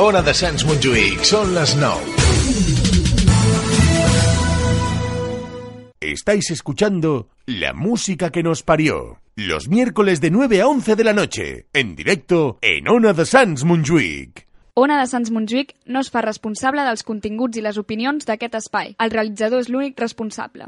Hora de Sants Montjuïc. Són les 9. Estáis escuchando la música que nos parió. Los miércoles de 9 a 11 de la noche, en directo en Ona de Sants Montjuïc. Ona de Sants Montjuïc no es fa responsable dels continguts i les opinions d'aquest espai. El realitzador és l'únic responsable.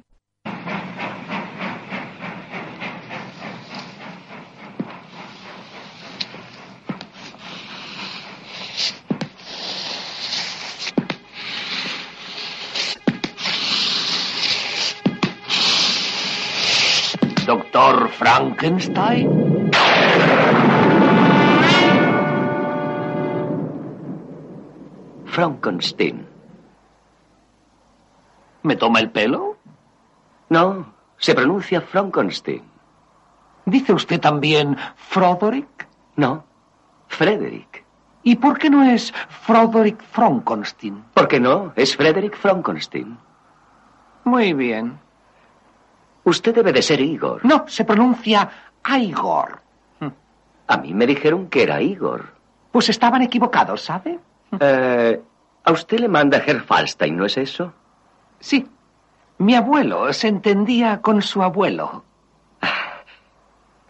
doctor Frankenstein? Frankenstein. ¿Me toma el pelo? No, se pronuncia Frankenstein. ¿Dice usted también Froderick? No, Frederick. ¿Y por qué no es Froderick Frankenstein? Porque no, es Frederick Frankenstein. Muy bien. Usted debe de ser Igor. No, se pronuncia Igor. A mí me dijeron que era Igor. Pues estaban equivocados, ¿sabe? Eh, a usted le manda Herr Falstein, ¿no es eso? Sí. Mi abuelo se entendía con su abuelo.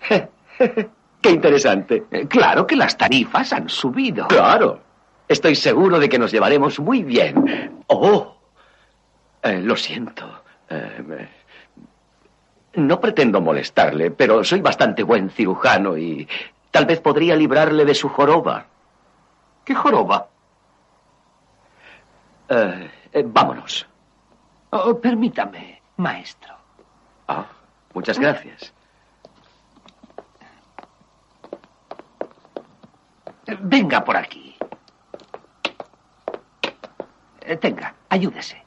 Qué interesante. Claro que las tarifas han subido. Claro. Estoy seguro de que nos llevaremos muy bien. Oh. Eh, lo siento. Eh, me... No pretendo molestarle, pero soy bastante buen cirujano y tal vez podría librarle de su joroba. ¿Qué joroba? Eh, eh, vámonos. Oh, permítame, maestro. Ah, muchas gracias. Venga por aquí. Eh, Tenga, ayúdese.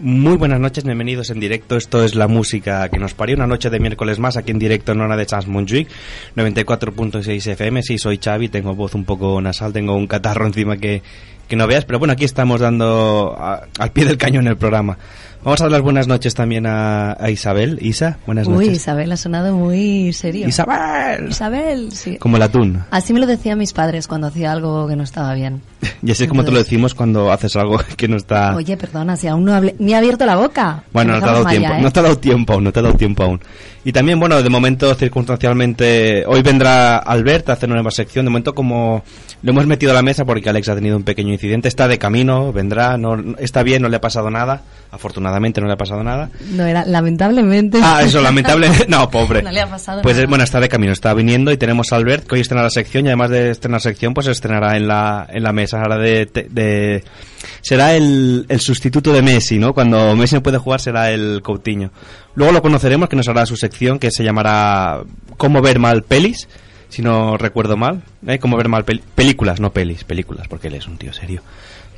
Muy buenas noches, bienvenidos en directo. Esto es la música que nos parió una noche de miércoles más aquí en directo en hora de Chance Montjuic, 94.6 FM. Sí, soy Xavi, tengo voz un poco nasal, tengo un catarro encima que, que no veas, pero bueno, aquí estamos dando a, al pie del cañón el programa. Vamos a dar las buenas noches también a, a Isabel. Isa, buenas Uy, noches. Uy, Isabel ha sonado muy serio. Isabel. Isabel, sí. Como el atún. Así me lo decían mis padres cuando hacía algo que no estaba bien. y así es como te lo decimos cuando haces algo que no está... Oye, perdona, si aún no hablé... Me ha abierto la boca. Ah. Bueno, no te, ha dado tiempo, allá, ¿eh? no te ha dado tiempo aún, no te ha dado tiempo aún. Y también, bueno, de momento, circunstancialmente, hoy vendrá Albert a hacer una nueva sección. De momento, como lo hemos metido a la mesa porque Alex ha tenido un pequeño incidente, está de camino, vendrá, no, está bien, no le ha pasado nada. Afortunadamente no le ha pasado nada. No, era lamentablemente. Ah, eso, lamentablemente. No, pobre. No le ha pasado pues, nada. bueno, está de camino, está viniendo y tenemos a Albert que hoy estrena la sección y además de estrenar sección, pues estrenará en la, en la mesa. Ahora de, de será el, el, sustituto de Messi, ¿no? Cuando Messi no puede jugar será el Coutinho. Luego lo conoceremos, que nos hará su sección, que se llamará ¿Cómo ver mal pelis? Si no recuerdo mal, ¿eh? ¿Cómo ver mal pel películas? No pelis, películas, porque él es un tío serio.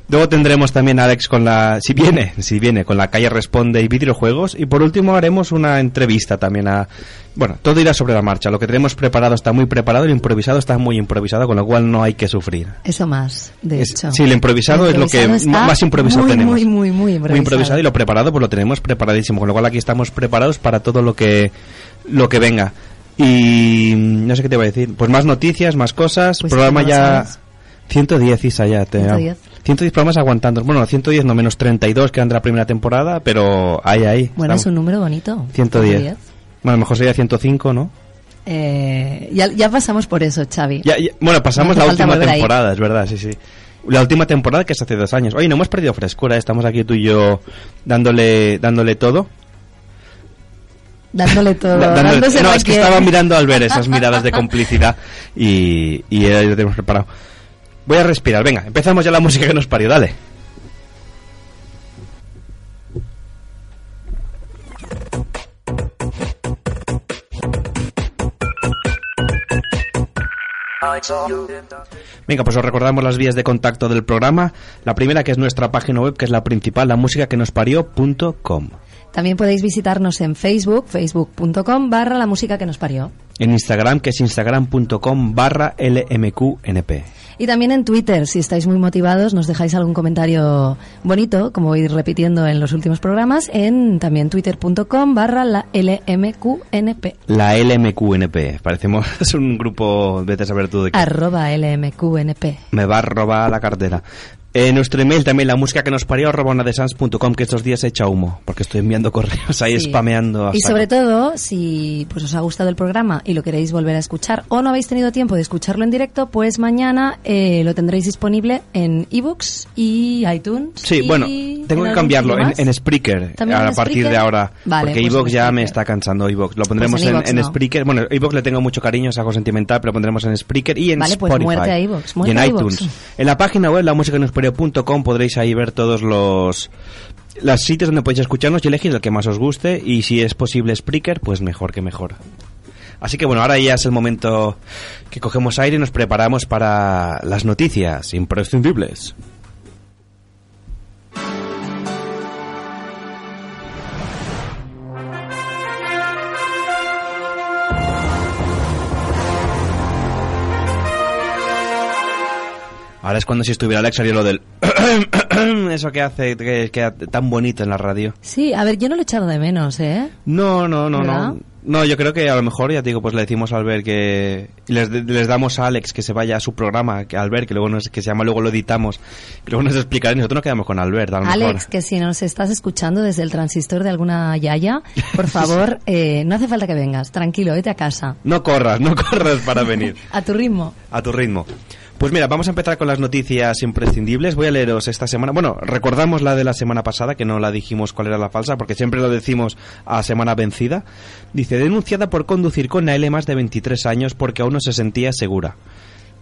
Luego tendremos también a Alex con la... Si viene, si viene, con la calle responde y videojuegos. Y por último haremos una entrevista también a... Bueno, todo irá sobre la marcha. Lo que tenemos preparado está muy preparado, lo improvisado está muy improvisado, con lo cual no hay que sufrir. Eso más, de es, hecho. Sí, lo improvisado, improvisado es lo que más improvisado muy, tenemos. Muy, muy, muy improvisado. Muy improvisado y lo preparado pues lo tenemos preparadísimo, con lo cual aquí estamos preparados para todo lo que, lo que venga. Y mm, no sé qué te voy a decir. Pues más noticias, más cosas. Pues programa ¿cómo lo ya. sabes? 110, Isa, ya te 110. 110 programas aguantando. Bueno, 110 no menos 32 que eran de la primera temporada, pero ahí, ahí. Bueno, estamos. es un número bonito. 110. Bueno, a lo mejor sería 105, ¿no? Eh, ya, ya pasamos por eso, Xavi. Ya, ya- bueno, pasamos No la hace falta última volver ahí. temporada, es verdad, sí, sí. La última temporada que es hace dos años. Oye, no hemos perdido frescura, ¿eh? estamos aquí tú y yo dándole, dándole todo. Dándole todo. Da- dándole- dándose no, la es que piel. estaba mirando al ver esas miradas de complicidad y, y ya lo tenemos preparado. Voy a respirar, venga, empezamos ya la música que nos parió, dale. Venga, pues os recordamos las vías de contacto del programa. La primera que es nuestra página web, que es la principal, la música que nos parió.com. También podéis visitarnos en Facebook, facebook.com barra la música que nos parió. En Instagram, que es instagram.com barra lmqnp. Y también en Twitter, si estáis muy motivados, nos dejáis algún comentario bonito, como voy repitiendo en los últimos programas, en también twitter.com barra la LMQNP. La LMQNP. Parecemos un grupo, vete a saber tú de qué. Arroba LMQNP. Me va a robar la cartera. Eh, nuestro email también, la música que nos parió, arroba onadesans.com, que estos días echa humo, porque estoy enviando correos ahí Sí. spameando. a Y saco. sobre todo, si pues os ha gustado el programa y lo queréis volver a escuchar o no habéis tenido tiempo de escucharlo en directo, pues mañana eh, lo tendréis disponible en ebooks y iTunes. Sí, y bueno, en tengo que algún cambiarlo sitio en, más. en Spreaker También a en partir Spreaker. de ahora. Vale, porque pues Evox en ya me Spreaker. Pues está cansando. Evox lo pondremos en en, iVoox en no. Spreaker. Bueno, Evox le tengo mucho cariño, es algo sentimental, pero lo pondremos en Spreaker y en Vale, pues Spotify. muerte a iVoox, muerte y a en iVoox. iTunes. En la página web, lamusicanospereo.com, podréis ahí ver todos los los sitios donde podéis escucharnos y elegir el que más os guste. Y si es posible Spreaker, pues mejor que mejor. Así que bueno, ahora ya es el momento que cogemos aire y nos preparamos para las noticias imprescindibles. Ahora es cuando si estuviera Alex haría lo del... Eso que hace, que queda tan bonito en la radio. Sí, a ver, yo no lo he echado de menos, ¿eh? No, no, no, ¿Verdad? no. No, yo creo que a lo mejor, ya te digo, pues le decimos al ver que... y Les, les damos a Alex que se vaya a su programa, que Albert, que luego nos, que se llama, luego lo editamos, que luego nos explicará y nosotros nos quedamos con Albert, a lo Alex, mejor. que si nos estás escuchando desde el transistor de alguna yaya, por favor, eh, no hace falta que vengas, tranquilo, vete a casa. No corras, no corras para venir. A tu ritmo. A tu ritmo. Pues mira, vamos a empezar con las noticias imprescindibles. Voy a leeros esta semana. Bueno, recordamos la de la semana pasada, que no la dijimos cuál era la falsa, porque siempre lo decimos a semana vencida. Dice, denunciada por conducir con AL más de 23 años porque aún no se sentía segura.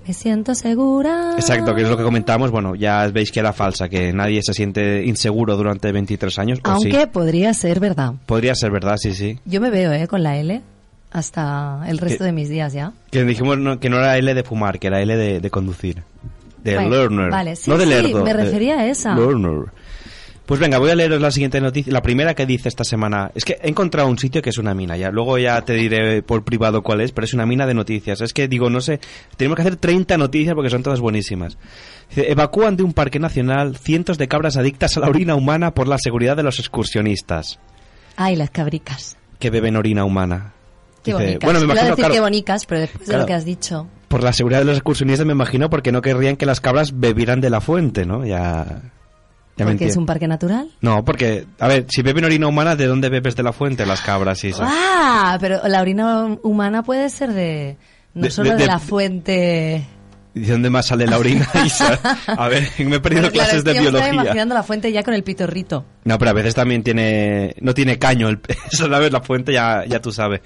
Me siento segura. Exacto, que es lo que comentamos. Bueno, ya veis que era falsa, que nadie se siente inseguro durante 23 años. o sí. Aunque podría ser verdad. Podría ser verdad, sí, sí. Yo me veo, ¿eh? Con la L hasta el resto ¿Qué? de mis días ya. Que dijimos no- que no era L de fumar, que era L de, de conducir. De Bueno, learner. vale, sí, no de sí, lerdo, me de refería a esa. Learner. Pues venga, voy a leeros la siguiente noticia. La primera que dice esta semana. Es que he encontrado un sitio que es una mina. ya Luego ya te diré por privado cuál es, pero es una mina de noticias. Es que digo, no sé. Tenemos que hacer 30 noticias porque son todas buenísimas. Dice, evacúan de un parque nacional cientos de cabras adictas a la orina humana por la seguridad de los excursionistas Ay, las cabricas. que beben orina humana. Qué Dice, bonicas. bueno, me Iba a imagino, decir claro, qué bonicas, pero después de Claro. lo que has dicho. por la seguridad de los excursionistas me imagino porque no querrían que las cabras bebieran de la fuente, ¿no? Ya, ya me porque es entiendes. un parque natural. No, porque, a ver, si beben orina humana, ¿de dónde bebes de la fuente las cabras? Y eso? ¡Ah! Pero la orina humana puede ser de. No De- solo de- de, de- la fuente. ¿Y ¿De dónde más sale la orina? Isa? a ver, me he perdido Claro, clases es de que yo me estaba biología. imaginando la fuente ya con el pitorrito. No, pero a veces también tiene, no tiene caño, el, eso, ¿sabes? La fuente ya, ya tú sabes.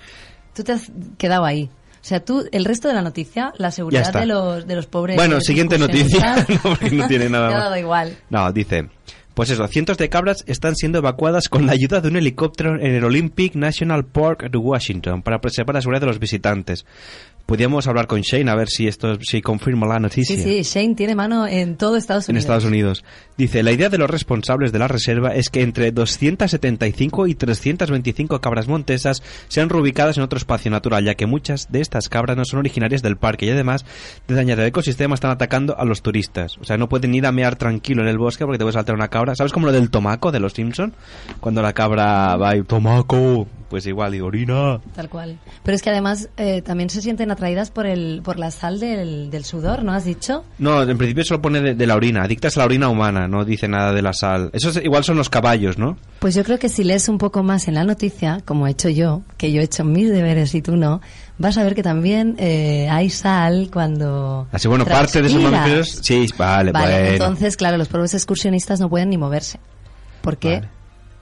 Tú te has quedado ahí. O sea, tú, el resto de la noticia, la Ya seguridad está. de los, de los pobres. Bueno, siguiente noticia, excursionistas, no, porque no tiene nada te ha más. dado igual. No, dice, pues eso, cientos de cabras están siendo evacuadas con la ayuda de un helicóptero en el Olympic National Park de Washington para preservar la seguridad de los visitantes. Podríamos hablar con Shane a ver si esto si confirma la noticia. Sí, sí, Shane tiene mano en todo Estados Unidos. En Estados Unidos. Dice, la idea de los responsables de la reserva es que entre 275 y 325 cabras montesas sean reubicadas en otro espacio natural, ya que muchas de estas cabras no son originarias del parque y además de dañar el ecosistema están atacando a los turistas. O sea, no pueden ir a mear tranquilo en el bosque porque te puede saltar una cabra. ¿Sabes como lo del tomaco de los Simpson? Cuando la cabra va y tomaco, pues igual y orina. Tal cual. Pero es que además eh, también se sienten atraídas por el por la sal del, del sudor, ¿no has dicho? No, en principio solo pone de, de la orina, adictas a la orina humana, no dice nada de la sal. Eso es- igual son los caballos, ¿no? Pues yo creo que si lees un poco más en la noticia, como he hecho yo, que yo he hecho mis deberes y tú no, vas a ver que también eh, hay sal cuando. Así, bueno, parte de esos transpiras. mamíferos... Sí, vale, Vale, bueno. entonces, claro, los pobres excursionistas no pueden ni moverse. Porque. Vale.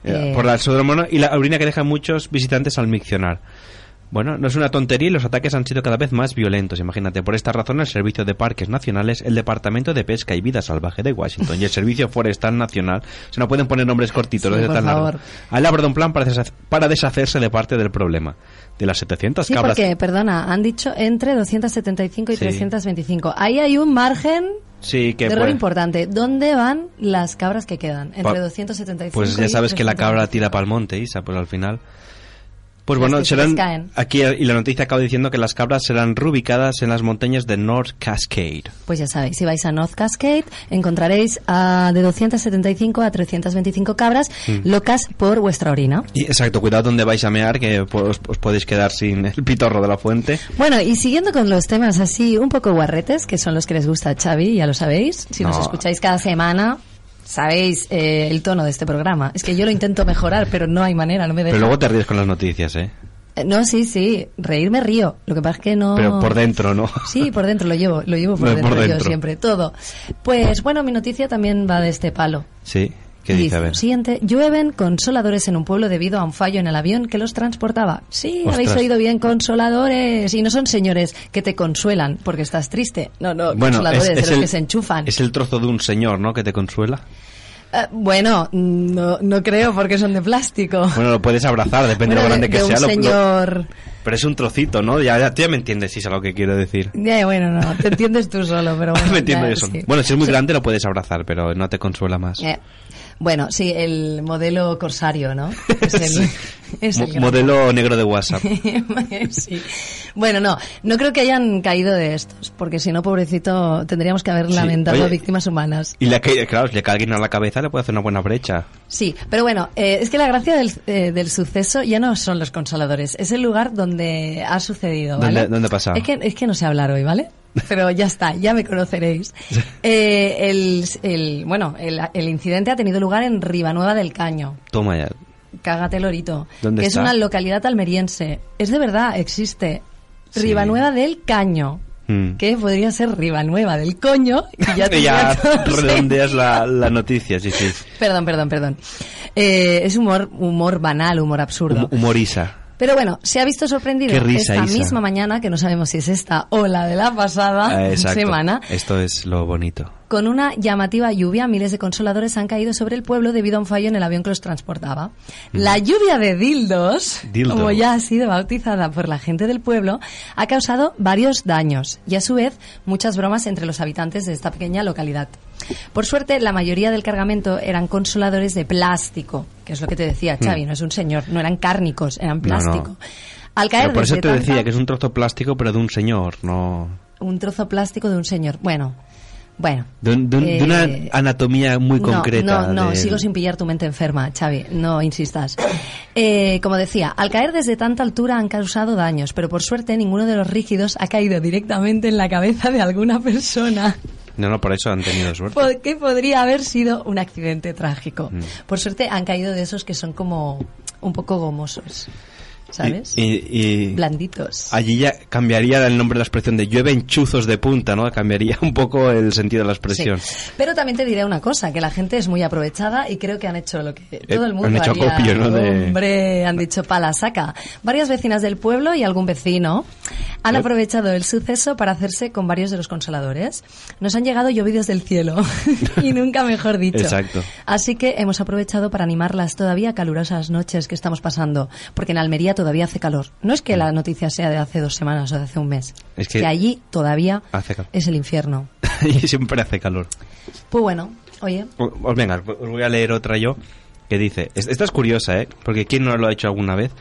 Eh, eh, Por la pseudomonas y la orina que dejan muchos visitantes al miccionar. Bueno, no es una tontería y los ataques han sido cada vez más violentos, imagínate. Por esta razón, el Servicio de Parques Nacionales, el Departamento de Pesca y Vida Salvaje de Washington y el Servicio Forestal Nacional, se no pueden poner nombres cortitos, Sí, no es por tan largo. favor. Han elaborado un plan para, deshac- para deshacerse de parte del problema. De las 700 Sí, cabras... porque, perdona, han dicho entre 275 y Sí. 325. Ahí hay un margen Sí, de que... error pues- importante. ¿Dónde van las cabras que quedan? Entre Pa- 275 Pues ya y sabes que la cabra 325. tira para el monte, Isa, pues al final. Pues Las bueno, que se serán les caen. aquí eh, y la noticia acaba diciendo que las cabras serán reubicadas en las montañas de North Cascade. Pues ya sabéis, si vais a North Cascade encontraréis a, de 275 a 325 cabras Mm. locas por vuestra orina. Y exacto, cuidado donde vais a mear que po- os, os podéis quedar sin el pitorro de la fuente. Bueno, y siguiendo con los temas así un poco guarretes, que son los que les gusta a Xavi, ya lo sabéis, si nos No. escucháis cada semana... Sabéis eh, el tono de este programa. Es que yo lo intento mejorar, pero no hay manera, no me deja. Pero luego te ríes con las noticias, ¿eh? Eh, No, sí, sí, reírme río. Lo que pasa es que no. Pero por dentro, ¿no? Sí, por dentro lo llevo, lo llevo por, No, por dentro, yo dentro. siempre, todo. Pues bueno, mi noticia también va de este palo. Sí. ¿Qué Y dice? A ver. Siguiente, llueven consoladores en un pueblo debido a un fallo en el avión que los transportaba. Sí, habéis Ostras. oído bien, consoladores. Y no son señores que te consuelan porque estás triste. No, no, consoladores de los que se enchufan. es el trozo de un señor, ¿no? Que te consuela. Eh, bueno, no, no creo porque son de plástico. Bueno, lo puedes abrazar, depende de lo Bueno, grande que de sea. lo- un lo- señor. Pero es un trocito, ¿no? Ya, ya, tú ya me entiendes, Isa, lo que quiero decir. Ya, Eh, bueno, no, te entiendes tú solo, pero bueno. Ah, me entiendo ya, eso. sí. Bueno, si es muy grande lo puedes abrazar, pero no te consuela más. Eh, bueno, sí, el modelo corsario, ¿no? Es el, Sí. es el Mo- gran- modelo negro de WhatsApp. Sí. Bueno, no, no creo que hayan caído de estos, porque si no, pobrecito, tendríamos que haber Sí, lamentado oye. víctimas humanas. Y le cae, claro, si le cae alguien a la cabeza le puede hacer una buena brecha. Sí, pero bueno, eh, es que la gracia del, eh, del suceso ya no son los consoladores, es el lugar donde ha sucedido. ¿vale? ¿Dónde- dónde ha pasado? Es que, es que no sé hablar hoy, ¿vale? Pero ya está, ya me conoceréis. Eh, el, el- bueno, el, el incidente ha tenido lugar en Ribanueva del Caño. Toma ya. Cágate Lorito. ¿Dónde que está? es una localidad almeriense. Es de verdad, existe. Sí. Ribanueva del Caño. Mm. Que podría ser Ribanueva del Coño. Y ya, Y tendría todo redondeas la, la noticia, sí, sí. Perdón, perdón, perdón. Eh, es humor, humor banal, humor absurdo. Hum- Humoriza. Pero bueno, se ha visto sorprendido Qué risa, esta Isa. misma mañana, que no sabemos si es esta o la de la pasada Ah, exacto. semana, Esto es lo bonito. con una llamativa lluvia, miles de consoladores han caído sobre el pueblo debido a un fallo en el avión que los transportaba. La lluvia de dildos, Dildo. como ya ha sido bautizada por la gente del pueblo, ha causado varios daños y a su vez muchas bromas entre los habitantes de esta pequeña localidad. Por suerte, la mayoría del cargamento eran consoladores de plástico, que es lo que te decía Hmm. Xavi, no es un señor, no eran cárnicos, eran plástico. Al caer Pero por eso desde te tanta- decía que es un trozo plástico, pero de un señor, no. un trozo plástico de un señor, bueno, bueno. De, un- de un- de Eh, una anatomía muy no, concreta. No, no, del- sigo sin pillar tu mente enferma, Xavi, no insistas. Eh, como decía, al caer desde tanta altura han causado daños, pero por suerte ninguno de los rígidos ha caído directamente en la cabeza de alguna persona. No, no, por eso han tenido suerte. Hmm. po- Que podría haber sido un accidente trágico. Mm. Por suerte han caído de esos que son como un poco gomosos, ¿sabes? Y, y- y- Blanditos. Allí ya cambiaría el nombre de la expresión de llueve en chuzos de punta, ¿no? Cambiaría un poco el sentido de la expresión. Sí. Pero también te diré una cosa, que la gente es muy aprovechada y creo que han hecho lo que todo el Eh, han mundo hecho haría. acopio, ¿no? De- Hombre, han dicho pala saca. Varias vecinas del pueblo y algún vecino Han aprovechado el suceso para hacerse con varios de los consoladores. Nos han llegado llovidos del cielo, y nunca mejor dicho. Exacto. Así que hemos aprovechado para animar las todavía calurosas noches que estamos pasando, porque en Almería todavía hace calor. No es que Mm. la noticia sea de hace dos semanas o de hace un mes, Es que- allí todavía Hace calor. es el infierno. y siempre hace calor. Pues bueno, oye, O- Os venga, os voy a leer otra yo que dice, es- esta es curiosa, ¿eh? Porque quién no lo ha hecho alguna vez.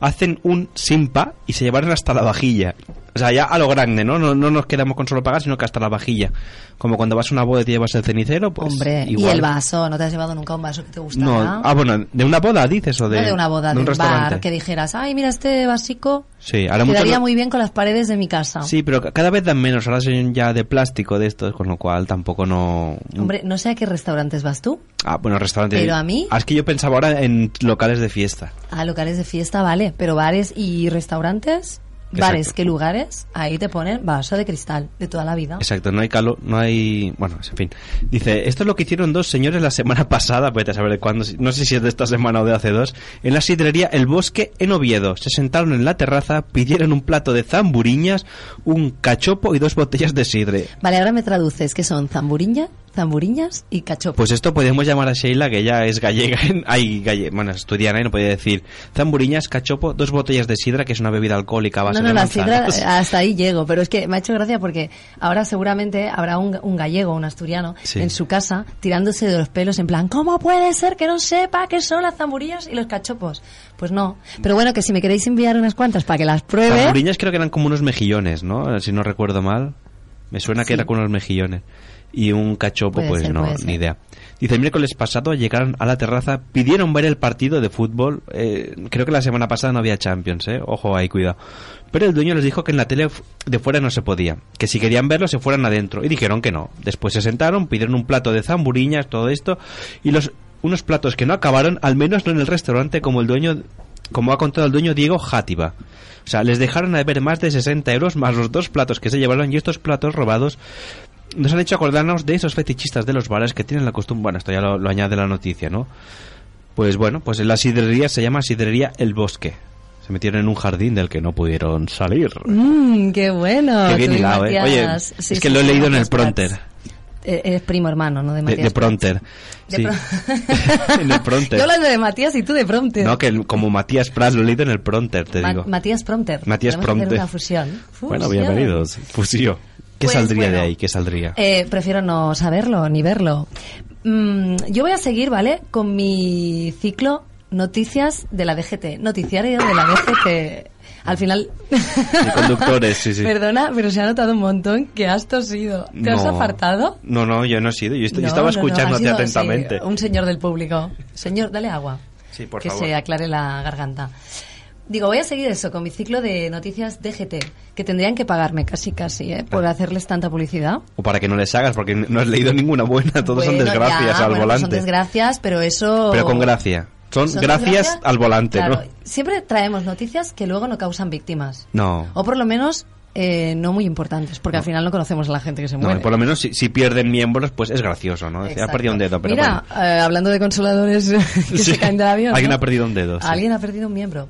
Hacen un simpa y se llevaron hasta la vajilla. O sea, ya a lo grande, ¿no? No, no nos quedamos con solo pagar, sino que hasta la vajilla. Como cuando vas a una boda y te llevas el cenicero, pues hombre, igual. y el vaso, ¿no te has llevado nunca un vaso que te gustara? No, ah, bueno, de una boda dices o de, No de una boda, de un un, restaurante. bar, que dijeras, ay, mira este vasico, Sí, ahora muchos quedaría lo- muy bien con las paredes de mi casa. Sí, pero ca- cada vez dan menos, ahora son ya de plástico de estos, con lo cual tampoco no... Hombre, no sé a qué restaurantes vas tú. Ah, bueno, restaurante... Pero a mí- Ah, Es que yo pensaba ahora en locales de fiesta. A locales de fiesta, vale, pero bares y restaurantes, bares, Exacto. ¿qué lugares? Ahí te ponen vaso de cristal de toda la vida. Exacto, no hay calor, no hay... Bueno, en fin. Dice, esto es lo que hicieron dos señores la semana pasada, vete a saber de cuándo, si- no sé si es de esta semana o de hace dos, en la sidrería El Bosque en Oviedo. Se sentaron en la terraza, pidieron un plato de zamburiñas, un cachopo y dos botellas de sidre. Vale, ahora me traduces, que son zamburiña, zamburiñas y cachopo. Pues esto podemos llamar a Sheila, que ya es gallega, en- ay, galle, bueno, estudiana y no podía decir zamburiñas, cachopo, dos botellas de sidra, que es una bebida alcohólica a base No, no, de Pues la sidra, manzanas. eh, hasta ahí llego, pero es que me ha hecho gracia porque ahora seguramente habrá un, un gallego, un asturiano, Sí. en su casa tirándose de los pelos en plan, ¿cómo puede ser que no sepa qué son las zamburillas y los cachopos? Pues no. Pero bueno, que si me queréis enviar unas cuantas para que las pruebe, Zamburiñas creo que eran como unos mejillones, ¿no? Si no recuerdo mal. Me suena que era con unos mejillones. Y un cachopo, Puede pues ser, no, puede ser. ni idea. Dice, el miércoles pasado llegaron a la terraza, pidieron ver el partido de fútbol. eh, creo que la semana pasada no había Champions, ¿eh? Ojo ahí, cuidado. Pero el dueño les dijo que en la tele fu- de fuera no se podía. Que si querían verlo, se fueran adentro. Y dijeron que no. Después se sentaron, pidieron un plato de zamburiñas, todo esto. Y los unos platos que no acabaron, al menos no en el restaurante, como el dueño como ha contado el dueño Diego Játiva. O sea, les dejaron a ver más de 60 euros más los dos platos que se llevaron y estos platos robados nos han hecho acordarnos de esos fetichistas de los bares que tienen la costumbre. Bueno, esto ya lo, lo añade la noticia, ¿no? Pues bueno, pues la sidrería se llama Sidrería El Bosque. Se metieron en un jardín del que no pudieron salir. mmm, qué bueno. Qué bien tú y hilado, ¿eh? Oye, Matías. Sí, es que sí, lo he sí, leído en el Matías pronter. Prats. Eh, es primo hermano, no de De, Matías. de pronter. De Sí. pro- en el pronter. Yo hablando de Matías y tú de Prompter. No, que el- como Matías Prats lo he leído en el pronter, te Ma- digo. Matías Prompter. Matías Podemos hacer Prompter. una fusión. Bueno, Fusión. bienvenidos. Fusío. ¿Qué Pues, saldría de bueno. ahí? ¿Qué saldría? Eh, prefiero no saberlo ni verlo. Mm, yo voy a seguir, ¿vale? Con mi ciclo Noticias de la DGT. Noticiario de la DGT. Al final. De conductores, sí, sí. Perdona, pero se ha notado un montón que has tosido. ¿Te has No. apartado? No, no, yo no he sido. Yo, est- yo No, estaba no, no, ha escuchándote sido, sí, atentamente. un señor del público. Señor, dale agua. Sí, por que favor. se aclare la garganta. Digo, voy a seguir eso con mi ciclo de noticias DGT, que tendrían que pagarme casi, casi, ¿eh? por hacerles tanta publicidad. O para que no les hagas, porque no has leído ninguna buena. Todos son Bueno, desgracias ya, al bueno, pues volante. Son desgracias, pero eso. Pero con gracia. Son, ¿Son gracias desgracias? al volante, Claro, Siempre traemos noticias que luego no causan víctimas. ¿no? No. O por lo menos eh, no muy importantes, porque al final no conocemos a la gente que se No, muere. y por lo menos si, si pierden miembros, pues es gracioso, ¿no? Ha Exacto. perdido un dedo, pero Mira, bueno. eh, hablando de consoladores que Sí. se caen del avión. Alguien ¿no? ha perdido un dedo, sí. Alguien ha perdido un miembro.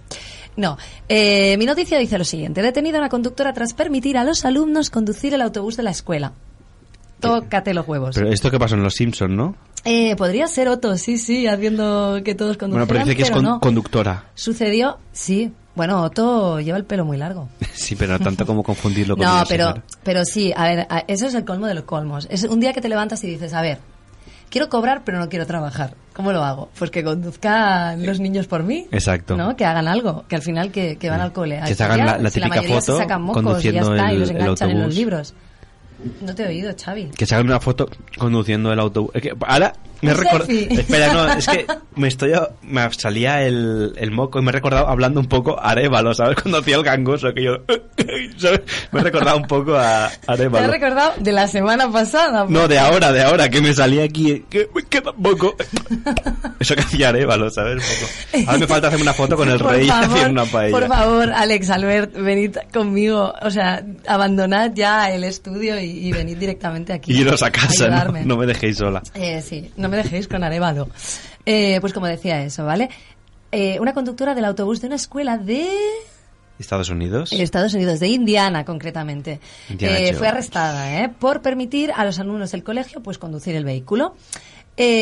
No, eh, mi noticia dice lo siguiente: detenida una conductora tras permitir a los alumnos conducir el autobús de la escuela. Tócate los huevos. Pero esto que pasó en Los Simpsons, ¿no? Eh, podría ser Otto, sí, sí, haciendo que todos Bueno, conduzcan. pero dice que es pero con- no. conductora. Sucedió, sí. Bueno, Otto lleva el pelo muy largo. Sí, pero no tanto como confundirlo con No, un pero, señor. pero sí, a ver, a- eso es el colmo de los colmos. Es un día que te levantas y dices, a ver, quiero cobrar, pero no quiero trabajar. ¿Cómo lo hago? Pues que conduzcan los niños por mí. Exacto. ¿No? Que hagan algo, que al final que, que van al cole. a Mm. Que se hagan estudiar, la- la si la típica mayoría se foto sacan mocos y conduciendo ya está, y el- los el enganchan en los autobús. libros. No te he oído, Xavi. Que se hagan una foto conduciendo el autobús. Es que ahora me Un recuerdo. selfie. Espera, no, es que me estoy. Me salía el, el moco y me he recordado hablando un poco a Arevalo, ¿sabes? Cuando hacía el gangoso, que yo. ¿sabes? Me he recordado un poco a Te has Arevalo. recordado de la semana pasada. No, de ahora, de ahora, que me salía aquí. eh, Que me queda un poco. Eso que hacía Arevalo, ¿sabes? Un poco. Ahora me falta hacerme una foto con el Por rey favor, haciendo una paella. Por favor, Alex, Albert, venid conmigo. O sea, abandonad ya el estudio y, y venid directamente aquí. Y iros a casa, ¿no? ayudarme. no me dejéis sola. Eh, sí, no me dejéis con Arevalo. Eh, pues como decía eso, ¿vale? Eh, una conductora del autobús de una escuela de... Estados Unidos. Estados Unidos, de Indiana concretamente. Indiana Eh, Jones. fue arrestada ¿eh? por permitir a los alumnos del colegio pues conducir el vehículo.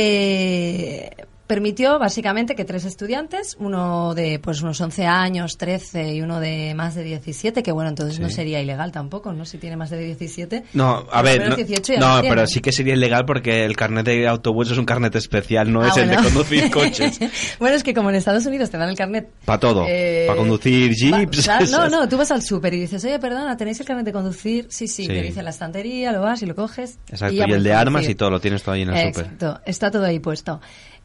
Eh, permitió básicamente que tres estudiantes, uno de pues unos 11 años, 13 y uno de más de 17, que bueno, entonces Sí. no sería ilegal tampoco, ¿no? Si tiene más de 17. No, a Por lo ver, menos no, 18 ya no, lo tiene. pero sí que sería ilegal porque el carnet de autobús es un carnet especial, no Ah, es el de bueno. conducir coches. bueno, es que como en Estados Unidos te dan el carnet Para todo, Eh, para conducir Va- jeeps. va- no, esas- no, tú vas al súper y dices, oye, perdona, ¿tenéis el carnet de conducir? Sí, sí, Sí. te dice la estantería, lo vas y lo coges. Exacto, y ya el puedes de armas conducir. y todo, lo tienes todo ahí en el súper. Exacto, está todo ahí puesto.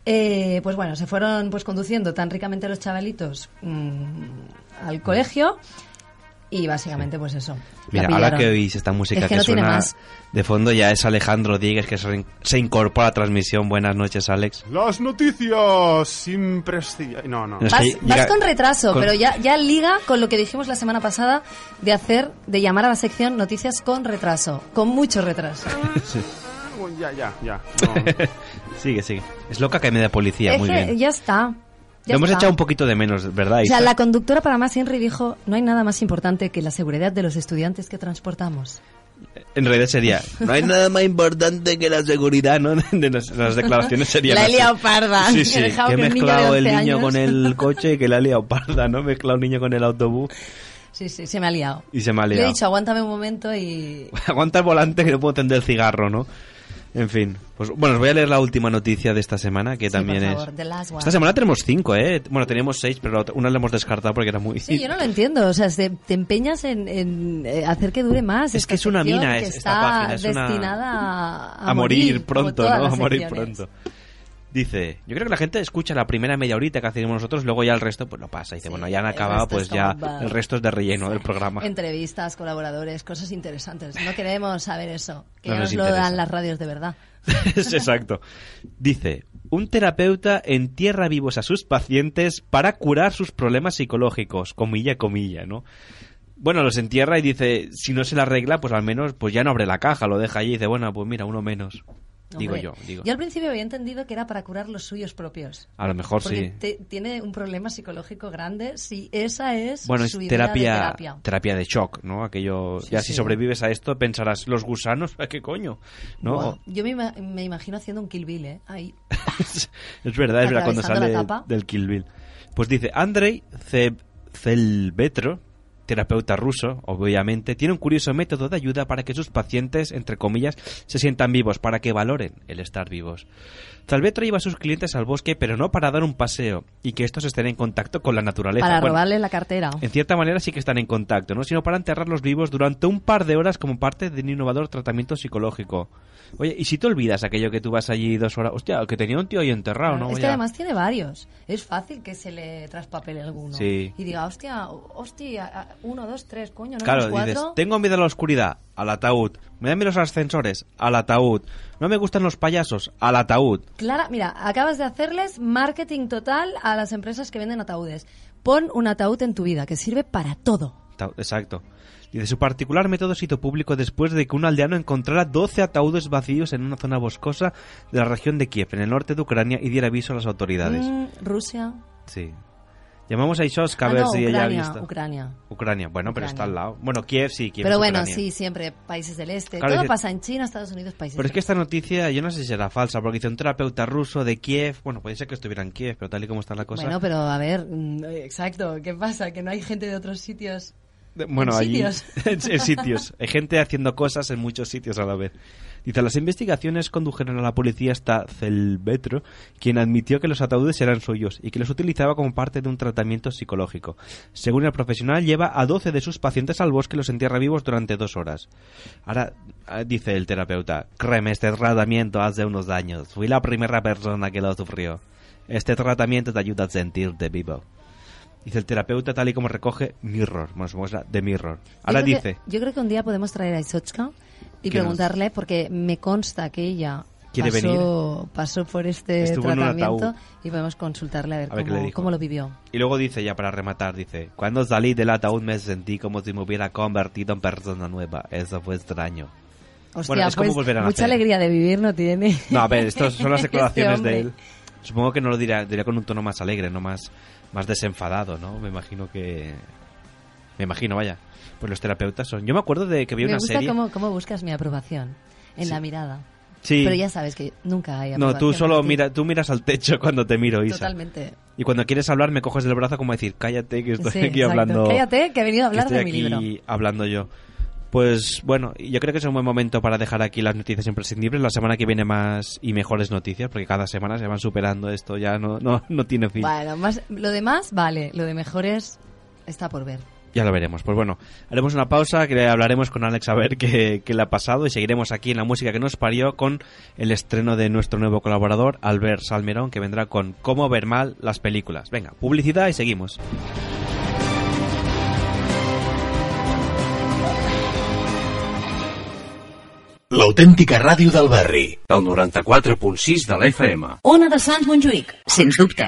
Eh, pues bueno, se fueron pues conduciendo tan ricamente los chavalitos mm, al colegio y básicamente pues eso. la Mira, ahora pillaron. que oís esta música Es que que, no tiene suena más. de fondo ya es Alejandro Diegues que se, re- se incorpora a la transmisión. Buenas noches, Alex. Las noticias imprescindibles. No, no. Es Vas, que vas llega- con retraso, con- pero ya, ya liga con lo que dijimos la semana pasada de hacer, de llamar a la sección noticias con retraso, con mucho retraso. Ah, Bueno, Ya, ya, ya. No. Sigue, sigue. Es loca que me da policía, es muy que bien. ya está. ya Lo hemos está. echado un poquito de menos, ¿verdad? O sea, Isa? la conductora para más Henry dijo, no hay nada más importante que la seguridad de los estudiantes que transportamos. En realidad sería, no hay nada más importante que la seguridad, ¿no? De las, las declaraciones serían La he así. liado parda. Sí, He sí, dejado que he que un niño de mezclado el 11 niño años- con el coche y que la he liado parda, ¿no? He mezclado un niño con el autobús Sí, sí, se me ha liado. y se me ha Le he liado. dicho, aguántame un momento y... Aguanta el volante que no puedo tender el cigarro, ¿no? En fin. Pues, bueno, os voy a leer la última noticia de esta semana, que Sí, también por favor, es... the last one. Esta semana tenemos cinco, ¿eh? Bueno, teníamos seis, pero la otra- una la hemos descartado porque era muy... Sí, yo no lo entiendo. O sea, se- te empeñas en, en, eh, hacer que dure más. Es esta que es una sección mina que es- esta está página, es una- destinada a, a morir como pronto, todas ¿no? A las morir secciones. pronto. Dice, yo creo que la gente escucha la primera media horita que hacemos nosotros, luego ya el resto pues lo pasa. Dice, Sí, bueno, ya han el acabado, resto es pues ya como va. el resto es de relleno del programa. Entrevistas, colaboradores, cosas interesantes. No queremos saber eso. Que No ya nos nos lo interesa. dan las radios de verdad. es exacto. Dice, un terapeuta entierra vivos a sus pacientes para curar sus problemas psicológicos, comilla, comilla, ¿no? Bueno, los entierra y dice, si no se la arregla, pues al menos pues ya no abre la caja, lo deja allí y dice, bueno, pues mira, uno menos. Digo Hombre, yo, digo. Yo al principio había entendido que era para curar los suyos propios. A lo mejor Porque sí. te- tiene un problema psicológico grande si esa es Bueno, es su idea terapia, de terapia. terapia. de shock, ¿no? Aquello, Sí, ya si sí. sobrevives a esto pensarás, los gusanos, ¿a qué coño? ¿No? Buah, yo me, ima- me imagino haciendo un Kill Bill, ¿eh? Ahí. es verdad, es verdad, cuando Atravesando sale la tapa. del Kill Bill. Pues dice, Andrei Ze- Zelvetro, terapeuta ruso, obviamente, tiene un curioso método de ayuda para que sus pacientes, entre comillas, se sientan vivos, para que valoren el estar vivos. Zelvetro lleva a sus clientes al bosque, pero no para dar un paseo y que estos estén en contacto con la naturaleza. Para Bueno, robarle la cartera. en cierta manera sí que están en contacto, ¿no? Sino para enterrarlos vivos durante un par de horas como parte de un innovador tratamiento psicológico. Oye, ¿y si te olvidas aquello que tú vas allí dos horas? Hostia, que tenía un tío ahí enterrado, ¿no? es que Ya. además tiene varios. Es fácil que se le traspapele alguno. Sí. Y diga, hostia, hostia, a- uno, dos, tres, coño, no Claro, son dices, cuatro. tengo miedo a la oscuridad, al ataúd. Me dan miedo los ascensores, al ataúd. No me gustan los payasos, al ataúd. Clara, mira, acabas de hacerles marketing total a las empresas que venden ataúdes. Pon un ataúd en tu vida, que sirve para todo. Ta- Exacto. Dice, su particular método se hizo público después de que un aldeano encontrara 12 ataúdes vacíos en una zona boscosa de la región de Kiev, en el norte de Ucrania, y diera aviso a las autoridades. Mm, Rusia. Sí. Llamamos a Ishowska Ah, a ver no, si ella ha Ucrania, visto. Ucrania. Ucrania, bueno, pero Ucrania. está al lado. Bueno, Kiev sí, Kiev Pero es bueno, Ucrania. sí, siempre países del este. Claro, Todo dice- pasa en China, Estados Unidos, países Pero es del este. que esta noticia, yo no sé si será falsa, porque dice un terapeuta ruso de Kiev. Bueno, puede ser que estuviera en Kiev, pero tal y como está la cosa. Bueno, pero a ver, mm, exacto, ¿qué pasa? Que no hay gente de otros sitios. De- Bueno, En allí- sitios. en, en sitios. Hay gente haciendo cosas en muchos sitios a la vez. Dice, las investigaciones condujeron a la policía hasta Zelvetro, quien admitió que los ataúdes eran suyos y que los utilizaba como parte de un tratamiento psicológico. Según el profesional, lleva a 12 de sus pacientes al bosque y los entierra vivos durante dos horas. Ahora, ah, dice el terapeuta, créeme, este tratamiento hace unos años. Fui la primera persona que lo sufrió. Este tratamiento te ayuda a sentirte vivo. Dice el terapeuta tal y como recoge Mirror. Bueno, supongo que será The Mirror. Ahora Yo creo dice... que- yo creo que un día podemos traer a Isochka y Que nos- preguntarle, porque me consta que ella ¿Quiere pasó, pasó por este Estuvo en un tratamiento ataúd. y podemos consultarle a ver, A ver qué cómo, le dijo. cómo lo vivió. Y luego dice, ya para rematar, dice, cuando salí del ataúd me sentí como si me hubiera convertido en persona nueva. Eso fue extraño. Hostia, Bueno, es como pues, volver a mucha nacer. alegría de vivir no tiene. No, a ver, estas son las Este declaraciones de hombre. él. Supongo que no lo dirá, dirá con un tono más alegre, no más, más desenfadado, ¿no? Me imagino que... Me imagino, vaya. Pues los terapeutas son. Yo me acuerdo de que vi Me una gusta serie. Cómo, cómo buscas mi aprobación en Sí. la mirada. Sí. Pero ya sabes que nunca hay aprobación. No, tú solo para ti. mira, tú miras al techo cuando te miro, Isa. Totalmente. Y cuando quieres hablar me coges del brazo como a decir, cállate que estoy Sí, aquí exacto. hablando. Cállate, que he venido a que hablar de estoy mi aquí libro. hablando yo. Pues bueno, yo creo que es un buen momento para dejar aquí las noticias imprescindibles. La semana que viene más y mejores noticias, porque cada semana se van superando esto, ya no, no, no tiene fin. Bueno, más, lo demás, vale. Lo de mejores está por ver. Ya lo veremos. Pues bueno, haremos una pausa, que hablaremos con Alex a ver qué, qué le ha pasado y seguiremos aquí en la música que nos parió con el estreno de nuestro nuevo colaborador, Albert Salmerón, que vendrá con Cómo ver mal las películas. Venga, publicidad y seguimos. l'auténtica ràdio del barri. El 94.6 de l'FM. Ona de Sants Montjuïc, sens dubte.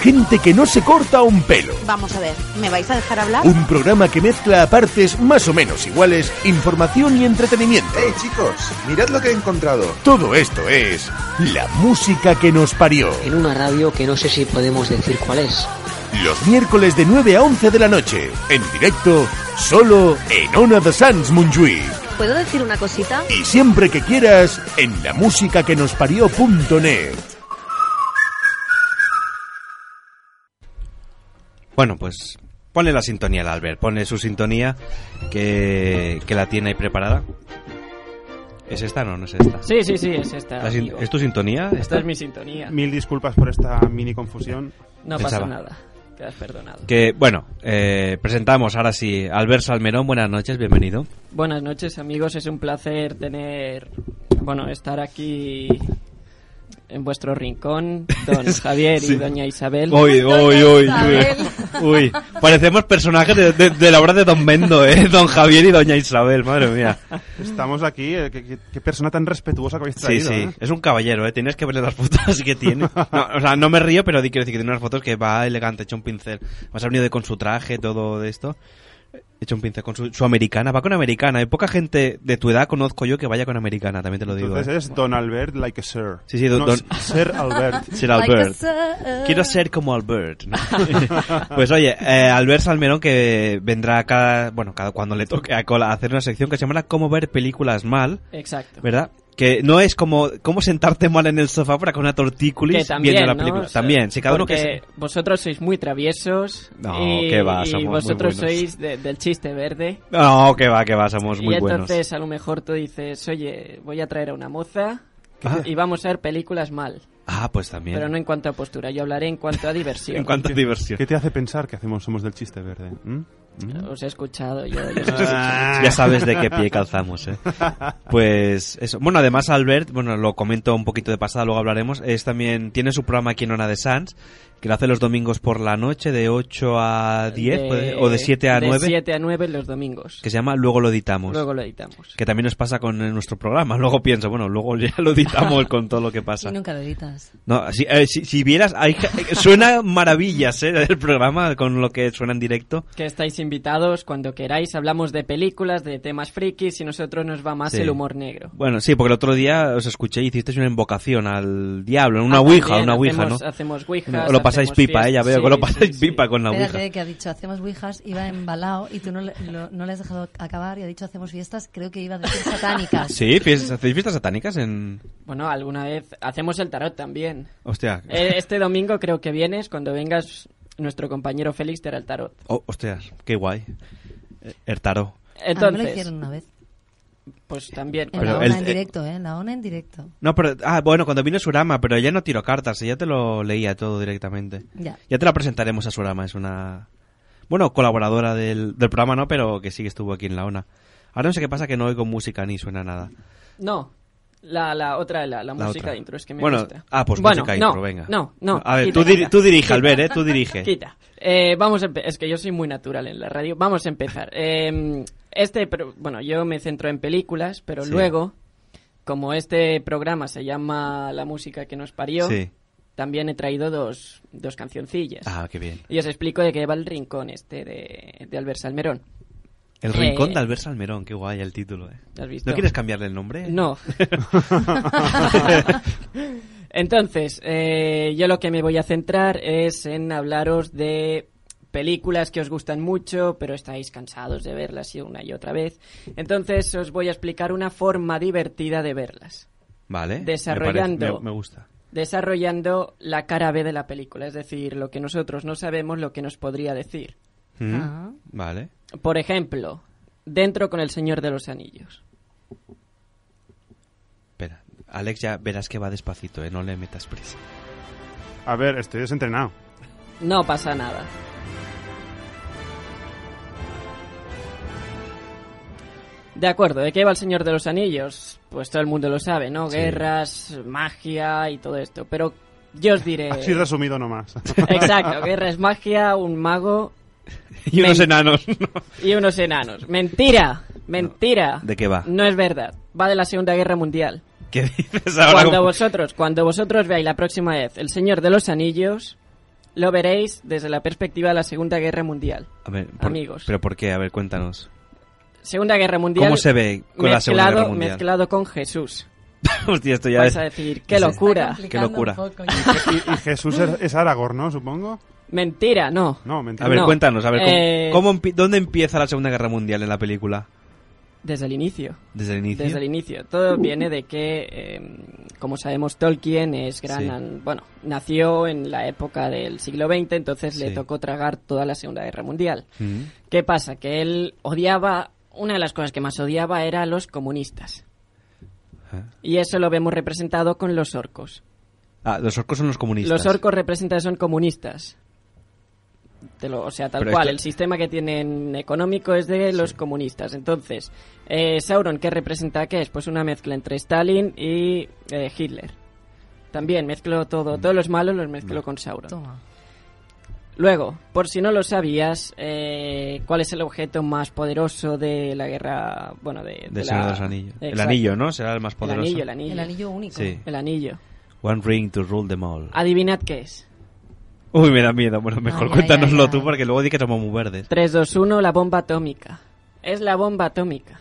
Gente que no se corta un pelo. Vamos a ver, ¿me vais a dejar hablar? Un programa que mezcla a partes más o menos iguales información y entretenimiento. ¡Hey, chicos! Mirad lo que he encontrado. Todo esto es la música que nos parió. en una radio que no sé si podemos decir cuál es. Los miércoles de 9 a 11 de la noche. En directo, solo en Ona de Sans Montjuïc. ¿Puedo decir una cosita? Y siempre que quieras, en la música que nos parió.net. Bueno, pues ponle la sintonía al Albert, ponle su sintonía que, que la tiene ahí preparada. ¿Es esta? No, no es esta. Sí, sí, sí, es esta. La sin- amigo. ¿Es tu sintonía? Esta es mi sintonía. Mil disculpas por esta mini confusión. No Pensaba. pasa nada. Quedas perdonado. Que, bueno, eh, presentamos ahora sí Albert Salmerón. Buenas noches, bienvenido. Buenas noches, amigos. Es un placer tener. Bueno, estar aquí en vuestro rincón, don Javier y doña Isabel. Uy, uy, uy, Isabel. uy, uy. Parecemos personajes de, de- de la obra de Don Mendo, ¿eh? Don Javier y Doña Isabel, madre mía. Estamos aquí. eh, qué, qué- qué persona tan respetuosa que habéis Sí, traído. sí. ¿eh? Es un caballero, ¿eh? Tienes que verle las fotos que tiene. No, o sea, no me río, pero di- quiero decir que tiene unas fotos que va elegante, hecho un pincel. Vas a venido de- con su traje, todo de esto. Hecho un pincel con su, su americana. Va con americana. Hay poca gente de tu edad, conozco yo, que vaya con americana, también te lo digo. Entonces ¿eh? es Don Albert like a sir. Sí, sí, don- No, don- Sir Albert. Sir Albert. sir. Quiero ser como Albert. ¿no? pues oye, eh, Albert Salmerón que vendrá cada, bueno, cada cuando le toque a cola a hacer una sección que se llamará Cómo ver películas mal, Exacto. ¿verdad? Que no es como cómo sentarte mal en el sofá para con una Que tortícolis también, viendo la ¿no? película. O sea, también, si cada uno que porque se- Vosotros sois muy traviesos. No, y, que va, y somos muy vosotros buenos. sois de- del chiste verde. No, que va, que va, somos muy y buenos. entonces a lo mejor tú dices, oye, voy a traer a una moza y vamos a ver películas mal. Ah, pues también. Pero no en cuanto a postura, yo hablaré en cuanto a diversión. En cuanto a diversión. ¿Qué te hace pensar que hacemos somos del chiste verde? ¿Mm? ¿Mm? Os he escuchado yo. yo- ya sabes de qué pie calzamos, ¿eh? Pues eso. Bueno, además Albert, bueno, lo comento un poquito de pasada, luego hablaremos, es también, tiene su programa aquí en Ona de Sans, que lo hace los domingos por la noche, de 8 a 10, puede- o de 7 a 9, De 7 a 9 los domingos. que se llama Luego lo editamos. Luego lo editamos. Que también nos pasa con eh, nuestro programa. Luego pienso, bueno, luego ya lo editamos con todo lo que pasa. Y nunca lo editas. No, si, eh, si, si vieras, hay- eh, suena maravillas ¿eh? el programa con lo que suena en directo. Que estáis invitados cuando queráis. Hablamos de películas, de temas frikis y nosotros nos va más Sí. el humor negro. Bueno, sí, porque el otro día os escuché y hicisteis una invocación al diablo, una Ah, ouija, también, una ouija, hacemos- ¿no? hacemos ouijas, O lo pasáis hacemos pipa, eh, ya veo fiestas, que lo sí, pasáis sí, sí. pipa con la ouija. Espérate, que ha dicho hacemos ouijas, iba embalao y tú no le, lo- no le has dejado acabar y ha dicho hacemos fiestas, creo que iba a decir satánicas. Sí, fiestas- ¿hacéis fiestas satánicas en...? Bueno, alguna vez hacemos el tarot también. Hostia. Eh, Este domingo creo que vienes, cuando vengas nuestro compañero Félix te hará el tarot. Oh, hostias, qué guay. Eh, El tarot. Ah, no lo Entonces, hicieron una vez. pues también. En Pero la ONA el- en directo, ¿eh? En la ONA en directo. No, pero... Ah, bueno, cuando vino Surama, pero ya no tiró cartas, ya te lo leía todo directamente. Ya. Ya te la presentaremos a Surama, es una... Bueno, colaboradora del, del programa, ¿no? Pero que sí que estuvo aquí en la ONA. Ahora no sé qué pasa que no oigo música ni suena nada. No, la, la otra, la, la La música otra. de intro es que me Bueno, gusta. ah, pues bueno, música de no, intro, venga. No, no. A ver, quita, tú diri- quita. tú dirige, Albert, Quita. ¿eh? Tú dirige. Quita. Eh, vamos a empe- es que yo soy muy natural en la radio. Vamos a empezar. Eh, este, pero, bueno, yo me centro en películas, pero Sí. luego, como este programa se llama La música que nos parió, Sí. también he traído dos, dos cancioncillas. Ah, qué bien. Y os explico de qué va el rincón este de, de Albert Salmerón. El Eh, rincón de Albert Salmerón, qué guay el título, ¿eh? ¿Has visto? ¿No quieres cambiarle el nombre? No. Entonces, eh, yo lo que me voy a centrar es en hablaros de películas que os gustan mucho, pero estáis cansados de verlas y una y otra vez. Entonces, os voy a explicar una forma divertida de verlas. Vale. me Desarrollando. parece- me- me gusta. Desarrollando la cara B de la película, es decir, lo que nosotros no sabemos lo que nos podría decir. Mm, Ah. Vale. Por ejemplo, dentro con el Señor de los Anillos. Espera. Alex, ya verás que va despacito, ¿eh? No le metas prisa. A ver, estoy desentrenado. No pasa nada. De acuerdo, ¿de qué va el Señor de los Anillos? Pues todo el mundo lo sabe, ¿no? Sí. Guerras, magia y todo esto. Pero yo os diré. Así resumido nomás. Eh. Exacto, guerras, magia, un mago Y unos enanos. y unos enanos. Mentira, mentira. ¿De qué va? No es verdad. Va de la Segunda Guerra Mundial. Ah. ¿Qué dices ahora? Cuando como- vosotros, cuando vosotros veáis la próxima vez El Señor de los Anillos, lo veréis desde la perspectiva de la Segunda Guerra Mundial. A ver, por- Amigos. ¿Pero por qué? A ver, cuéntanos. Segunda Guerra Mundial. ¿Cómo se ve con la Segunda mezclado- Guerra Mundial? Mezclado con Jesús. Hostia, esto ya Vais es- a decir, qué locura. Qué locura. Y, y Jesús es, es Aragorn, ¿no? Supongo. Mentira, no. No, mentira. A ver, No. cuéntanos, a ver, ¿cómo- Eh, ¿cómo empi- ¿dónde empieza la Segunda Guerra Mundial en la película? Desde el inicio. ¿Desde el inicio? Desde el inicio. Todo viene de que, eh, como sabemos, Tolkien es gran... Sí. an- Bueno, nació en la época del siglo XX, entonces le Sí. tocó tragar toda la Segunda Guerra Mundial. Mm. ¿Qué pasa? Que él odiaba... Una de las cosas que más odiaba era a los comunistas. Y eso lo vemos representado con los orcos. Ah, los orcos son los comunistas. Los orcos representados son comunistas. Te lo- o sea, tal Pero cual, esto- el sistema que tienen económico es de los comunistas. Entonces, eh, Sauron, ¿qué representa qué es? Pues una mezcla entre Stalin y eh, Hitler. También mezclo todo, Mm. todos los malos los mezclo con Sauron. Luego, por si no lo sabías, eh, ¿cuál es el objeto más poderoso de la guerra? Bueno, de, de Del la- Señor de los Anillos. El Exacto. anillo, ¿no? Será el más El poderoso. anillo, el anillo. El anillo único. Sí. El anillo. One ring to rule them all. Adivinad qué es. Uy, me da miedo. Bueno, mejor Ay, ay, cuéntanoslo ay, tú porque luego di que somos muy verdes. 3, 2, 1, la bomba atómica. Es la bomba atómica.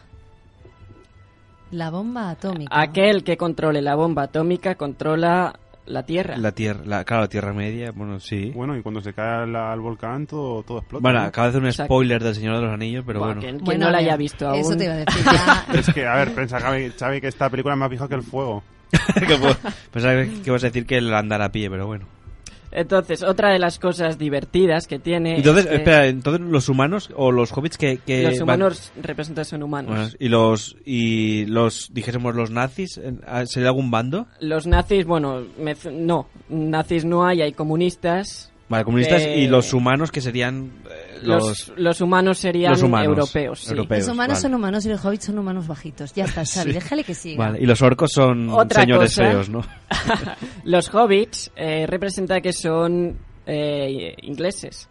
La bomba atómica. Aquel que controle la bomba atómica controla la Tierra. La tierra, la, claro, la Tierra Media, bueno, sí. Bueno, y cuando se cae la- el volcán todo, todo explota. Bueno, ¿no? acaba de hacer un spoiler del Señor de los Anillos, pero Buah, bueno. que- Quien Bueno, no la a ver, haya visto aún. eso te iba a decir, ya. Es que, a ver, piensa, Xavi, Xavi, que esta película es más vieja que el fuego. Que puedo- Pensaba que ibas a decir que el andar a pie, pero bueno. Entonces, otra de las cosas divertidas que tiene. Entonces, es que espera, entonces los humanos o los hobbits que... que eh, Los van- humanos representan son humanos. Bueno, Pues, y los y los dijésemos los nazis en- ah, sería algún bando Los nazis, bueno, mez- no. Nazis no hay, hay comunistas. vale comunistas Eh, y los humanos que serían eh, Los, los, los humanos serían los humanos, europeos. sí. europeos. Los humanos pues vale. son humanos y los hobbits son humanos bajitos. Ya está, Xavi, Sí. déjale que siga. Vale, y los orcos son Otra señores cosa. feos no Los hobbits eh, representa que son eh, ingleses.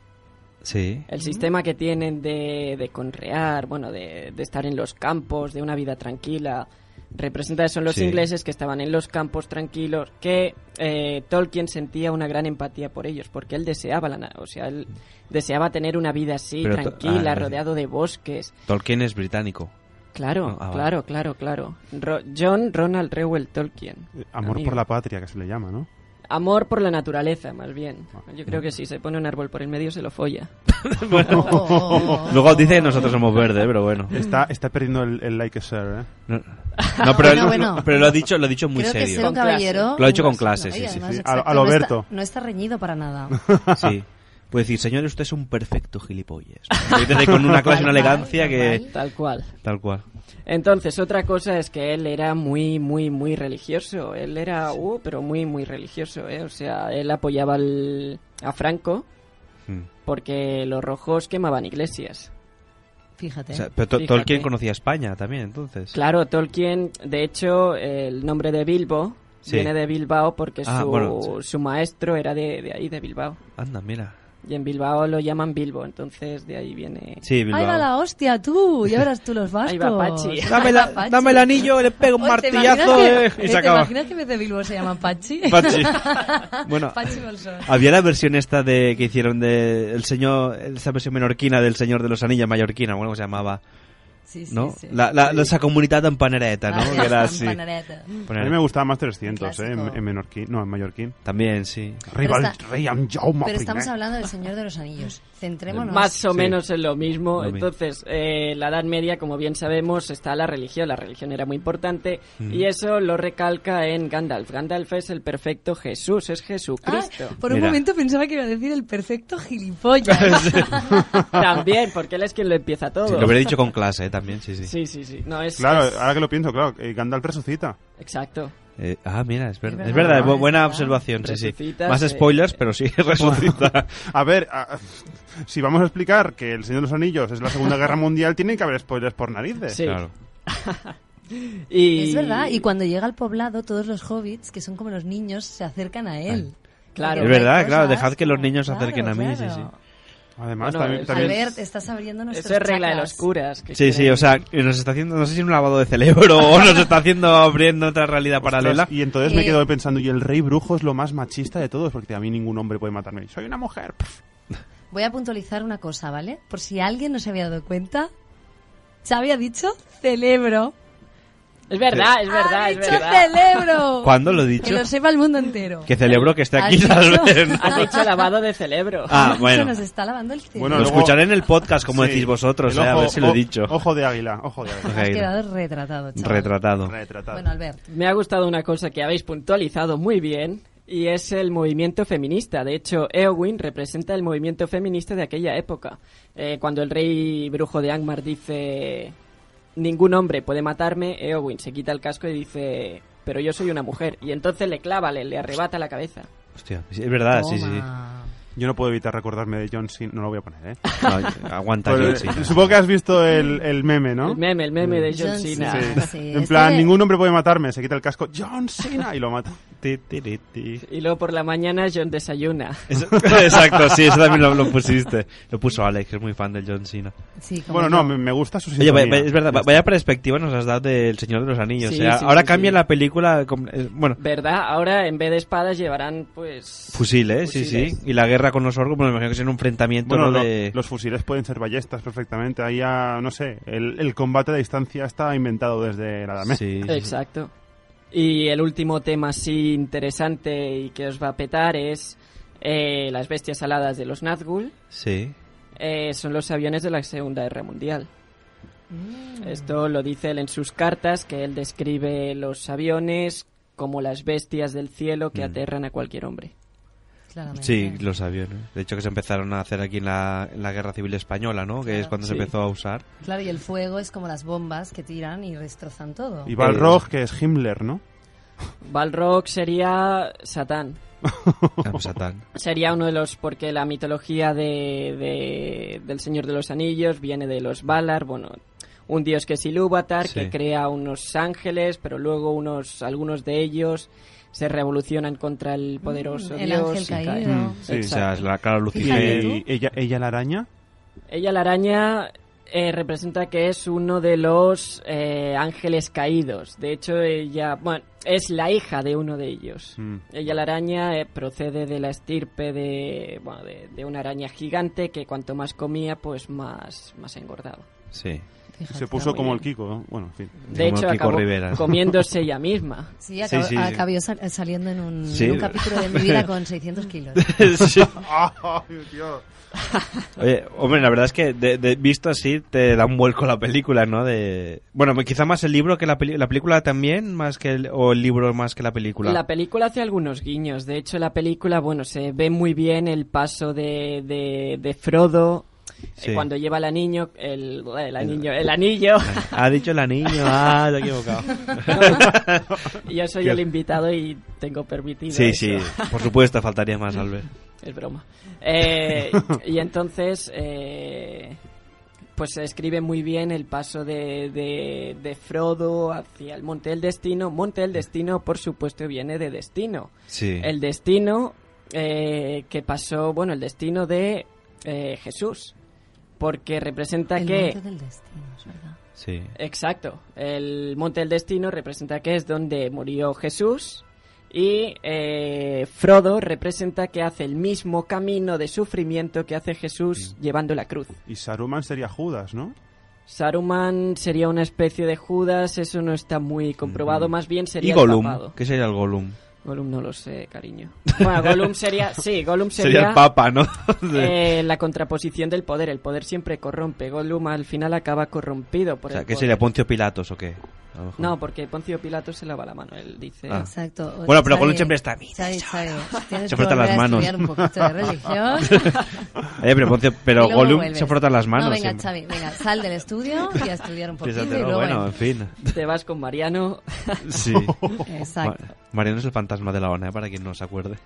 sí El sistema que tienen de, de conrear, bueno, de, de estar en los campos, de una vida tranquila, representa son los Sí. ingleses que estaban en los campos tranquilos, que eh, Tolkien sentía una gran empatía por ellos, porque él deseaba, la, na- o sea, él deseaba tener una vida así, Pero to- tranquila, ah, vale. rodeado de bosques. Tolkien es británico Claro, No, ah, vale. claro, claro, claro. Ro- John Ronald Reuel Tolkien. Amor amigo. por la patria, que se le llama, ¿no? Amor por la naturaleza, más bien. Yo creo que si se pone un árbol por el medio se lo folla. Oh. luego dice que nosotros somos verdes pero bueno Está, está perdiendo el, el like sir, ¿eh? no, no, pero, Ah, Bueno, bueno. pero lo ha dicho lo ha dicho muy Creo que serio ser un caballero... lo ha dicho con clase No, sí sí, y además, sí. exacto, a no lo está- Berto. No está reñido para nada. Ah. Sí. Puede decir, señor, usted es un perfecto gilipollas. Lo dice ahí con una clase y una elegancia que... Tal cual. Tal cual. Entonces, otra cosa es que él era muy, muy, muy religioso. Él era, uh, pero muy, muy religioso, ¿eh? O sea, él apoyaba al- a Franco Mm. porque los rojos quemaban iglesias. Fíjate. O sea, pero to- Fíjate. Tolkien conocía España también, entonces. Claro, Tolkien, de hecho, el nombre de Bilbo Sí. viene de Bilbao porque Ah, su, bueno, sí. su maestro era de, de ahí, de Bilbao. Anda, mira. Y en Bilbao lo llaman Bilbo, entonces de ahí viene. Sí, Bilbao. Ahí va la hostia, tú. Ya verás tú los vascos. Ahí va Pachi. Dame, la- dame el anillo, le pego un Oye, ¿te martillazo imaginas que- eh, y ¿Te se acaba. imaginas que en vez de Bilbo se llama Pachi? Pachi. bueno. Bueno. Pachi Bolsón. Había la versión esta de que hicieron de el señor, esa versión menorquina del Señor de los Anillos mallorquina, bueno, que se llamaba. Sí, sí, ¿No? sí. La, la, la- esa comunidad empanereta, ¿no? Vale, Que era la así. empanareta. A mí me gustaba más 300, ¿eh? En, clásico. en menorquín. No, en mallorquín. También, sí. Rey, Pero Val- está- Rey Anjaume Pero estamos I. hablando del Señor de los Anillos. Centrémonos. Más o Sí. menos es lo mismo. Lo mismo. Entonces, eh, la Edad Media, como bien sabemos, está la religión. La religión era muy importante Mm. y eso lo recalca en Gandalf. Gandalf es el perfecto Jesús, es Jesucristo. Por un momento pensaba que iba a decir el perfecto gilipollas. También, porque él es quien lo empieza todo. Sí, lo hubiera dicho con clase eh, también, sí, sí. Sí, sí, sí. No, es, Claro, es- ahora que lo pienso, claro, eh, Gandalf resucita. Exacto. Eh, ah, mira, es verdad. Es Es verdad, verdad, bu- es buena verdad. observación, sí, sí. Resucita, Más sí. spoilers, pero sí, resucita. A ver, a- si vamos a explicar que El Señor de los Anillos es la Segunda Guerra Mundial, tienen que haber spoilers por narices. Sí. Claro. Es verdad, y cuando llega al poblado, todos los hobbits, que son como los niños, se acercan a él. es Porque verdad, hay claro, cosas- dejad que los niños se claro, acerquen a mí, claro. sí, sí. Ah, Además, Bueno, también- es- también- Albert, estás abriendo nuestros Eso es regla de chakras. los curas. que Sí, sí, creen- o sea, que nos está haciendo, no sé si un lavado de cerebro o nos está haciendo abriendo otra realidad paralela. y entonces me Eh. quedo pensando, y el rey brujo es lo más machista de todos, porque a mí ningún hombre puede matarme. Soy una mujer. pff. Voy a puntualizar una cosa, ¿vale? Por si alguien no se había dado cuenta, se había dicho celebro. Es verdad, es verdad, ¡Ha es dicho verdad. celebro! ¿Cuándo lo he dicho? Que lo sepa el mundo entero. Que celebro que esté Has aquí, dicho- ¿sabes? ¿no? Has dicho lavado de cerebro. Ah, Se bueno. nos está lavando el cerebro. Bueno, lo luego- escucharé en el podcast, como Sí. oh, decís vosotros, El eh, a ojo- ver si lo he o- dicho. Ojo de águila, ojo de águila. Ojo de Has águila. quedado retratado, chaval. Retratado. Retratado. Bueno, Albert. Me ha gustado una cosa que habéis puntualizado muy bien y es el movimiento feminista. De hecho, Eowyn representa el movimiento feminista de aquella época. Eh, cuando el rey brujo de Angmar dice ningún hombre puede matarme, Eowyn se quita el casco y dice pero yo soy una mujer. Y entonces le clava, le, le arrebata la cabeza. Hostia, sí, es verdad, sí, sí. sí. Yo no puedo evitar recordarme de John Cena. No lo voy a poner, ¿eh? No, yo- aguanta, Pero, John eh, Cena. Supongo que has visto el, el meme, ¿no? El meme, el meme de John John Cena. Cena. Sí. Sí, en este- plan, ningún hombre puede matarme. Se quita el casco. John Cena. Y lo mata. Ti, ti, ti, ti. Y luego por la mañana John desayuna. Eso- Exacto, sí, eso también lo, lo pusiste. Lo puso Alex, que es muy fan del John Cena. Sí, como Bueno, yo. no, me, me gusta su Oye, sintonía. vaya- vaya- es verdad, va- vaya perspectiva nos has dado del Señor de los Anillos. Sí, o sea, sí, ahora sí, cambia sí. la película. com- eh, Bueno, ¿Verdad? Ahora en vez de espadas llevarán pues... fusiles, ¿eh? sí, sí. Y la guerra con los orcos, pues me imagino que es un enfrentamiento Bueno, ¿no? lo- de. los fusiles pueden ser ballestas perfectamente. Ahí ya, no sé, el, el combate a distancia está inventado desde la Edad Media. Sí, sí, sí. Exacto. Y el último tema así interesante y que os va a petar es eh, las bestias aladas de los Nazgûl. Sí. eh, son los aviones de la Segunda Guerra Mundial. Esto lo dice él en sus cartas, que él describe los aviones como las bestias del cielo Mm. que aterran a cualquier hombre. Claramente. Sí, los aviones. De hecho, que se empezaron a hacer aquí en la, en la Guerra Civil Española, ¿no? Que es cuando se Sí. empezó a usar. Claro, y el fuego es como las bombas que tiran y destrozan todo. Y Eh, Balrog, que es Himmler, ¿no? Balrog sería Satán. Ah, pues, Satán. Sería uno de los, porque la mitología de, de- del Señor de los Anillos viene de los Valar, bueno, un dios que es Ilúvatar, Sí. que crea unos ángeles, pero luego unos, algunos de ellos se revolucionan contra el poderoso Mm, el dios. ángel y caen. caído. Mm, Sí, o sea, Exacto. es la cara Lucifer. Y ella, ella la araña. Ella, la araña, eh, representa que es uno de los eh, ángeles caídos. De hecho, ella, bueno, es la hija de uno de ellos. Mm. Ella, la araña, eh, procede de la estirpe de, bueno, de, de una araña gigante que cuanto más comía, pues más, más engordaba. Sí. Fíjate. Se puso como el Kiko, ¿no? Bueno, en fin. De Como hecho, Kiko acabó Rivera. comiéndose ella misma. Sí, acabó, Sí, sí, sí. acabó sal- saliendo en un, Sí. en un capítulo de mi vida con 600 kilos. Sí. ¡Ay, Dios! Oye, hombre, la verdad es que de- de- visto así te da un vuelco la película, ¿no? De bueno, quizá más el libro que la, peli- la película también, más que el, o el libro más que la película. La película hace algunos guiños. De hecho, la película, bueno, se ve muy bien el paso de, de, de Frodo eh, Sí. cuando lleva el anillo, el, el anillo, el anillo. Ha dicho el anillo, ah, te he equivocado. Yo soy ¿Qué? el invitado y tengo permitido. Sí, eso. sí, por supuesto, faltaría más, Albert. Es broma. Eh, y entonces, eh, pues se escribe muy bien el paso de, de, de Frodo hacia el Monte del Destino. Monte del Destino, por supuesto, viene de destino. Sí. El destino eh, que pasó, bueno, el destino de eh, Jesús. Porque representa El que... monte del destino, es verdad. Sí. Exacto. El Monte del Destino representa que es donde murió Jesús y eh, Frodo representa que hace el mismo camino de sufrimiento que hace Jesús llevando la cruz. Y Saruman sería Judas, ¿no? Saruman sería una especie de Judas, eso no está muy comprobado, más bien sería y Gollum. el papado. ¿Qué sería el Gollum? Gollum no lo sé, cariño. Bueno, Gollum sería, sí, Gollum sería, Sería el papa, ¿no? eh, la contraposición del poder. El poder siempre corrompe. Gollum al final acaba corrompido por O sea, el ¿qué poder. sería Poncio Pilatos o qué? A lo mejor. No, porque Poncio Pilato se lava la mano, él dice. Ah. Exacto. Bueno, pero Gollum siempre está, "Mira, eh, Xavi, Xavi, tienes Se que frotan volver las a manos. estudiar un poquito de religión. Ah. Eh, pero Poncio- pero Y luego Gollum vuelves. se frotan las manos No, venga, siempre. Xavi, venga, sal del estudio y a estudiar un poquito. Piénsatelo, y luego bueno, en entras. fin. Te vas con Mariano. Sí. Exacto. Ma- Mariano es el fantasma de la ONA, para quien no se acuerde.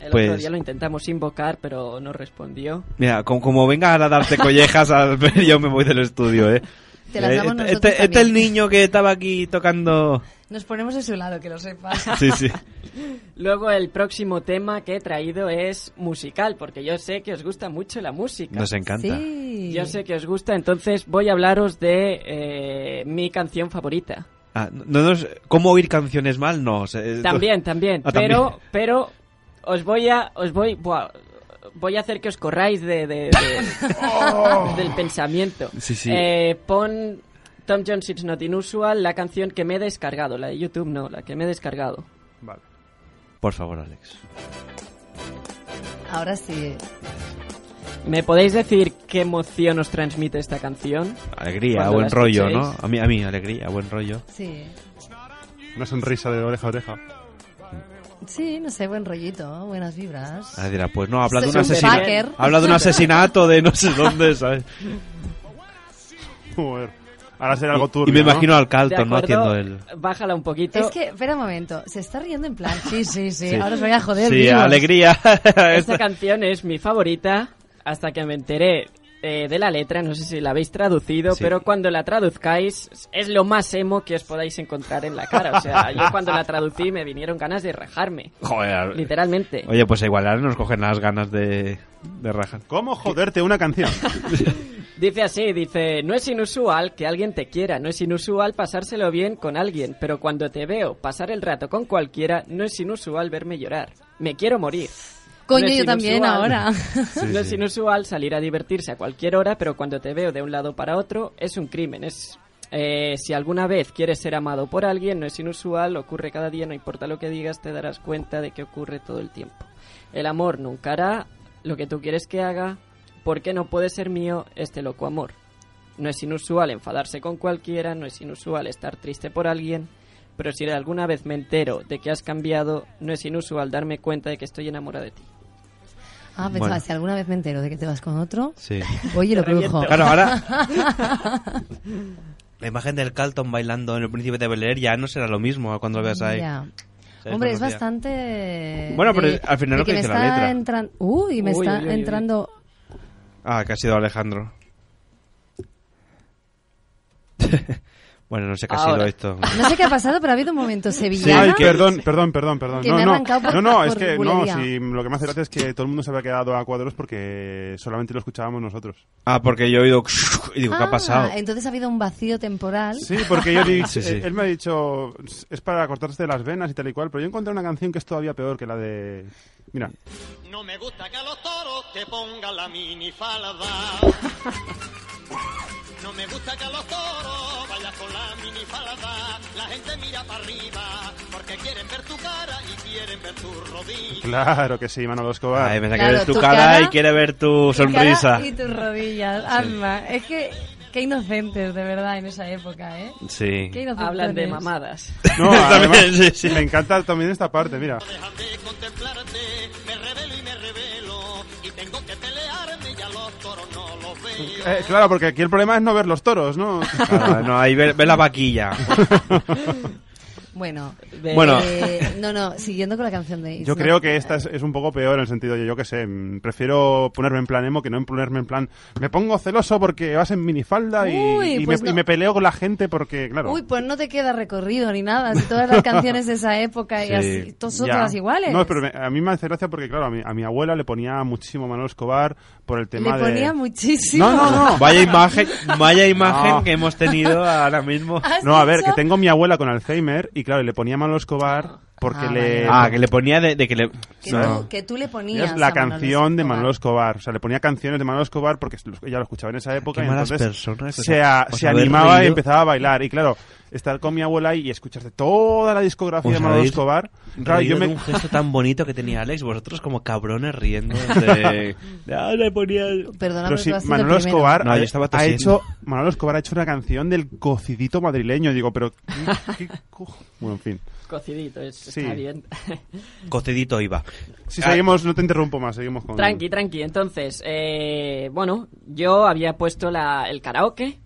El otro Pues- día lo intentamos invocar, pero no respondió. Mira, como, como venga ahora a darte collejas, al ver, yo me voy del estudio, ¿eh? Te las Eh, damos este, nosotros este- este también. el niño que estaba aquí tocando... Nos ponemos de su lado, que lo sepas. Sí, sí. Luego el próximo tema que he traído es musical, porque yo sé que os gusta mucho la música. Nos encanta. Yo sé que os gusta, entonces voy a hablaros de eh, mi canción favorita. Ah, no nos- ¿Cómo oír canciones mal? No. se- También, también. Ah, pero, pero os voy a, os voy, buah, voy a hacer que os corráis de, de- de- del pensamiento. Sí, sí. Eh, pon Tom Jones It's Not Inusual, la canción que me he descargado, la de YouTube no, la que me he descargado. Vale. Por favor, Alex. Ahora sí. ¿Me podéis decir qué emoción os transmite esta canción? Alegría, Cuando buen la rollo, ¿no? escuchéis. A mí, a mí, alegría, buen rollo. Sí. Una sonrisa de oreja a oreja. Sí, no sé, buen rollito, buenas vibras. Ah, dirá, pues no, habla de Es un un asesinato. backer. Habla de un asesinato de no sé dónde, ¿sabes? Joder. Ahora será algo Y- turbio, y me ¿no? imagino al De Calton, ¿no? acuerdo, Haciendo el... Bájala un poquito. Es que, espera un momento, se está riendo en plan, sí, sí, sí, Sí. ahora os voy a joder. Sí, vivos. alegría. Esta canción es mi favorita hasta que me enteré eh, de la letra, no sé si la habéis traducido, Sí. pero cuando la traduzcáis es lo más emo que os podáis encontrar en la cara. O sea, yo cuando la traducí me vinieron ganas de rajarme, Joder. literalmente. Oye, pues igual ahora nos cogen las ganas de, de rajar. ¿Cómo joderte una canción? Dice así, dice, no es inusual que alguien te quiera, no es inusual pasárselo bien con alguien, pero cuando te veo pasar el rato con cualquiera, no es inusual verme llorar. Me quiero morir. Coño, es yo también inusual- ahora. no es sí. inusual salir a divertirse a cualquier hora, pero cuando te veo de un lado para otro, es un crimen, es... eh, si alguna vez quieres ser amado por alguien, no es inusual, ocurre cada día, no importa lo que digas, te darás cuenta de que ocurre todo el tiempo. El amor nunca hará lo que tú quieres que haga, porque no puede ser mío este loco amor. No es inusual enfadarse con cualquiera, no es inusual estar triste por alguien, pero si alguna vez me entero de que has cambiado, no es inusual darme cuenta de que estoy enamorado de ti. Ah, pensaba, Bueno. si alguna vez me entero de que te vas con otro, Sí. oye, lo Te reviento. brujo. Claro, ahora- La imagen del Calton bailando en El Príncipe de Bel Air ya no será lo mismo a cuando lo veas ahí. Ya. ¿Sabes? Hombre, No es sería. bastante... Bueno, pero de- al final de lo que que me dice está la letra. entrando... Uy, me Uy, está uy, uy, uy. entrando... Ah, que ha sido Alejandro. bueno, no sé qué ha sido Ahora. esto. No sé qué ha pasado, pero ha habido un momento Ay, sevillano. perdón, perdón, perdón, perdón. Que no, me ha no, arrancado por- no, no, es por que no, bulería. si lo que me hace gracia es que todo el mundo se había quedado a cuadros porque solamente lo escuchábamos nosotros. Ah, porque yo he oído y digo, ¿qué Ah, ha pasado? entonces ha habido un vacío temporal. Sí, porque yo di- eh, Sí, sí. él me ha dicho, es para cortarse las venas y tal y cual, pero yo encontré una canción que es todavía peor que la de... Mira, No me gusta que a los toros te ponga la minifalda. No me gusta que a los toros vayas con la minifalda. La gente mira para arriba porque quieren ver tu cara y quieren ver tu rodilla. claro que sí, Manolo Escobar. Ay, me Claro, quiere ver tu, tu cara, cara- y quiere ver tu Tu cara sonrisa. Y tus rodillas, alma. Es que, qué inocentes, de verdad, en esa época, ¿eh? Sí. Qué inocentes. Hablan de mamadas. No, También, además, me encanta también esta parte, mira. Eh, claro, porque aquí el problema es no ver los toros, ¿no? Ah, no, ahí ve, ve la vaquilla. Bueno, Bueno. eh, no, no, siguiendo con la canción de Yo creo que esta es, es un poco peor en el sentido de, yo qué sé, mm, prefiero ponerme en plan emo que no en ponerme en plan, me pongo celoso porque vas en minifalda y, Uy, y pues me, no. y me peleo con la gente porque, claro. Uy, pues no te queda recorrido ni nada. Si todas las canciones de esa época y Sí, así, to- son ya. todas iguales. No, pero me- a mí me hace gracia porque, claro, a mi, a mi abuela le ponía muchísimo Manuel Escobar por el tema Le de... ponía muchísimo. No, no, no. Vaya imagen, vaya imagen No. que hemos tenido ahora mismo. No, a ver, que tengo a mi abuela con Alzheimer y, claro, le ponía Manuel Escobar porque Ah, le... vale. Ah, que le ponía de, que le... Que, No. tú, que tú le ponías. Es la a Manolo canción de Escobar. Manolo Escobar. O sea, le ponía canciones de Manolo Escobar porque los- ella lo escuchaba en esa época Qué y malas entonces personas, se, o sea, a- os se habéis animaba y reído. empezaba a bailar. Y claro, estar con mi abuela y escucharte toda la discografía de Os Manolo habéis Escobar. Claro, reído yo me... de Pues un gesto tan bonito que tenía Alex, vosotros como cabrones riendo de... de, "Ah, le ponía... Pero Perdona, pero sí, estaba haciendo Manolo primero. Escobar No, ha, yo estaba ha tosiendo. hecho Manolo Escobar ha hecho una canción del cocidito madrileño. Digo, pero ¿qué cojo? bueno, en fin. Cocidito, es- está bien. Cocedito iba. Si Ah, seguimos, no te interrumpo más, seguimos con Tranqui, tranqui. Entonces, eh, bueno, yo había puesto la, el karaoke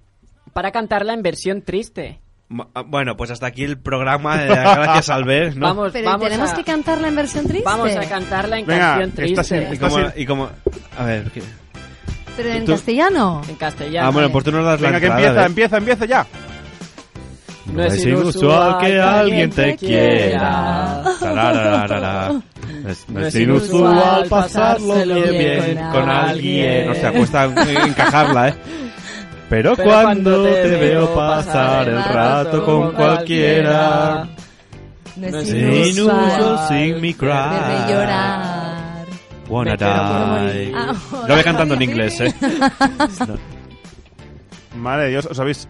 para cantarla en versión triste. ma- ah, Bueno, pues hasta aquí el programa. eh, Gracias, Albert. ¿no? Vamos, Pero vamos tenemos a- que cantarla en versión triste. Vamos a cantarla en Venga, canción triste. estás en- Y como, y como- A ver, ¿qué? Pero en tú- castellano. En castellano. Ah, bueno, pues tú nos das la Venga, que entrada, empieza, empieza, ¿ves? empieza ya. No es inusual que alguien te quiera. Tararararara. Es- No es inusual pasarlo bien, bien con alguien. O sea, cuesta eh, encajarla, ¿eh? Pero Pero cuando te veo pasar el rato con cualquiera, No no es es inusual inusual sin mi verme cry. llorar. Wanna Me quiero por die. morir. Ah, Lo voy cantando en inglés, ¿eh? Madre de Dios, os habéis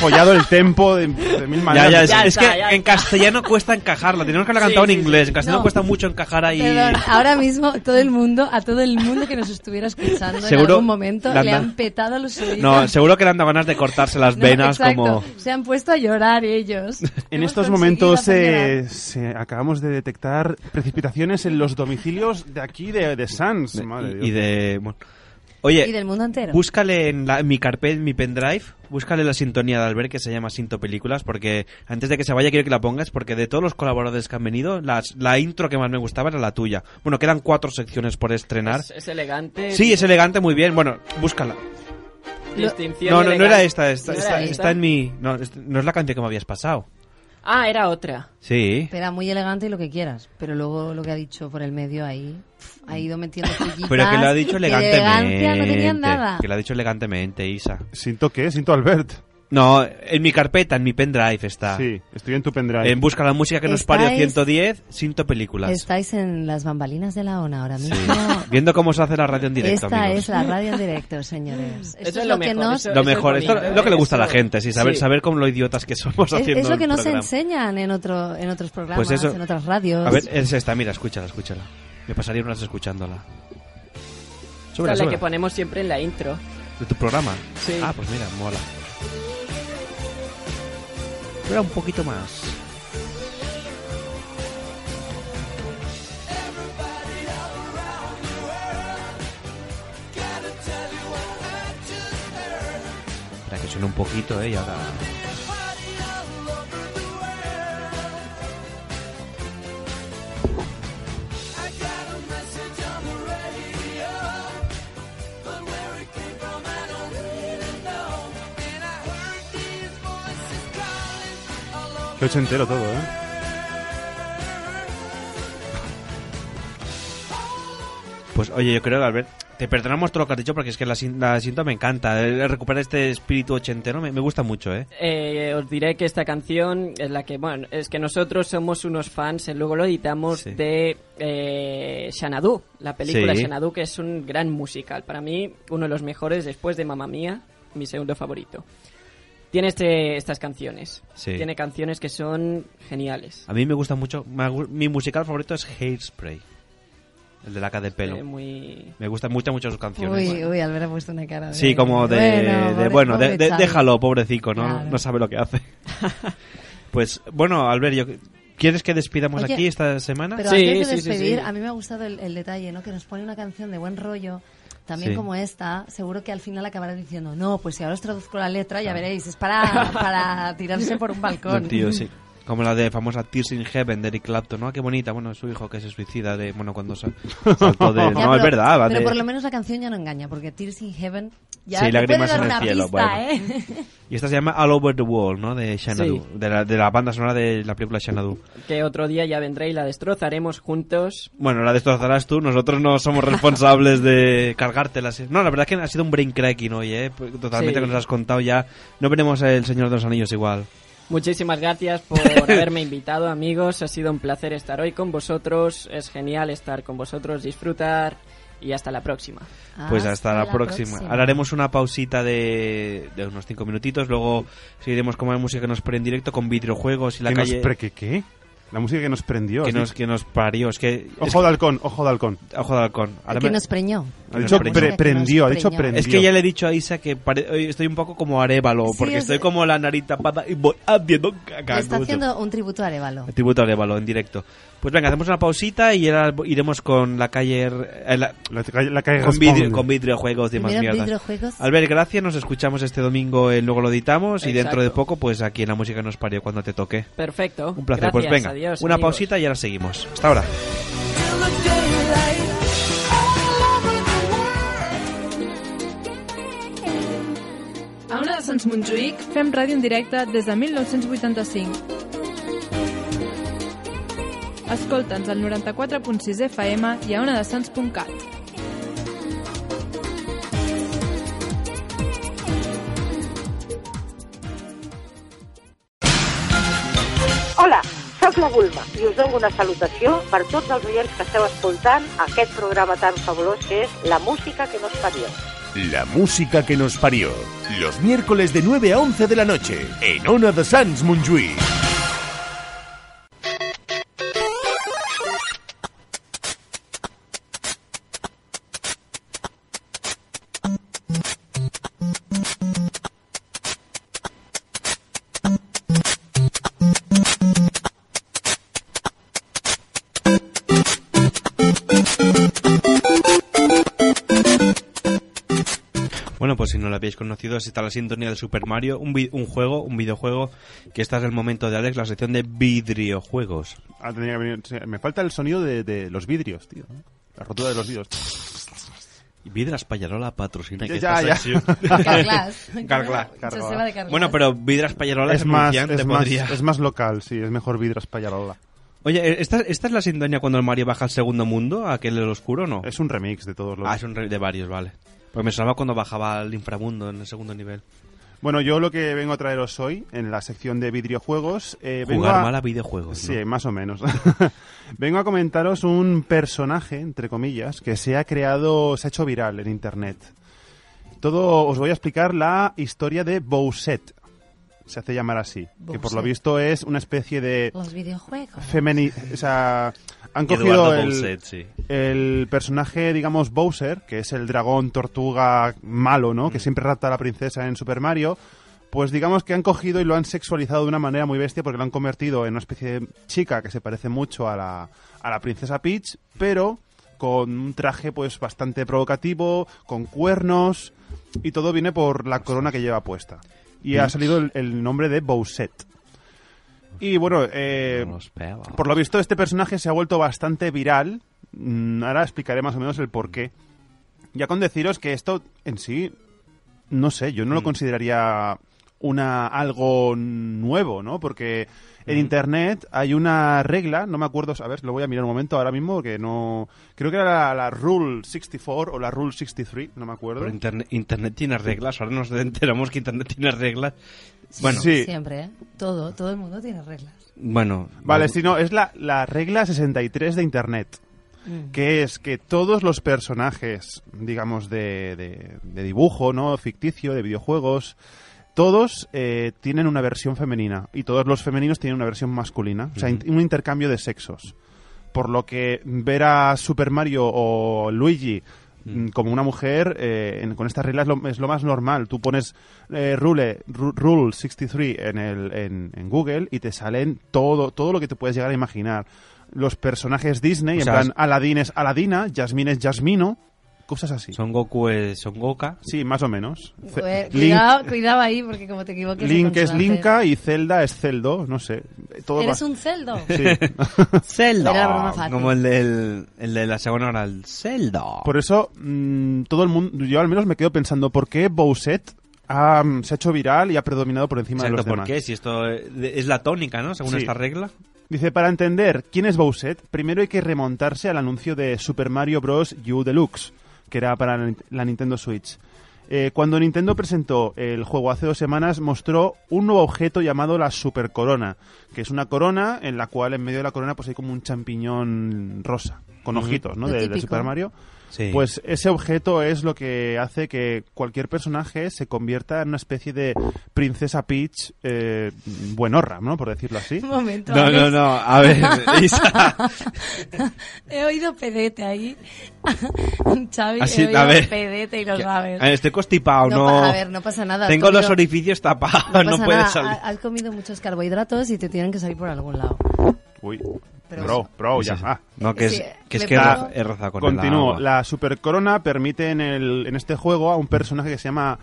follado el tempo de, de mil Ya, maneras. ya, es, es que en castellano cuesta encajarla. Tenemos que Sí, haberla cantado sí, en inglés. En castellano No. cuesta mucho encajar ahí. Perdón, ahora mismo todo el mundo, a todo el mundo que nos estuviera escuchando en Seguro algún momento, la le han- han petado los oídos. No, seguro que le han dado ganas de cortarse las No, venas exacto. como... Se han puesto a llorar ellos. En Hemos estos conseguido momentos hacer llorar. eh, se acabamos de detectar precipitaciones en los domicilios de aquí, de, de Sans. Madre de Y Dios. de... bueno. Oye, Y del mundo entero. búscale en, la- en mi carpet, en mi pendrive, búscale la sintonía de Albert que se llama Sinto Películas, porque antes de que se vaya quiero que la pongas, porque de todos los colaboradores que han venido, las- la intro que más me gustaba era la tuya. Bueno, quedan cuatro secciones por estrenar. Es, es elegante. Sí, es elegante, muy bien. Bueno, búscala. Distinción No, no, no elegante. era esta, esta, ¿No esta- era está en mi... No, es- no es la canción que me habías pasado. Ah, era otra. Sí. Era muy elegante y lo que quieras, pero luego lo que ha dicho por el medio ahí pf, ha ido metiendo pullitas, Pero que lo ha dicho y de elegancia elegantemente. no tenían nada. Que lo ha dicho elegantemente, Isa. ¿Siento qué? ¿Siento Albert? No, en mi carpeta, en mi pendrive está. Sí, estoy en tu pendrive. En Busca la música que nos parió Estáis- 110, Sinto Películas. Estáis en las bambalinas de la ONA ahora mismo. Viendo cómo se hace la radio en directo, Esta amigos. es la radio en directo, señores. Esto Eso es lo, que mejor, nos eso- Lo eso es mejor, esto bonito, es lo que le gusta a la eso- gente, sí, saber, sí. saber cómo lo idiotas que somos es, haciendo es lo que el nos programa. enseñan en otro en otros programas, Pues eso. en otras radios. A ver, es esta, mira, escúchala, escúchala. Me pasaría unas escuchándola. Esta Súbela, es la que súbela. ponemos siempre en la intro. De tu programa. Sí. Ah, pues mira, mola. Espera un poquito más. Espera que suene un poquito, eh, y ahora. Qué ochentero todo, ¿eh? Pues oye, yo creo, Albert, te perdonamos todo lo que has dicho porque es que la, sin- la cinta me encanta. Eh, Recuperar este espíritu ochentero me, me gusta mucho, eh. Eh, os diré que esta canción es la que, bueno, es que nosotros somos unos fans, eh, luego lo editamos de eh, Xanadu, la película Sí. Xanadu, que es un gran musical. Para mí, uno de los mejores después de Mamma Mía, mi segundo favorito. Tiene este- estas canciones. Sí. Tiene canciones que son geniales. A mí me gusta mucho. me gu- Mi musical favorito es Hairspray. El de laca de pelo. Eh, muy- Me gustan mucho, mucho sus canciones. uy, uy, Albert ha puesto una cara de Sí, como de... Bueno, de- pobre- bueno, de- pobre de- Xavi. déjalo, pobrecito, ¿no? Claro. No sabe lo que hace. pues, bueno, Albert, yo- ¿quieres que despidamos Oye, aquí esta semana? Pero antes de despedir, a mí me ha gustado el, el detalle, ¿no? Que nos pone una canción de buen rollo, también Sí. como esta, seguro que al final acabará diciendo, no, pues si ahora os traduzco la letra, ya veréis, es para, para tirarse por un balcón. No, tío, sí. Como la de famosa Tears in Heaven de Eric Clapton, ¿no? Ah, Qué bonita, bueno, su hijo que se suicida de, bueno, cuando sa- saltó de... Ya, no, pero- es verdad, va Pero de- por lo menos la canción ya no engaña, porque Tears in Heaven ya Sí, te puede lágrimas dar en el una cielo, pista, bueno. ¿eh? Y esta se llama All Over the World, ¿no? De Xanadu, Sí. de, la, de la banda sonora de la película Xanadu. Que otro día ya vendré y la destrozaremos juntos. Bueno, la destrozarás tú, nosotros no somos responsables de cargártela. sí. No, la verdad es que ha sido un brain cracking hoy, ¿eh? Totalmente Sí. que nos has contado ya. No veremos el Señor de los Anillos igual. Muchísimas gracias por haberme invitado, amigos. Ha sido un placer estar hoy con vosotros. Es genial estar con vosotros, disfrutar y hasta la próxima. Ah, Pues hasta, la, próxima. Ahora haremos una pausita de, de unos 5 minutitos, luego seguiremos con más música que nos pre en directo con videojuegos y la ¿Que nos calle... pre- que qué? La música que nos prendió. Oh, Que sí. nos, que nos parió, es que... Ojo de halcón, ojo de halcón. Ojo de halcón. Ahora Que me- nos preñó. Ha dicho Que nos pre- prendió, ha dicho prendió. Es que ya le he dicho a Isa que pare- hoy estoy un poco como Arevalo, Sí, porque es- estoy como la nariz tapada y voy ah, haciendo caca. Le está haciendo un tributo a Arevalo. Tributo a Arevalo en directo. Pues venga, hacemos una pausita y ahora iremos con la calle... eh, la, calle con, responde. vidrio- con videojuegos y más Primero mierda. videojuegos. Albert, gracias, nos escuchamos este domingo, eh, luego lo editamos y Exacto. dentro de poco, pues aquí en la música nos parió cuando te toque. Perfecto. Un placer, pues Gracias, venga, adiós, una amigos. pausita y ahora seguimos. Hasta ahora. A Ona de Sants Montjuïc fem ràdio en directe des de 1985. Escolta'ns al 94.6 FM i a onadesans.cat. Hola, sóc la Bulma i us dono una salutació per tots els oients que esteu escoltant aquest programa tan fabulós que és La música que nos parió. La música que nos parió. Los miércoles de 9 a 11 de la noche en Ona de Sans Montjuïc. Bueno, pues si no lo habéis conocido, está la sintonía de Super Mario, un, vi- un juego, un videojuego, que está en el momento de Alex, la sección de videojuegos. Ah, tenía que venir- sí, me falta el sonido de, de los vidrios, tío. La rotura de los vidrios. Vidras Pallarola patrocina Ya, que ya, esta ya. sección. Carglass. Carglass. Carglass. Joseba de Carglass. Bueno, pero Vidras Pallarola es, es más, anunciante, es, más, podría- es más local, sí, es mejor vidras pallarola. Oye, ¿eh, ¿esta, ¿esta es la sintonía cuando el Mario baja al segundo mundo, a aquel del oscuro o no? Es un remix de todos los... Ah, es un re- de varios, vale. Pues me sonaba cuando bajaba al inframundo, en el segundo nivel. Bueno, yo lo que vengo a traeros hoy en la sección de videojuegos. Eh, vengo Jugar a- mal a videojuegos, Sí, ¿no? más o menos. vengo a comentaros un personaje, entre comillas, que se ha creado, se ha hecho viral en internet. Todo, os voy a explicar la historia de Bowsette. Se hace llamar así. Que por lo Bowsette. visto es una especie de Los videojuegos. femeni o sea, han Eduardo cogido el, Bowsette, sí. el personaje, digamos, Bowser, que es el dragón tortuga malo, ¿no? Mm. Que siempre rapta a la princesa en Super Mario. Pues digamos que han cogido y lo han sexualizado de una manera muy bestia porque lo han convertido en una especie de chica que se parece mucho a la, a la princesa Peach, pero con un traje pues bastante provocativo, con cuernos y todo viene por la corona que lleva puesta. Y ha Mm. salido el, el nombre de Bowsette. Y bueno, eh, por lo visto este personaje se ha vuelto bastante viral. Mm, Ahora explicaré más o menos el porqué. Ya con deciros que esto en sí, no sé, yo no Mm. lo consideraría una algo nuevo, ¿no? Porque en Mm. internet hay una regla, no me acuerdo, a ver, lo voy a mirar un momento ahora mismo porque no creo que era la, la Rule 64 o la Rule 63, no me acuerdo. Pero internet, internet tiene reglas, ahora nos enteramos que Internet tiene reglas. Bueno, Siempre, ¿eh? Todo, todo el mundo tiene reglas. bueno Vale, si no, es la, la regla 63 de Internet, Mm. que es que todos los personajes, digamos, de, de- de dibujo, ¿no? Ficticio, de videojuegos, todos eh, tienen una versión femenina y todos los femeninos tienen una versión masculina. O sea, in- un intercambio de sexos. Por lo que ver a Super Mario o Luigi mm, como una mujer eh, en- con estas reglas es lo, es lo más normal. Tú pones eh, Rule, Ru- Rule 63 en, el, en, en Google y te salen todo, todo lo que te puedes llegar a imaginar. Los personajes Disney, O en sea, plan es- Aladín es Aladina, Jasmine es Jasmino. cosas así. Son Goku, es Son Goka. Sí, más o menos. Ce- Eh, Link, cuidado, cuidado ahí, porque como te equivoques... de Link es consonante. Linka y Zelda es Zeldo, no sé. Todo Eres va- un celdo. Sí. Zelda. Era la broma fácil. Como el, del, el de la segunda hora, el Zelda. Por eso, mm, todo el mundo, yo al menos me quedo pensando, ¿por qué Bowset ha, mm, se ha hecho viral y ha predominado por encima de Exacto, los ¿por demás? qué? Si esto eh, de- es la tónica, ¿no? Según Sí. esta regla. Dice, para entender quién es Bowset, primero hay que remontarse al anuncio de Super Mario Bros. U Deluxe, que era para la- la Nintendo Switch. Eh, cuando Nintendo presentó el juego hace dos semanas, mostró un nuevo objeto llamado la Super Corona, que es una corona en la cual en medio de la corona pues hay como un champiñón rosa, con Ujú. ojitos, ¿no? Lo De, de típico. Super Mario. Sí. Pues ese objeto es lo que hace que cualquier personaje se convierta en una especie de princesa Peach eh, buenorra, ¿no? Por decirlo así. Un momento, No, Alex. no, no, a ver, Isa. He oído pedete ahí. Xavi, Así, he oído a ver. pedete y lo Que- sabes. a ver, Eh, estoy constipado, Pues No, no. pa- a ver, no pasa nada, Tengo has comido- los orificios tapados, no, pasa puede nada, salir. ha- Has comido muchos carbohidratos y te tienen que salir por algún lado. Uy. Pero bro, bro, ya. Sí, sí. ah. No, que es- Sí, que es me que he Ah, roza- he rozado con el Continúo. agua. La Super Corona permite en, el, en este juego a un personaje que se llama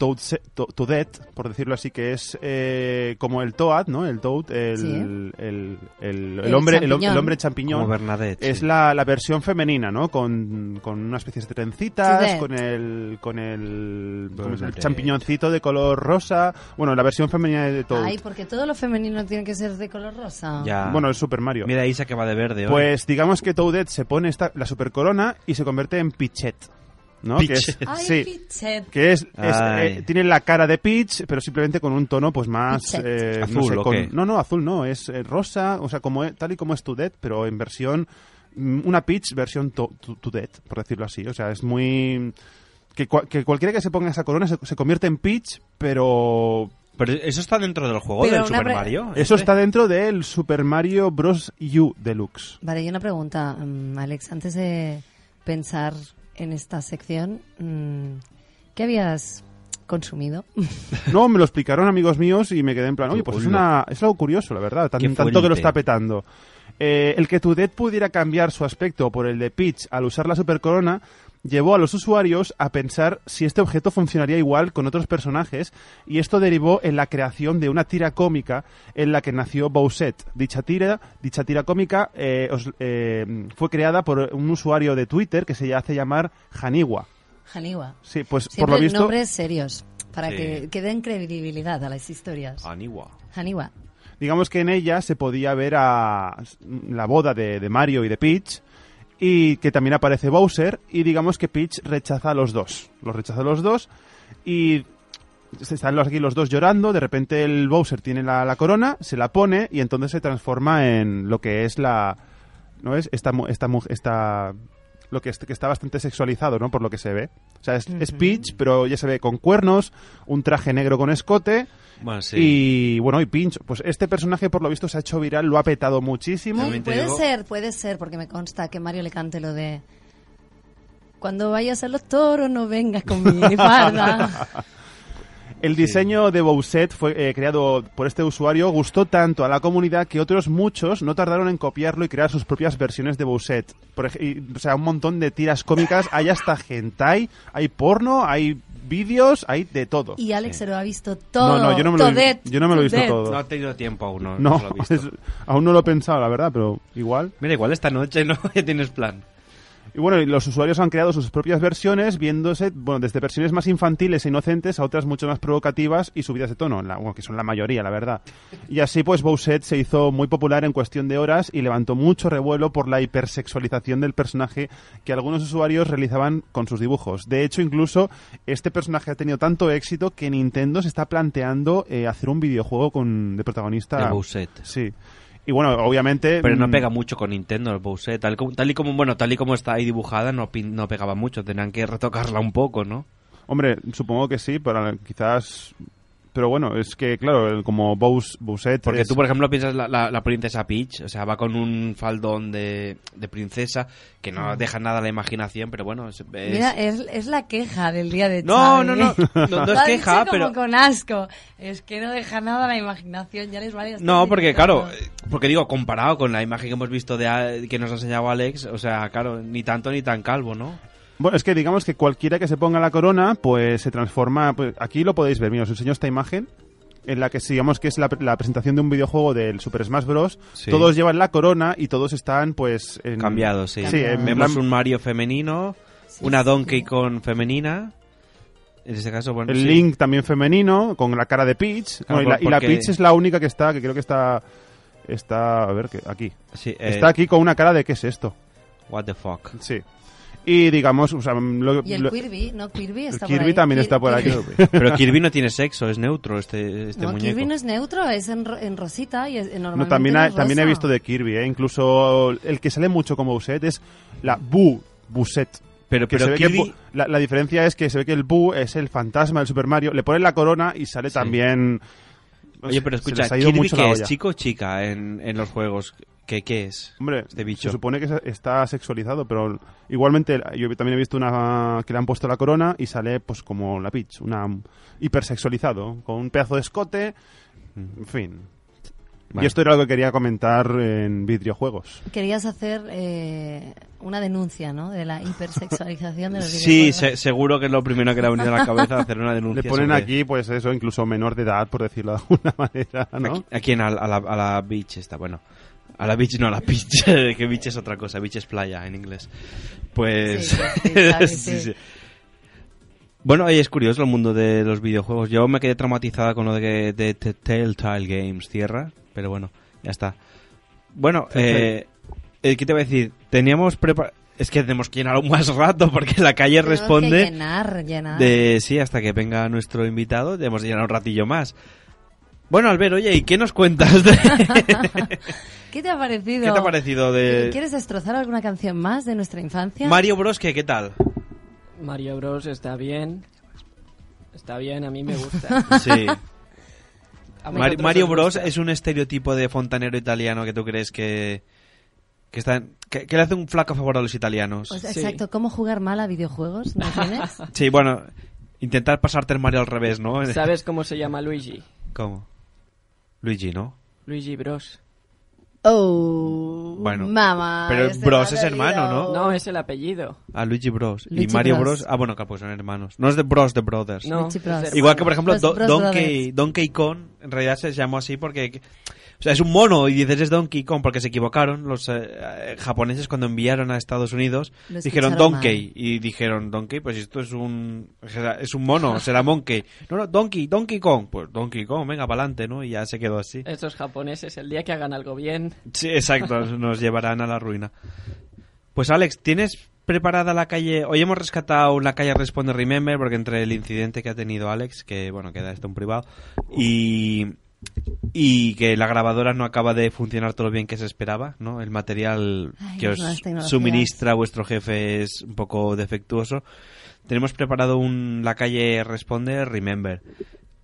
Toadse- To- Toadette, por decirlo así, que es eh, como el Toad, ¿no? El Toad, el, Sí. el, el- el- El el hombre, el, hom- champiñón. el hombre champiñón. Como Bernadette, Es sí. la, la versión femenina, ¿no? Con, con una especie de trencitas, Toadette. con el, con el, ¿cómo es? el Bernadette. champiñoncito de color rosa. Bueno, la versión femenina de Toad. Ay, porque todo lo femenino tiene que ser de color rosa. Bueno, es Super Mario. Mira, Isa que va de verde. hoy. Pues digamos que Toadette se pone esta, la super corona y se convierte en Pichette. ¿No? Que es- Pichette. Ay, sí. Pichette. Que es, es, Ay. eh, tiene la cara de Peach, pero simplemente con un tono pues más Pichette. eh, no, Azul, sé, ¿o con- qué? no, no, azul no, es eh, rosa, o sea, como es- tal y como es Toadette, pero en versión mm, una Peach versión to- to- Toadette, por decirlo así, o sea, es muy que, cua- que cualquiera que se ponga esa corona se, se convierte en Peach, pero Pero eso está dentro del juego, Pero del una Super pre- Mario. este. eso está dentro del Super Mario Bros. U Deluxe. Vale, y una pregunta, mm, Alex. Antes de pensar en esta sección, mm, ¿qué habías consumido? No, me lo explicaron amigos míos y me quedé en plan, oye, pues es, una, Hola. es algo curioso, la verdad, tan- Qué tanto que lo fuerte. está petando. Eh, el que Toadette pudiera cambiar su aspecto por el de Peach al usar la Super Corona llevó a los usuarios a pensar si este objeto funcionaría igual con otros personajes y esto derivó en la creación de una tira cómica en la que nació Bowsette. Dicha tira, dicha tira cómica eh, os- eh, fue creada por un usuario de Twitter que se hace llamar Haniwa. Janiwa. Sí, pues por Siempre lo visto... nombres serios, para Sí. que, que den credibilidad a las historias. Aniwa. Janiwa. digamos que en ella se podía ver a la boda de, de Mario y de Peach y que también aparece Bowser y digamos que Peach rechaza a los dos, los rechaza a los dos y están los- aquí los dos llorando, de repente el Bowser tiene la, la corona, se la pone y entonces se transforma en lo que es la ¿no es? esta mu- esta mu- esta lo que, es- que está bastante sexualizado, ¿no? Por lo que se ve. O sea, es, es Peach, pero ya se ve con cuernos, un traje negro con escote Bueno, sí. y bueno, y Pinch, pues este personaje por lo visto se ha hecho viral, lo ha petado muchísimo. Puede ser, puede ser, porque me consta que Mario le cante lo de... Cuando vayas a los toros no vengas con mi falda. El diseño de Bowsette fue eh, creado por este usuario, gustó tanto a la comunidad que otros muchos no tardaron en copiarlo y crear sus propias versiones de Bowsette. Por ej- y, o sea, un montón de tiras cómicas, hay hasta hentai, hay porno, hay vídeos, hay de todo. Y Alex se lo ha visto No, todo. no, yo no me lo he vi- Todet, yo no me lo he visto Todet. todo. No ha tenido tiempo aún, no, No, no se lo ha visto. es- aún no lo he pensado, la verdad, pero igual. Mira, igual esta noche no ya tienes plan. Y bueno, y los usuarios han creado sus propias versiones, viéndose, bueno, desde versiones más infantiles e inocentes a otras mucho más provocativas y subidas de tono, la- bueno, que son la mayoría, la verdad. Y así, pues, Bowsette se hizo muy popular en cuestión de horas y levantó mucho revuelo por la hipersexualización del personaje que algunos usuarios realizaban con sus dibujos. De hecho, incluso, este personaje ha tenido tanto éxito que Nintendo se está planteando eh, hacer un videojuego con, de protagonista... De Bowsette. Sí. Y bueno, obviamente... Pero no mm, pega mucho con Nintendo el Bowser. Tal, como- tal y como bueno, tal y como está ahí dibujada, no, pin- no pegaba mucho. Tenían que retocarla un poco, ¿no? Hombre, supongo que sí, para quizás. Pero bueno, es que claro, el- como Bous, Bowsette Porque es- tú, por ejemplo, piensas la, la- la princesa Peach, o sea, va con un faldón de, de princesa que Mm. no deja nada a la imaginación, pero bueno, es, es- Mira, eh, es, es la queja del día de No, Xavi. ¿eh? no, no, no, no es Lo ha dicho queja, como pero- con asco. Es que no deja nada a la imaginación, ya les vale. hasta No, decir porque que claro, no. eh, porque digo, comparado con la imagen que hemos visto de a- que nos ha enseñado Alex, o sea, claro, ni tanto ni tan calvo, ¿no? Bueno, es que digamos que cualquiera que se ponga la corona, pues se transforma. Pues, aquí lo podéis ver, mira, os enseño esta imagen en la que digamos que es la, la presentación de un videojuego del Super Smash Bros. Sí. Todos llevan la corona y todos están pues en- Cambiados, sí. sí en Vemos plan- un Mario femenino, una Donkey Kong femenina. En este caso, bueno, el sí. Link también femenino con la cara de Peach Claro, Bueno, y, la, y la porque- Peach es la única que está que creo que está está a ver que aquí Sí, eh, está aquí con una cara de qué es esto What the fuck. sí y digamos o sea, lo- Y el lo- Kirby, ¿no? Kirby el está por Kirby ahí. también Kir- está por aquí Pero Kirby no tiene sexo, es neutro este, este no, muñeco. Kirby no es neutro, es en, ro- en rosita y es, en- No, normalmente también, no ha- es también he rosa. visto de Kirby, ¿eh? incluso el que sale mucho como Buset es la Bu Buset. Pero- Que pero se ve que Kirby- Bu- la, la diferencia es que se ve que el Bu es el fantasma del Super Mario, le ponen la corona y sale también... no Oye, sé, pero se escucha, les ha ido Kirby mucho la que es olla. chico o chica en, en los juegos, ¿qué, qué es? Hombre, este bicho. se supone que se- está sexualizado, pero igualmente yo también he visto una que le han puesto la corona y sale pues como la Peach, una um, hipersexualizado, con un pedazo de escote, en fin. Y Vale. esto era lo que quería comentar en videojuegos. Querías hacer eh, una denuncia, ¿no? De la hipersexualización de los Sí, videojuegos. se- seguro que es lo primero que le ha venido a la cabeza hacer una denuncia. Le ponen sobre- aquí, pues eso, incluso menor de edad, por decirlo de alguna manera, ¿no? ¿A quién? A, la- a la, a la beach esta, bueno. A la beach, no, a la beach. que beach es otra cosa, beach es playa en inglés. Pues... Sí, sí, claro, sí. Bueno, oye, es curioso el mundo de los videojuegos. Yo me quedé traumatizada con lo de, de, T- Telltale Games Tierra, pero bueno, ya está. Bueno, Telltale. eh, eh, ¿qué te voy a decir? Teníamos preparado... Es que tenemos que llenar aún más rato porque la calle Tenemos que responde... llenar, llenar. De, sí, hasta que venga nuestro invitado, debemos llenar un ratillo más. Bueno, Albert, oye, ¿y qué nos cuentas? de- ¿Qué te ha parecido? ¿Qué te ha parecido de ¿Quieres destrozar alguna canción más de nuestra infancia? Mario Bros? que ¿Qué tal? Mario Bros está bien. Está bien, a mí me gusta. Sí. A Mari- vosotros Mario, os Bros gusta. es un estereotipo de fontanero italiano que tú crees que que, está en- que, que le hace un flaco favor a los italianos. Pues O sea, Pues, Exacto, ¿cómo jugar mal a videojuegos? ¿No tienes? Sí, bueno, intentar pasarte el Mario al revés, ¿no? ¿Sabes cómo se llama Luigi? ¿Cómo? Luigi, ¿no? Luigi Bros. Oh, Bueno, mamá. pero este Bros me ha es hermano, dolido. ¿no? No, es el apellido. A Ah, Luigi Bros. y Luigi Mario Bros. Bros. Ah, bueno, claro, pues son hermanos. No es de Bros, de Brothers. No, Luigi Bros. es de Igual que, por ejemplo, hermanos. Do- Bros, Bros Donkey, Brothers. Donkey Kong, en realidad se llamó así porque... O sea, es un mono y dices es Donkey Kong porque se equivocaron. Los eh, eh, japoneses cuando enviaron a Estados Unidos Lo dijeron escucharon Donkey y dijeron Donkey, pues esto es un es un mono, será Monkey. No, no, Donkey, Donkey Kong. Pues Donkey Kong, venga, pa'lante, ¿no? Y ya se quedó así. Estos japoneses, el día que hagan algo bien. Sí, exacto, nos llevarán a la ruina. Pues Alex, ¿tienes preparada la calle? Hoy hemos rescatado la calle Responde Remember porque entre el incidente que ha tenido Alex, que bueno, queda esto en privado, y, y que la grabadora no acaba de funcionar todo lo bien que se esperaba, ¿no? El material Ay, que las nuevas os tecnologías. suministra vuestro jefe es un poco defectuoso. Tenemos preparado un La calle Responde Remember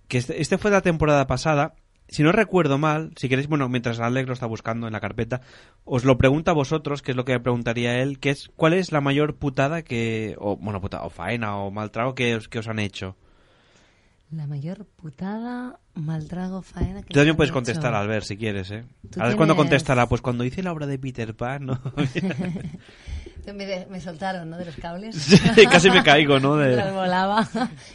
que este, este fue la temporada pasada. Si no recuerdo mal, si queréis, bueno, mientras Alex lo está buscando en la carpeta, os lo pregunto a vosotros, que es lo que preguntaría él, que es cuál es la mayor putada que, o bueno, putada, o faena, o mal trago que, os- que os han hecho. La mayor putada, maltrago, faena. que Tú también te puedes han contestar, hecho. Albert, si quieres, ¿eh? Tú Alex cuando tienes- contestará, pues cuando hice la obra de Peter Pan, ¿no? Me, de- me soltaron, ¿no? De los cables. Sí, casi me caigo, ¿no? De- Las volaba.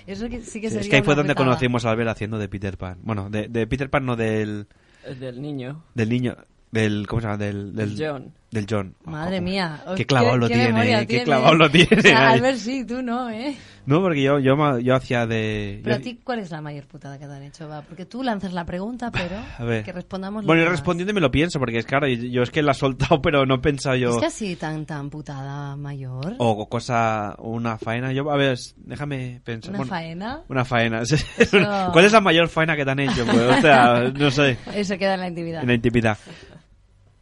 Eso que, sí que Sí, sería es que ahí fue una donde putada. conocimos a Albert haciendo de Peter Pan. Bueno, de, de Peter Pan, no del, El del niño. del niño, del, ¿cómo se llama? Del, del John. Del John. Madre mía. Ah, oh, Qué clavado lo tiene, memoria qué tienes. clavado lo tiene. O sea, Ahí. Albert sí, tú no, ¿eh? No, porque yo, yo, ma- yo hacía de... Pero a yo- ti, ¿cuál es la mayor putada que te han hecho? Va, porque tú lanzas la pregunta, pero A ver. que respondamos los Bueno, yo demás. respondiendo y me lo pienso, porque es claro, yo, yo es que la he soltado, pero no he pensado yo... ¿Es casi tan, tan putada mayor? O co- cosa, una faena. Yo, a ver, s- déjame pensar. ¿Una Bueno, faena? Una faena. sí. ¿Cuál es la mayor faena que te han hecho? Pues, o sea, no sé, Eso queda en la intimidad. en la intimidad.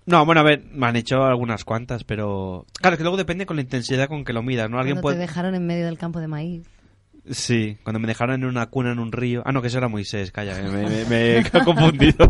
No, bueno, a ver, me han hecho algunas cuantas, pero... Claro, es que luego depende con la intensidad con que lo midas, ¿no? Alguien Cuando puede... te dejaron en medio del campo de maíz. Sí, cuando me dejaron en una cuna en un río. Ah, no, que eso era Moisés, calla, que me, me- me he confundido.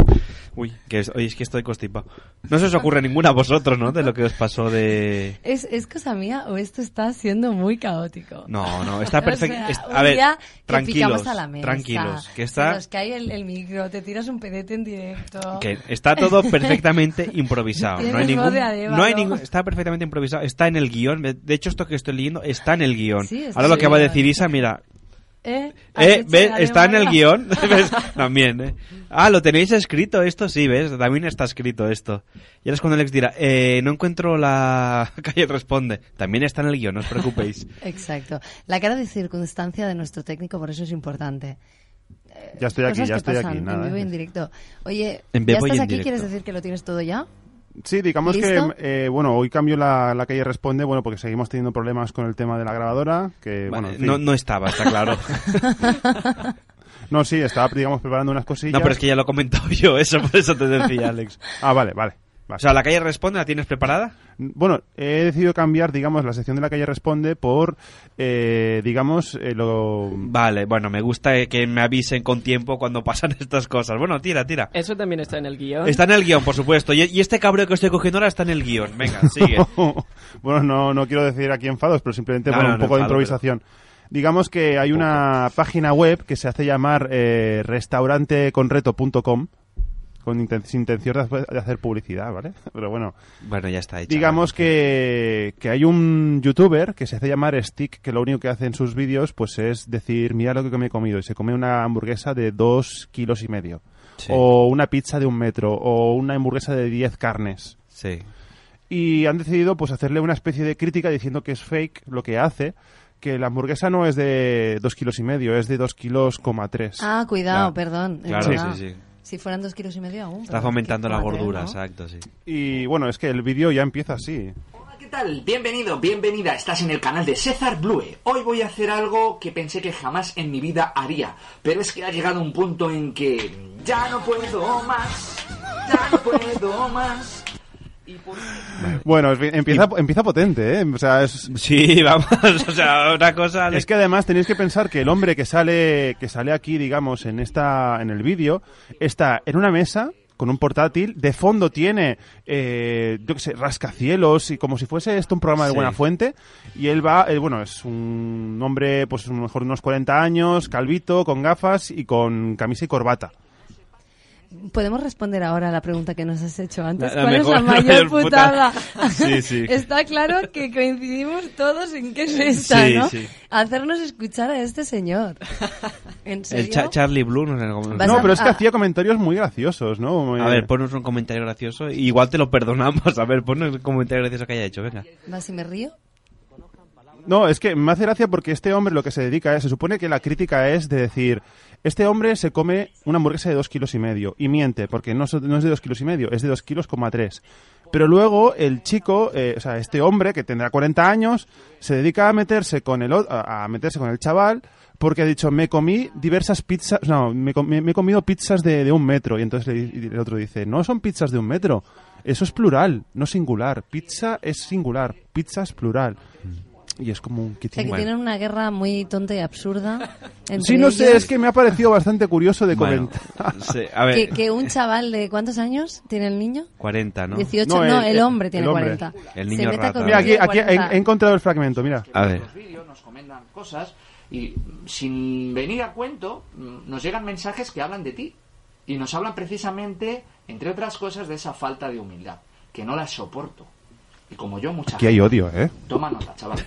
Uy, que es, oye, es que estoy constipado. No se os ocurre ninguna a vosotros, ¿no? De lo que os pasó de... ¿Es, ¿Es cosa mía o esto está siendo muy caótico? No, no, está O perfecto. sea, es- un a ver, día que tranquilos, picamos a la mesa, tranquilos, que se está, nos cae el, el micro, te tiras un pedete en directo. que está todo perfectamente improvisado. No hay Tienes ningún, voz de Adébalo. no hay ningún, está perfectamente improvisado. Está en el guión. De hecho, esto que estoy leyendo está en el guión. Sí, está Ahora lo en que el va a guión. decir Isa, mira, ¿Eh? Has Eh, hecho ¿ves? la Está en el demanda. guión. ¿Ves? También, ¿eh? Ah, lo tenéis escrito esto, sí, ¿ves? También está escrito esto. Y ahora es cuando Alex dirá, eh, no encuentro la... Calle responde, también está en el guión, no os preocupéis. Exacto. La cara de circunstancia de nuestro técnico, por eso es importante. Ya estoy aquí, Cosas ya que estoy pasan aquí, En nada. vivo y ¿eh? en directo. Oye, En ¿ya vivo y estás en aquí? directo. ¿Quieres decir que lo tienes todo ya? Sí, digamos ¿Listo? que, eh, bueno, hoy cambio la, la calle responde, bueno, porque seguimos teniendo problemas con el tema de la grabadora, que, bueno, en fin. no, no estaba, está claro. No, sí, estaba, digamos, preparando unas cosillas. No, pero es que ya lo he comentado yo, eso por eso te decía, Alex. Ah, vale, vale. O sea, ¿la calle responde la tienes preparada? Bueno, he decidido cambiar, digamos, la sección de la calle responde por, eh, digamos, eh, lo... Vale, bueno, me gusta eh, que me avisen con tiempo cuando pasan estas cosas. Bueno, tira, tira. Eso también está en el guión. Está en el guión, por supuesto. Y, y este cabreo que estoy cogiendo ahora está en el guión. Venga, sigue. bueno, no, no quiero decir aquí enfados, pero simplemente No, bueno, no, un no poco de enfado, improvisación. Digamos que hay una página web que se hace llamar eh, restauranteconreto.com con inten- sin intención de hacer- de hacer publicidad, ¿vale? Pero bueno, Bueno, ya está hecho. Digamos que, que hay un youtuber que se hace llamar Stick, que lo único que hace en sus vídeos pues es decir, mira lo que me he comido, y se come una hamburguesa de dos kilos y medio, o una pizza de un metro, o una hamburguesa de 10 carnes. Sí. Y han decidido pues hacerle una especie de crítica diciendo que es fake lo que hace, que la hamburguesa no es de dos kilos y medio, es de dos kilos coma tres. Ah, cuidado, perdón. es Claro, verdad. sí, sí. Si fueran dos kilos y medio aún. Está pero fomentando qué la cuadro, gordura, ¿no? exacto, sí. Y bueno, es que el vídeo ya empieza así. ¿Qué tal? Bienvenido, bienvenida. Estás en el canal de César Blue. Hoy voy a hacer algo que pensé que jamás en mi vida haría, pero es que ha llegado un punto en que ya no puedo más, ya no puedo más. Y por- Bueno, es bien, empieza, empieza potente, ¿eh? O sea, es... Sí, vamos, o sea, una cosa... Es que además tenéis que pensar que el hombre que sale, que sale aquí, digamos, en, esta, en el vídeo, está en una mesa con un portátil, de fondo tiene, eh, yo qué sé, rascacielos, y como si fuese esto un programa de Sí. Buena Fuente, y él va, él, bueno, es un hombre, pues a lo mejor unos 40 años, calvito, con gafas y con camisa y corbata. Podemos responder ahora a la pregunta que nos has hecho antes. La- la ¿Cuál mejor- es la mayor, mayor putada. putada? Sí, sí. Está claro que coincidimos todos en que es esta, Sí, ¿no? sí. Hacernos escuchar a este señor. ¿En serio? ah. El Cha- Charlie Blue no sé cómo- No, pero es que hacía comentarios muy graciosos, ¿no? A ver, ponnos un comentario gracioso. y Igual te lo perdonamos. A ver, ponnos un comentario gracioso que haya hecho. Venga. Va, si me río. No, es que me hace gracia porque este hombre lo que se dedica es, se supone que la crítica es de decir, este hombre se come una hamburguesa de dos kilos y medio y miente porque no, so- no es de dos kilos y medio, es de dos kilos coma tres. Pero luego el chico, eh, o sea, este hombre que tendrá 40 años, se dedica a meterse con el o- a a meterse con el chaval porque ha dicho me comí diversas pizzas, no, me, com- me- me he comido pizzas de, de un metro y entonces le di- el otro dice no son pizzas de un metro, eso es plural, no singular, pizza es singular, pizza es plural. Y es como un... que O sea, que tienen una guerra muy tonta y absurda. entre Sí, no sé, ellos. es que me ha parecido bastante curioso de Bueno, comentar. sí, a ver, Que, que un chaval de cuántos años tiene el niño? 40, ¿no? 18, no, el, hombre tiene 40. El Se niño meta rata. con Mira, un aquí, tío de aquí he, 40. he encontrado el fragmento, mira. A ver. Los vídeos nos comentan cosas y sin venir a cuento mm, nos llegan mensajes que hablan de ti y nos hablan precisamente, entre otras cosas, de esa falta de humildad, que no la soporto. Y como yo, mucha Aquí hay gente. odio, ¿eh? Toma nota, chaval.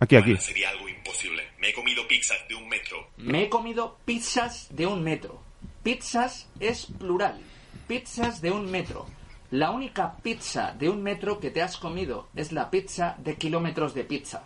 Aquí, aquí. Sería algo imposible. Me he comido pizzas de un metro. Me he comido pizzas de un metro. Pizzas es plural. Pizzas de un metro. La única pizza de un metro que te has comido es la pizza de kilómetros de pizza.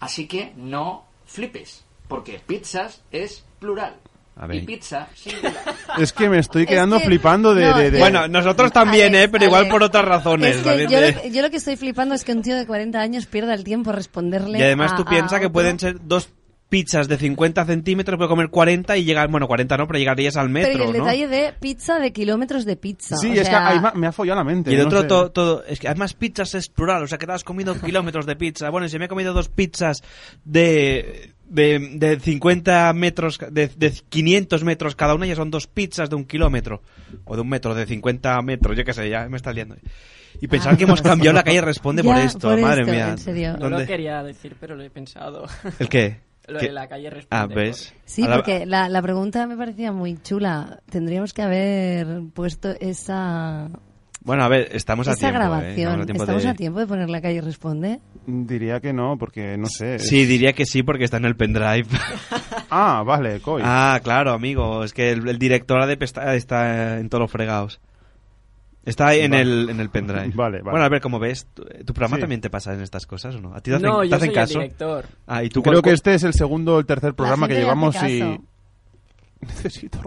Así que no flipes, porque pizzas es plural. A Y pizza singular. Es que me estoy quedando que- flipando de, no, de- de- Bueno, nosotros también, ¿eh? Pero igual por otras razones. Es que también yo, te- lo, que- yo lo que estoy flipando es que un tío de 40 años pierda el tiempo a responderle. Y además a- tú a piensas que otro. pueden ser dos pizzas de 50 centímetros, puede comer 40 y llegar, bueno, 40 no, pero llegarías al metro, Pero y el ¿no? detalle de pizza de kilómetros de pizza. Sí, o es sea, que ahí ma- me ha follado la mente. Y el no otro sé. todo, todo- es que además pizzas es plural, o sea que te has comido kilómetros de pizza. Bueno, y si me he comido dos pizzas de de, de 50 metros, de, de 500 metros cada una, ya son dos pizzas de un kilómetro. O de un metro, de 50 metros, yo qué sé, ya me está liando. Y pensar Ah. que hemos cambiado la calle responde por esto, madre mía. No lo ¿Dónde? quería decir, pero lo he pensado. ¿El qué? Lo ¿Qué? de la calle responde. Ah, ¿ves? Sí, A la- porque la, la pregunta me parecía muy chula. Tendríamos que haber puesto esa, Bueno, a ver, estamos a esa tiempo. ¿eh? grabación. Estamos a tiempo ¿Estamos de- a tiempo de poner la calle responde? Diría que no, porque no sé. Sí, diría que sí porque está en el pendrive. Ah, vale, coi. Ah, claro, amigo. Es que el, el director de está, está en todos los fregados. Está en, Vale. el, en el pendrive. Vale, vale. Bueno, a ver, como ves, tu, tu programa Sí. también te pasa en estas cosas, ¿o no? ¿A ti te hacen, No, te yo hacen soy el caso? director. Ah, y tú Creo cuál- que este es el segundo o el tercer programa que gente le llevamos hace y... caso. Necesito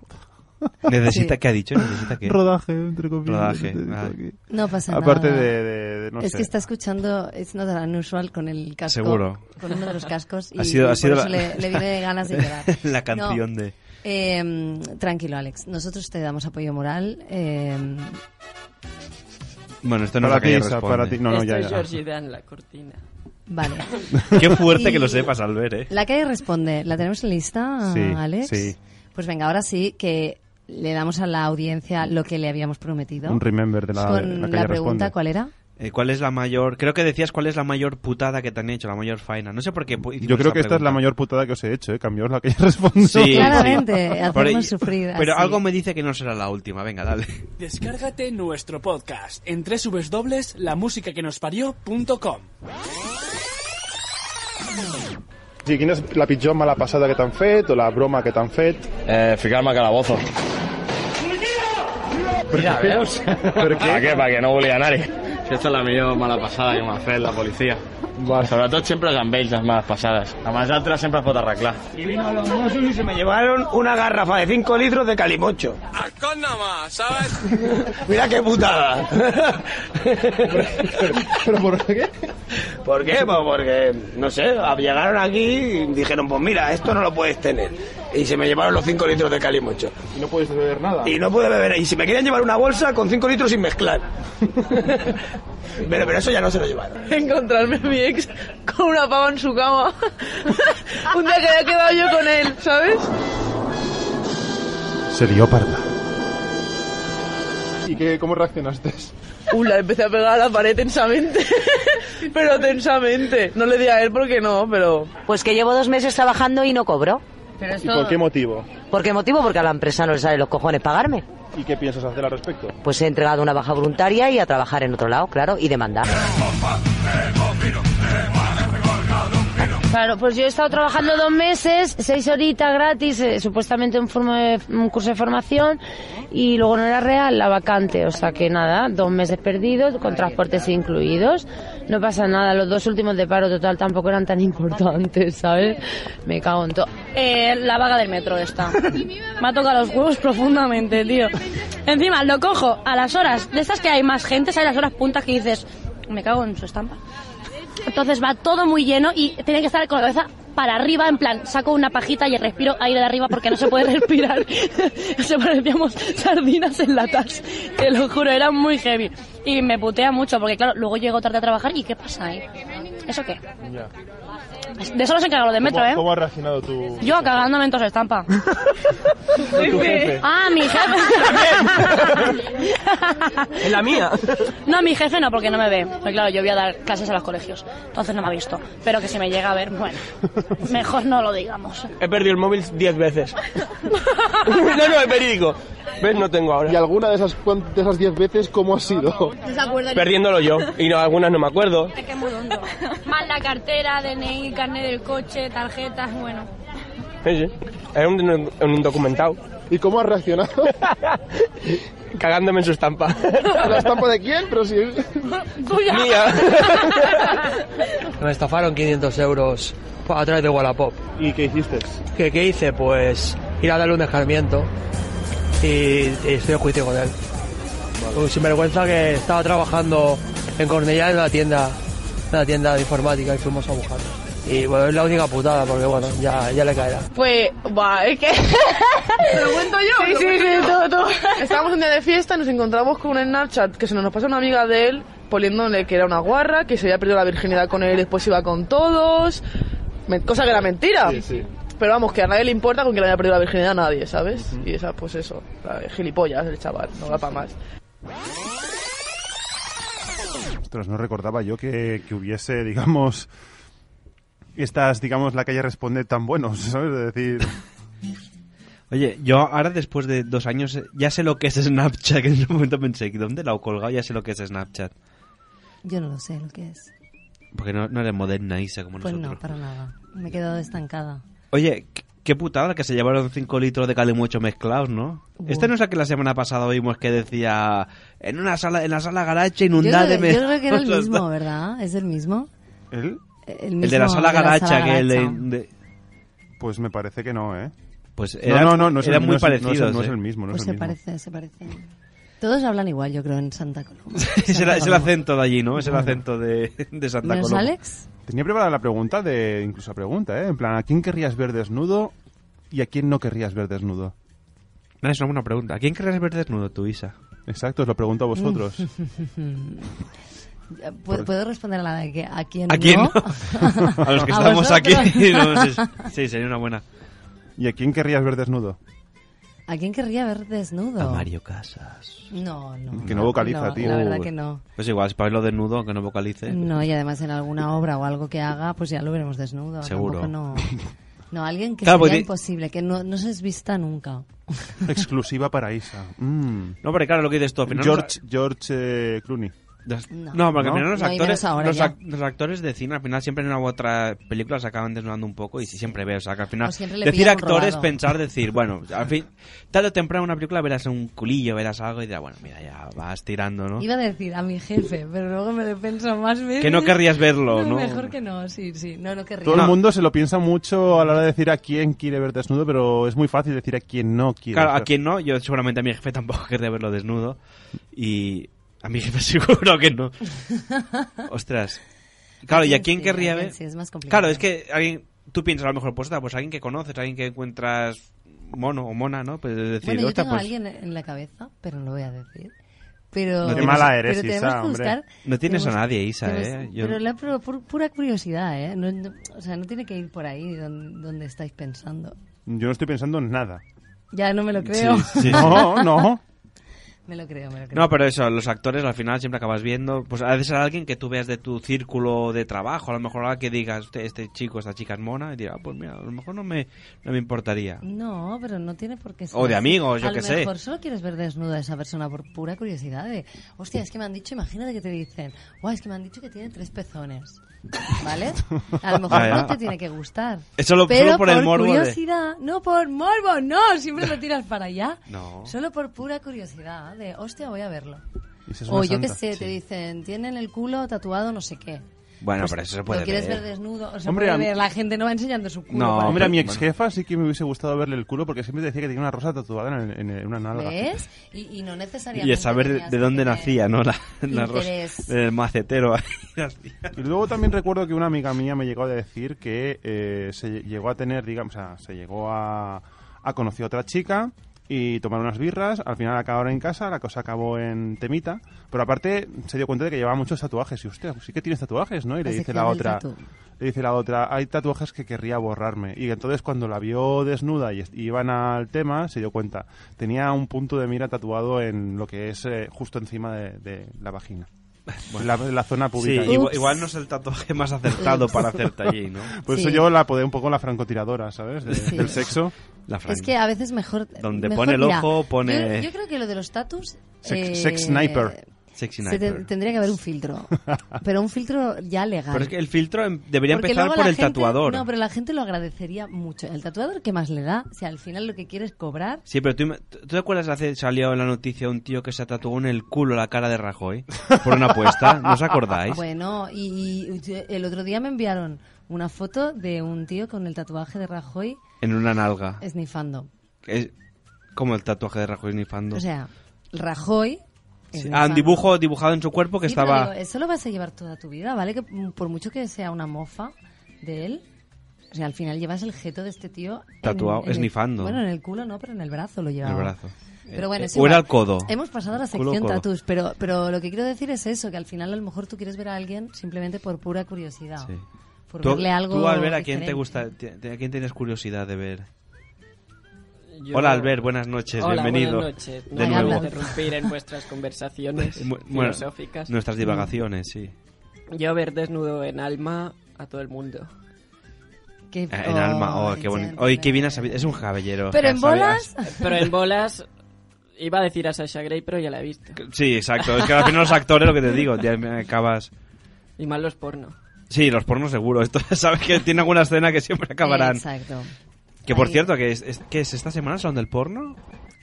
Necesita, ¿qué ha dicho? Necesita que... Rodaje, entre comillas. Rodaje, necesito ah. que- No pasa Aparte nada. de, de- de- no es sé. que está escuchando It's Not That Unusual con el casco. Seguro. Con uno de los cascos. Y, Ha sido- y ha por sido eso la- le, le viene ganas de llorar. La canción de- eh, tranquilo, Alex. Nosotros te damos apoyo moral. eh, Bueno, esto no Para es la calle ti, Isa, responde. para ti. No, no, Esto ya, Este es ya. Georgie Dan, la cortina. vale. Qué fuerte que lo Y- sepas al ver, ¿eh? La calle responde. ¿La tenemos en lista, Sí, Alex? sí. Pues venga, ahora sí que le damos a la audiencia lo que le habíamos prometido. Un remember de la- Con de la la, calle pregunta, responde. ¿cuál era? Eh, ¿Cuál es la mayor... Creo que decías cuál es la mayor putada que te han hecho, la mayor faena. No sé por qué... pu- hicimos Yo creo que esta es pregunta. la mayor putada que os he hecho, ¿eh? Cambiaos la que yo respondo. Sí, Claramente, hacernos Por- sufrir Pero así. algo me dice que no será la última. Venga, dale. Descárgate nuestro podcast en www.lamusicaquenosparió.com. Sí, quina és la pitjor mala passada que t'han fet o la broma que t'han fet? Eh, ficar-me a calabozo. Ja veus? Per què? Per què? Perquè no volia anar-hi. Aquesta és la millor mala passada que m'ha fet la policia. Vale. Sobretot sempre és amb ells les males passades. Amb els altres sempre es pot arreglar. Y vino los mozos y se me llevaron una garrafa de 5 litros de calimocho. Con nada más, ¿sabes? Mira qué putada. ¿Pero por qué? ¿Por qué? Pues porque, no sé, llegaron aquí y dijeron, pues mira, esto no lo puedes tener. Y se me llevaron los 5 litros de calimocho. I no puedes beber nada. Y no pude beber. Y si me querían llevar una bolsa con 5 litros sin mezclar. Pero, pero eso ya no se lo llevaron. Encontrarme a mi ex con una pava en su cama. Un día que había quedado yo con él, ¿sabes? Se lió parda. ¿Y qué, cómo reaccionaste? Uh, la empecé a pegar a la pared tensamente. pero tensamente. No le di a él porque no, pero. Pues que llevo dos meses trabajando y no cobro. Pero esto- por qué motivo? ¿Por qué motivo? Porque a la empresa no le sale los cojones pagarme. ¿Y qué piensas hacer al respecto? Pues he entregado una baja voluntaria y a trabajar en otro lado, claro, y demandar. Claro, pues yo he estado trabajando dos meses, seis horitas gratis, eh, supuestamente un, forma de- un curso de formación, y luego no era real la vacante, o sea que nada, dos meses perdidos, con transportes incluidos, no pasa nada, los dos últimos de paro total tampoco eran tan importantes, ¿sabes? Me cago en todo. Eh, la vaga del metro esta. Me ha tocado los huevos profundamente, tío. Encima, lo cojo a las horas de estas que hay más gente, hay las horas puntas que dices, me cago en su estampa. Entonces va todo muy lleno y tiene que estar con la cabeza para arriba, en plan, saco una pajita y respiro aire de arriba porque no se puede respirar. se parecíamos sardinas en latas, te lo juro, era muy heavy. Y me putea mucho porque, claro, luego llego tarde a trabajar y ¿qué pasa, eh? ¿Eso qué? De eso no se encarga lo de metro, ¿eh? has reaccionado tú? Yo cagándome en tos estampa. tu jefe? Ah, mi jefe. Es la mía. No, mi jefe no, porque no me ve. Porque claro, yo voy a dar clases a los colegios. Entonces no me ha visto. Pero que si me llega a ver, bueno. Mejor no lo digamos. He perdido el móvil 10 veces. no, no, es verídico. ¿Ves? No tengo ahora. ¿Y alguna de esas 10 de esas veces cómo ha sido? Perdiéndolo yo. Y no, algunas no me acuerdo. Es que es muy hondo. Más la cartera, DNI, carnet del coche, tarjetas, bueno. Sí, sí. Es un, un indocumentado. ¿Y cómo has reaccionado? Cagándome en su estampa. ¿La estampa de quién? Pero si... ¡Tuya! Me estafaron 500 euros a través de Wallapop. ¿Y qué hiciste? ¿Qué, qué hice? Pues ir a darle un descarmiento y, y estoy en juicio con él. Un sinvergüenza que estaba trabajando en Cornellá en una tienda, una tienda de informática y fuimos a buscarlo. Y bueno, es la única putada porque bueno, ya, ya le caerá. Fue, buah, es que... ¿Te lo cuento yo? Sí, sí, sí, todo, todo. Estábamos un día de fiesta y nos encontramos con un Snapchat que se nos pasó una amiga de él poniéndole que era una guarra, que se había perdido la virginidad con él y después iba con todos. Me- Cosa que era mentira. Pero vamos, que a nadie le importa con que le haya perdido la virginidad a nadie, ¿sabes? Y esa, pues eso, la- gilipollas el chaval, no va para más. Ostras, no recordaba yo que, que hubiese, digamos, estas, digamos, la calle responde tan buenos, ¿sabes? Es decir, Oye, yo ahora después de dos años eh, ya sé lo que es Snapchat, que en ese momento pensé, "¿Y ¿dónde la he colgado? Ya sé lo que es Snapchat. Yo no lo sé lo que es. Porque no, no eres moderna, Isa, como Pues nosotros. no, para nada. Me he quedado estancada. Oye, qué- qué putada que se llevaron 5 litros de calimucho mezclados, ¿no? Buah. Esta no es la que la semana pasada oímos que decía en una sala en la sala garache Yo creo, inundada de que- yo creo que era el mezclados". mismo, ¿verdad? ¿Es el mismo? ¿El? mismo El de la sala de la sala garacha que el garacha. de- de- pues me parece que no, ¿eh? Pues No, era- no, no, no es el- eran no muy es- no es el- parecidos, No es ¿eh? el mismo, no Pues es se el mismo. parece, se parece. Todos hablan igual, yo creo, en Santa Coloma. es, el, Santa es el Coloma. acento de allí, ¿no? Es el Bueno. acento de, de Santa ¿No es Coloma. Alex? Tenía preparada la pregunta de, incluso la pregunta, ¿eh? En plan, ¿a quién querrías ver desnudo y a quién no querrías ver desnudo? No, es una buena pregunta. ¿A quién querrías ver desnudo tú, Isa? Exacto, os lo pregunto a vosotros. Ya, ¿Puedo, puedo responder a la de que a quién Pues- ¿A quién no? no? A los que estamos vosotros? aquí. no, sí, sí, sería una buena. ¿Y a quién querrías ver desnudo? ¿A quién querría ver desnudo? A Mario Casas. No, no. Que no vocaliza, no, tío. La verdad que no. Pues igual, es para verlo desnudo, aunque no vocalice. No, y además en alguna obra o algo que haga, pues ya lo veremos desnudo. Seguro. Tampoco No, no, alguien que Claro, sería porque- imposible, que no, no se es vista nunca. Exclusiva para Isa. Mm. No, porque claro, lo que dices tú, al final George, George eh, Clooney. No, porque al final los No, y actores, menos ahora los, ya. ac- los actores de cine al final siempre en una u otra película se acaban desnudando un poco y si siempre ves, o sea que al final O siempre le decir pillan actores, robado. pensar, decir, bueno, al fin, tarde o temprano en una película verás un culillo, verás algo y dirás, bueno, mira, ya vas tirando, ¿no? Iba a decir a mi jefe, pero luego me lo pienso más veces. Que no querrías verlo, ¿no? Mejor que no, sí, sí. No, no querría. Todo el mundo se lo piensa mucho a la hora de decir a quién quiere ver desnudo, pero es muy fácil decir a quién no quiere. Claro, ver. a quien no, yo seguramente a mi jefe tampoco querría verlo desnudo y a mi jefe seguro que no. Ostras. Claro, ¿y a quién Sí, querría alguien ver? sí, es más complicado. Claro, es que alguien, tú piensas a lo mejor, pues, está, pues alguien que conoces, alguien que encuentras mono o mona, ¿no? Pues es decir, bueno, yo "Ostras, tengo a pues, alguien en la cabeza, pero no lo voy a decir. Pero, No Qué tienes- mala eres, pero tenemos Isa, que hombre. buscar- No tienes tenemos- a nadie, Isa, tenemos- ¿eh? Yo- Pero la pu- pu- pura curiosidad, ¿eh? No- no- o sea, no tiene que ir por ahí donde, donde estáis pensando. Yo no estoy pensando en nada. Ya no me lo creo. Sí, sí. No, no. me lo creo, me lo creo. No, pero eso, los actores al final siempre acabas viendo, pues a veces a alguien que tú veas de tu círculo de trabajo, a lo mejor a que digas, este, este chico, esta chica es mona, y dirá, "Ah, pues mira, a lo mejor no me, no me importaría. Pues No, pero no tiene por qué ser. O de así. amigos, yo A lo qué sé. mejor solo quieres ver desnuda a esa persona por pura curiosidad de, hostia, es que me han dicho, imagínate que te dicen, guau, es que me han dicho que tiene tres pezones. ¿Vale? A lo mejor Ya, ya. no te tiene que gustar. Eso lo- Pero solo por el morbo de- curiosidad, no por morbo, no, siempre lo tiras para allá. No. Solo por pura curiosidad de, hostia, voy a verlo. Esa es una O yo qué santa. sé, te dicen, tienen el culo tatuado no sé qué. Bueno, pero eso se puede ¿Lo quieres ver. ver desnudo? O sea, Hombre, a mí- ver, la gente no va enseñando su culo. No, para hombre, a ti. mi ex jefa sí que me hubiese gustado verle el culo porque siempre decía que tenía una rosa tatuada en, en- en una nalga. ¿Ves? Y, y no necesariamente. Y a saber de, tenías de que dónde tener- nacía, ¿no? La, la interés. Eh, rosa- el macetero. Y luego también recuerdo que una amiga mía me llegó a decir que eh, se llegó a tener, digamos, o sea, se llegó a, a conocer a otra chica y tomar unas birras, al final acabaron en casa, la cosa acabó en temita, pero aparte se dio cuenta de que llevaba muchos tatuajes y usted, sí que tienes tatuajes, ¿no? Y le La dice sección la del otra, tatu. le dice la otra, hay tatuajes que querría borrarme. Y entonces cuando la vio desnuda y, est- y iban al tema, se dio cuenta, tenía un punto de mira tatuado en lo que es eh, justo encima de, de la vagina. La, la zona Sí, pública. igual, igual no es el tatuaje más acertado para hacerte allí, ¿no? Por Pues eso yo la apodé un poco la francotiradora, ¿sabes? De- Sí. Del sexo. La Es que a veces mejor. Donde mejor, pone el mira, ojo, pone- Yo, yo creo que lo de los tatus. Sex- eh, sex sniper. Sex se sniper. te- tendría que haber un filtro. Pero un filtro ya legal. Pero es que el filtro em- debería Porque empezar luego por la el gente- tatuador. No, pero la gente lo agradecería mucho. El tatuador, ¿qué más le da? O sea, al final lo que quiere es cobrar. Sí, pero tú, ima- ¿tú te acuerdas hace salió en la noticia un tío que se tatuó en el culo la cara de Rajoy por una apuesta? ¿No os acordáis? Bueno, y, y el otro día me enviaron una foto de un tío con el tatuaje de Rajoy En una nalga. esnifando. Es como el tatuaje de Rajoy nifando. O sea, Rajoy. Sí. Ah, esnifando. un dibujo dibujado en su cuerpo que Sí, pero estaba... digo, eso lo vas a llevar toda tu vida, ¿vale? Que mm, por mucho que sea una mofa de él, o sea, al final llevas el jeto de este tío. en- Tatuado, en el- esnifando. bueno, en el culo no, pero en el brazo lo llevaba. el brazo. Pero bueno, Eh, es o era igual. el codo. Hemos pasado a la Culo, sección codo. tatus, pero, pero lo que quiero decir es eso, que al final a lo mejor tú quieres ver a alguien simplemente por pura curiosidad. Sí. por Tú- verle algo. Tú, Albert, ¿a quién te diferente. gusta? ti- ti- ¿A quién tienes curiosidad de ver? Yo- Hola, Albert, buenas noches, Hola, bienvenido. Buenas noches. De No voy a nuevo. interrumpir en vuestras conversaciones Mu- bueno, filosóficas. nuestras divagaciones, sí. Yo ver desnudo en alma a todo el mundo. Ah, En alma, oh, qué bonito. Hoy qué bien has sabido. Es un caballero. Has sabido- has- Eh, Pero en bolas. Iba a decir a Sasha Grey, pero ya la he visto. Sí, exacto. Es que al final los actores, lo que te digo, ya me acabas. Y mal los porno. Sí, los pornos seguro. Esto, sabes que tiene alguna escena que siempre acabarán. Exacto. Que por Ahí. cierto, que es, es- ¿qué es esta semana? ¿Son del porno?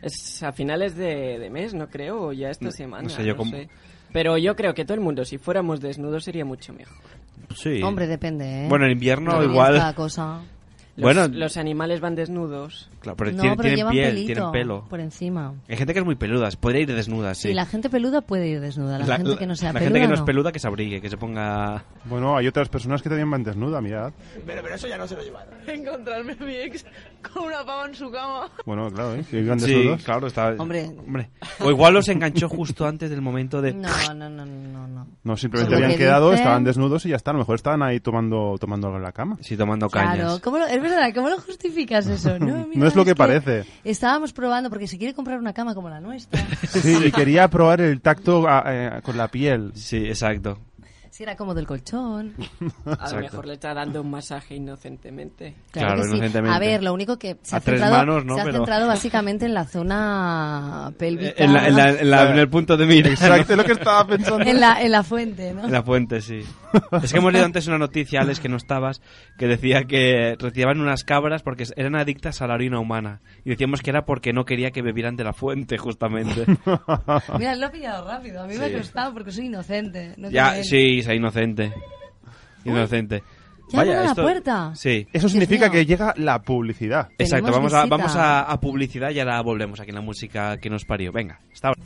Es a finales de, de mes, no creo, o ya esta No- semana. no sé yo cómo- Pero yo creo que todo el mundo, si fuéramos desnudos, sería mucho mejor. Sí. Hombre, depende, ¿eh? Bueno, en invierno También igual. cada cosa. Los, Bueno, los animales van desnudos. claro, pero No, tienen, pero tienen llevan piel, pelito tienen pelo. por encima. Hay gente que es muy peluda, podría ir desnuda, sí. Y la gente peluda puede ir desnuda, la, gente que no sea la peluda. gente que no, es no. peluda que se abrigue, que se ponga... Bueno, hay otras personas que también van desnuda, mirad. Pero, pero eso ya no se lo llevaron. Encontrarme a mi ex con una pava en su cama. Bueno, claro, ¿eh? Que iban Sí, desnudos. claro, está... Hombre. O igual los enganchó justo antes del momento de... No, no, no, no, no. No, simplemente Según habían que quedado, dicen- estaban desnudos y ya está. A lo mejor estaban ahí tomando, tomando algo en la cama. Sí, tomando Claro, ¿cómo lo- es verdad, ¿cómo lo justificas eso? No, mira, No es lo que parece. Estábamos probando porque se quiere comprar una cama como la nuestra. Sí, y quería probar el tacto ah, eh, con la piel. Sí, exacto. Si era como del colchón. A lo mejor le está dando un masaje inocentemente. Claro, que sí. inocentemente. A ver, lo único que se A ha, tres centrado, manos, ¿no? se ha Pero- centrado básicamente en la zona pélvica. En, la- en la- en la- en el punto de mira. Exacto, es lo que estaba ¿no? En la, en la fuente, ¿no? En la fuente, sí. Es que hemos leído antes una noticia, Alex, que no estabas, que decía que retiraban unas cabras porque eran adictas a la orina humana. Y decíamos que era porque no quería que bebieran de la fuente, justamente. Mira, lo he pillado rápido. A mí me Sí. ha costado porque soy inocente. no como ya, él. sí, sea inocente. Inocente. ya abren a la puerta. Sí. Eso significa que llega la publicidad. Exacto, vamos, a, vamos a, a publicidad y ahora volvemos aquí en la música que nos parió. Venga, hasta ahora.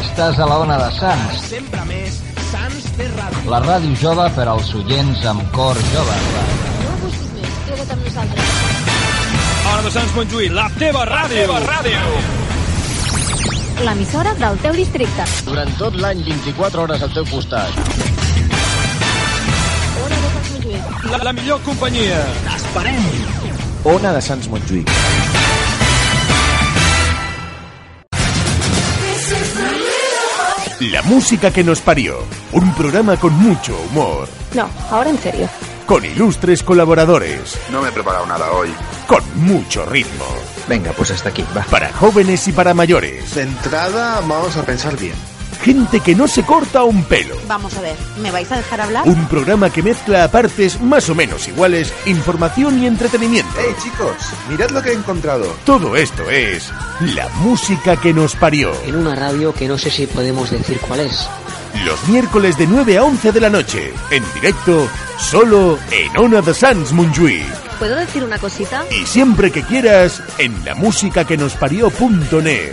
Estàs a la ona de Sants, Sempre més Sants té ràdio. la ràdio jove per als oients amb cor jove. No busquis més, queda't amb nosaltres. Ona de Sants Montjuïc, la teva ràdio. La teva ràdio. L'emissora del teu districte. Durant tot l'any, 24 hores al teu costat. La, la millor companyia. T'esperem. Ona de Sants Montjuïc. La música que nos parió. Un programa con mucho humor. No, ahora en serio. Con ilustres colaboradores. No me he preparado nada hoy. Con mucho ritmo. Venga, pues hasta aquí, va. Para jóvenes y para mayores. De entrada, vamos a pensar bien. Gente que no se corta un pelo. Vamos a ver, ¿me vais a dejar hablar? Un programa que mezcla a partes más o menos iguales información y entretenimiento. ¡Hey chicos! Mirad lo que he encontrado. Todo esto es la música que nos parió. En una radio que no sé si podemos decir cuál es. Los miércoles de 9 a 11 de la noche. En directo, solo en Ona de Sans Montjuïc. ¿Puedo decir una cosita? Y siempre que quieras, en la música que nos parió.net.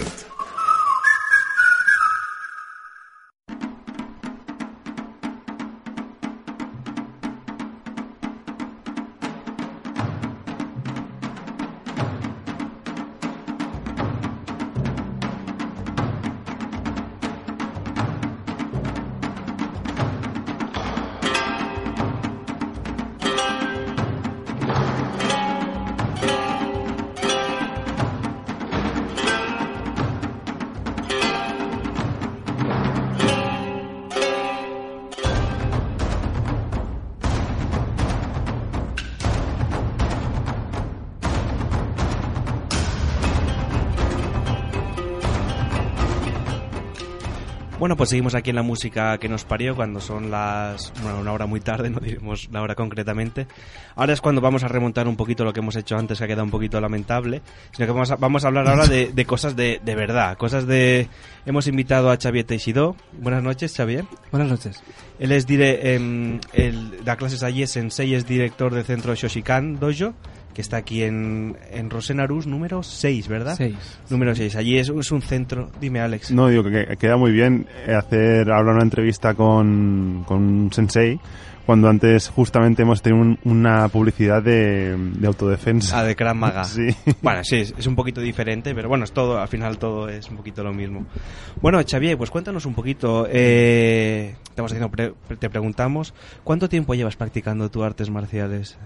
Bueno, pues seguimos aquí en la música que nos parió cuando son las. Bueno, una hora muy tarde, no diremos la hora concretamente. Ahora es cuando vamos a remontar un poquito lo que hemos hecho antes, que ha quedado un poquito lamentable. Sino que vamos a, vamos a hablar ahora de, de cosas de, de verdad. Cosas de. Hemos invitado a Xavier Teixidó. Buenas noches, Xavier. Buenas noches. Él es dire, em, él da clases allí, es sensei, es director del centro Shoshikan Dojo, que está aquí en, en Rosenarús, número 6, ¿verdad? Seis. Número 6. Allí es, es un centro. Dime, Alex. No, digo que que queda muy bien eh, hacer ahora una entrevista con, con un sensei cuando antes justamente hemos tenido un- una publicidad de, de autodefensa. Ah, de Krav Maga. Sí. Bueno, sí, es, es un poquito diferente, pero bueno, es todo, al final todo es un poquito lo mismo. Bueno, Xavier, pues cuéntanos un poquito. eh, te, hemos haciendo pre- te preguntamos, ¿cuánto tiempo llevas practicando tus artes marciales?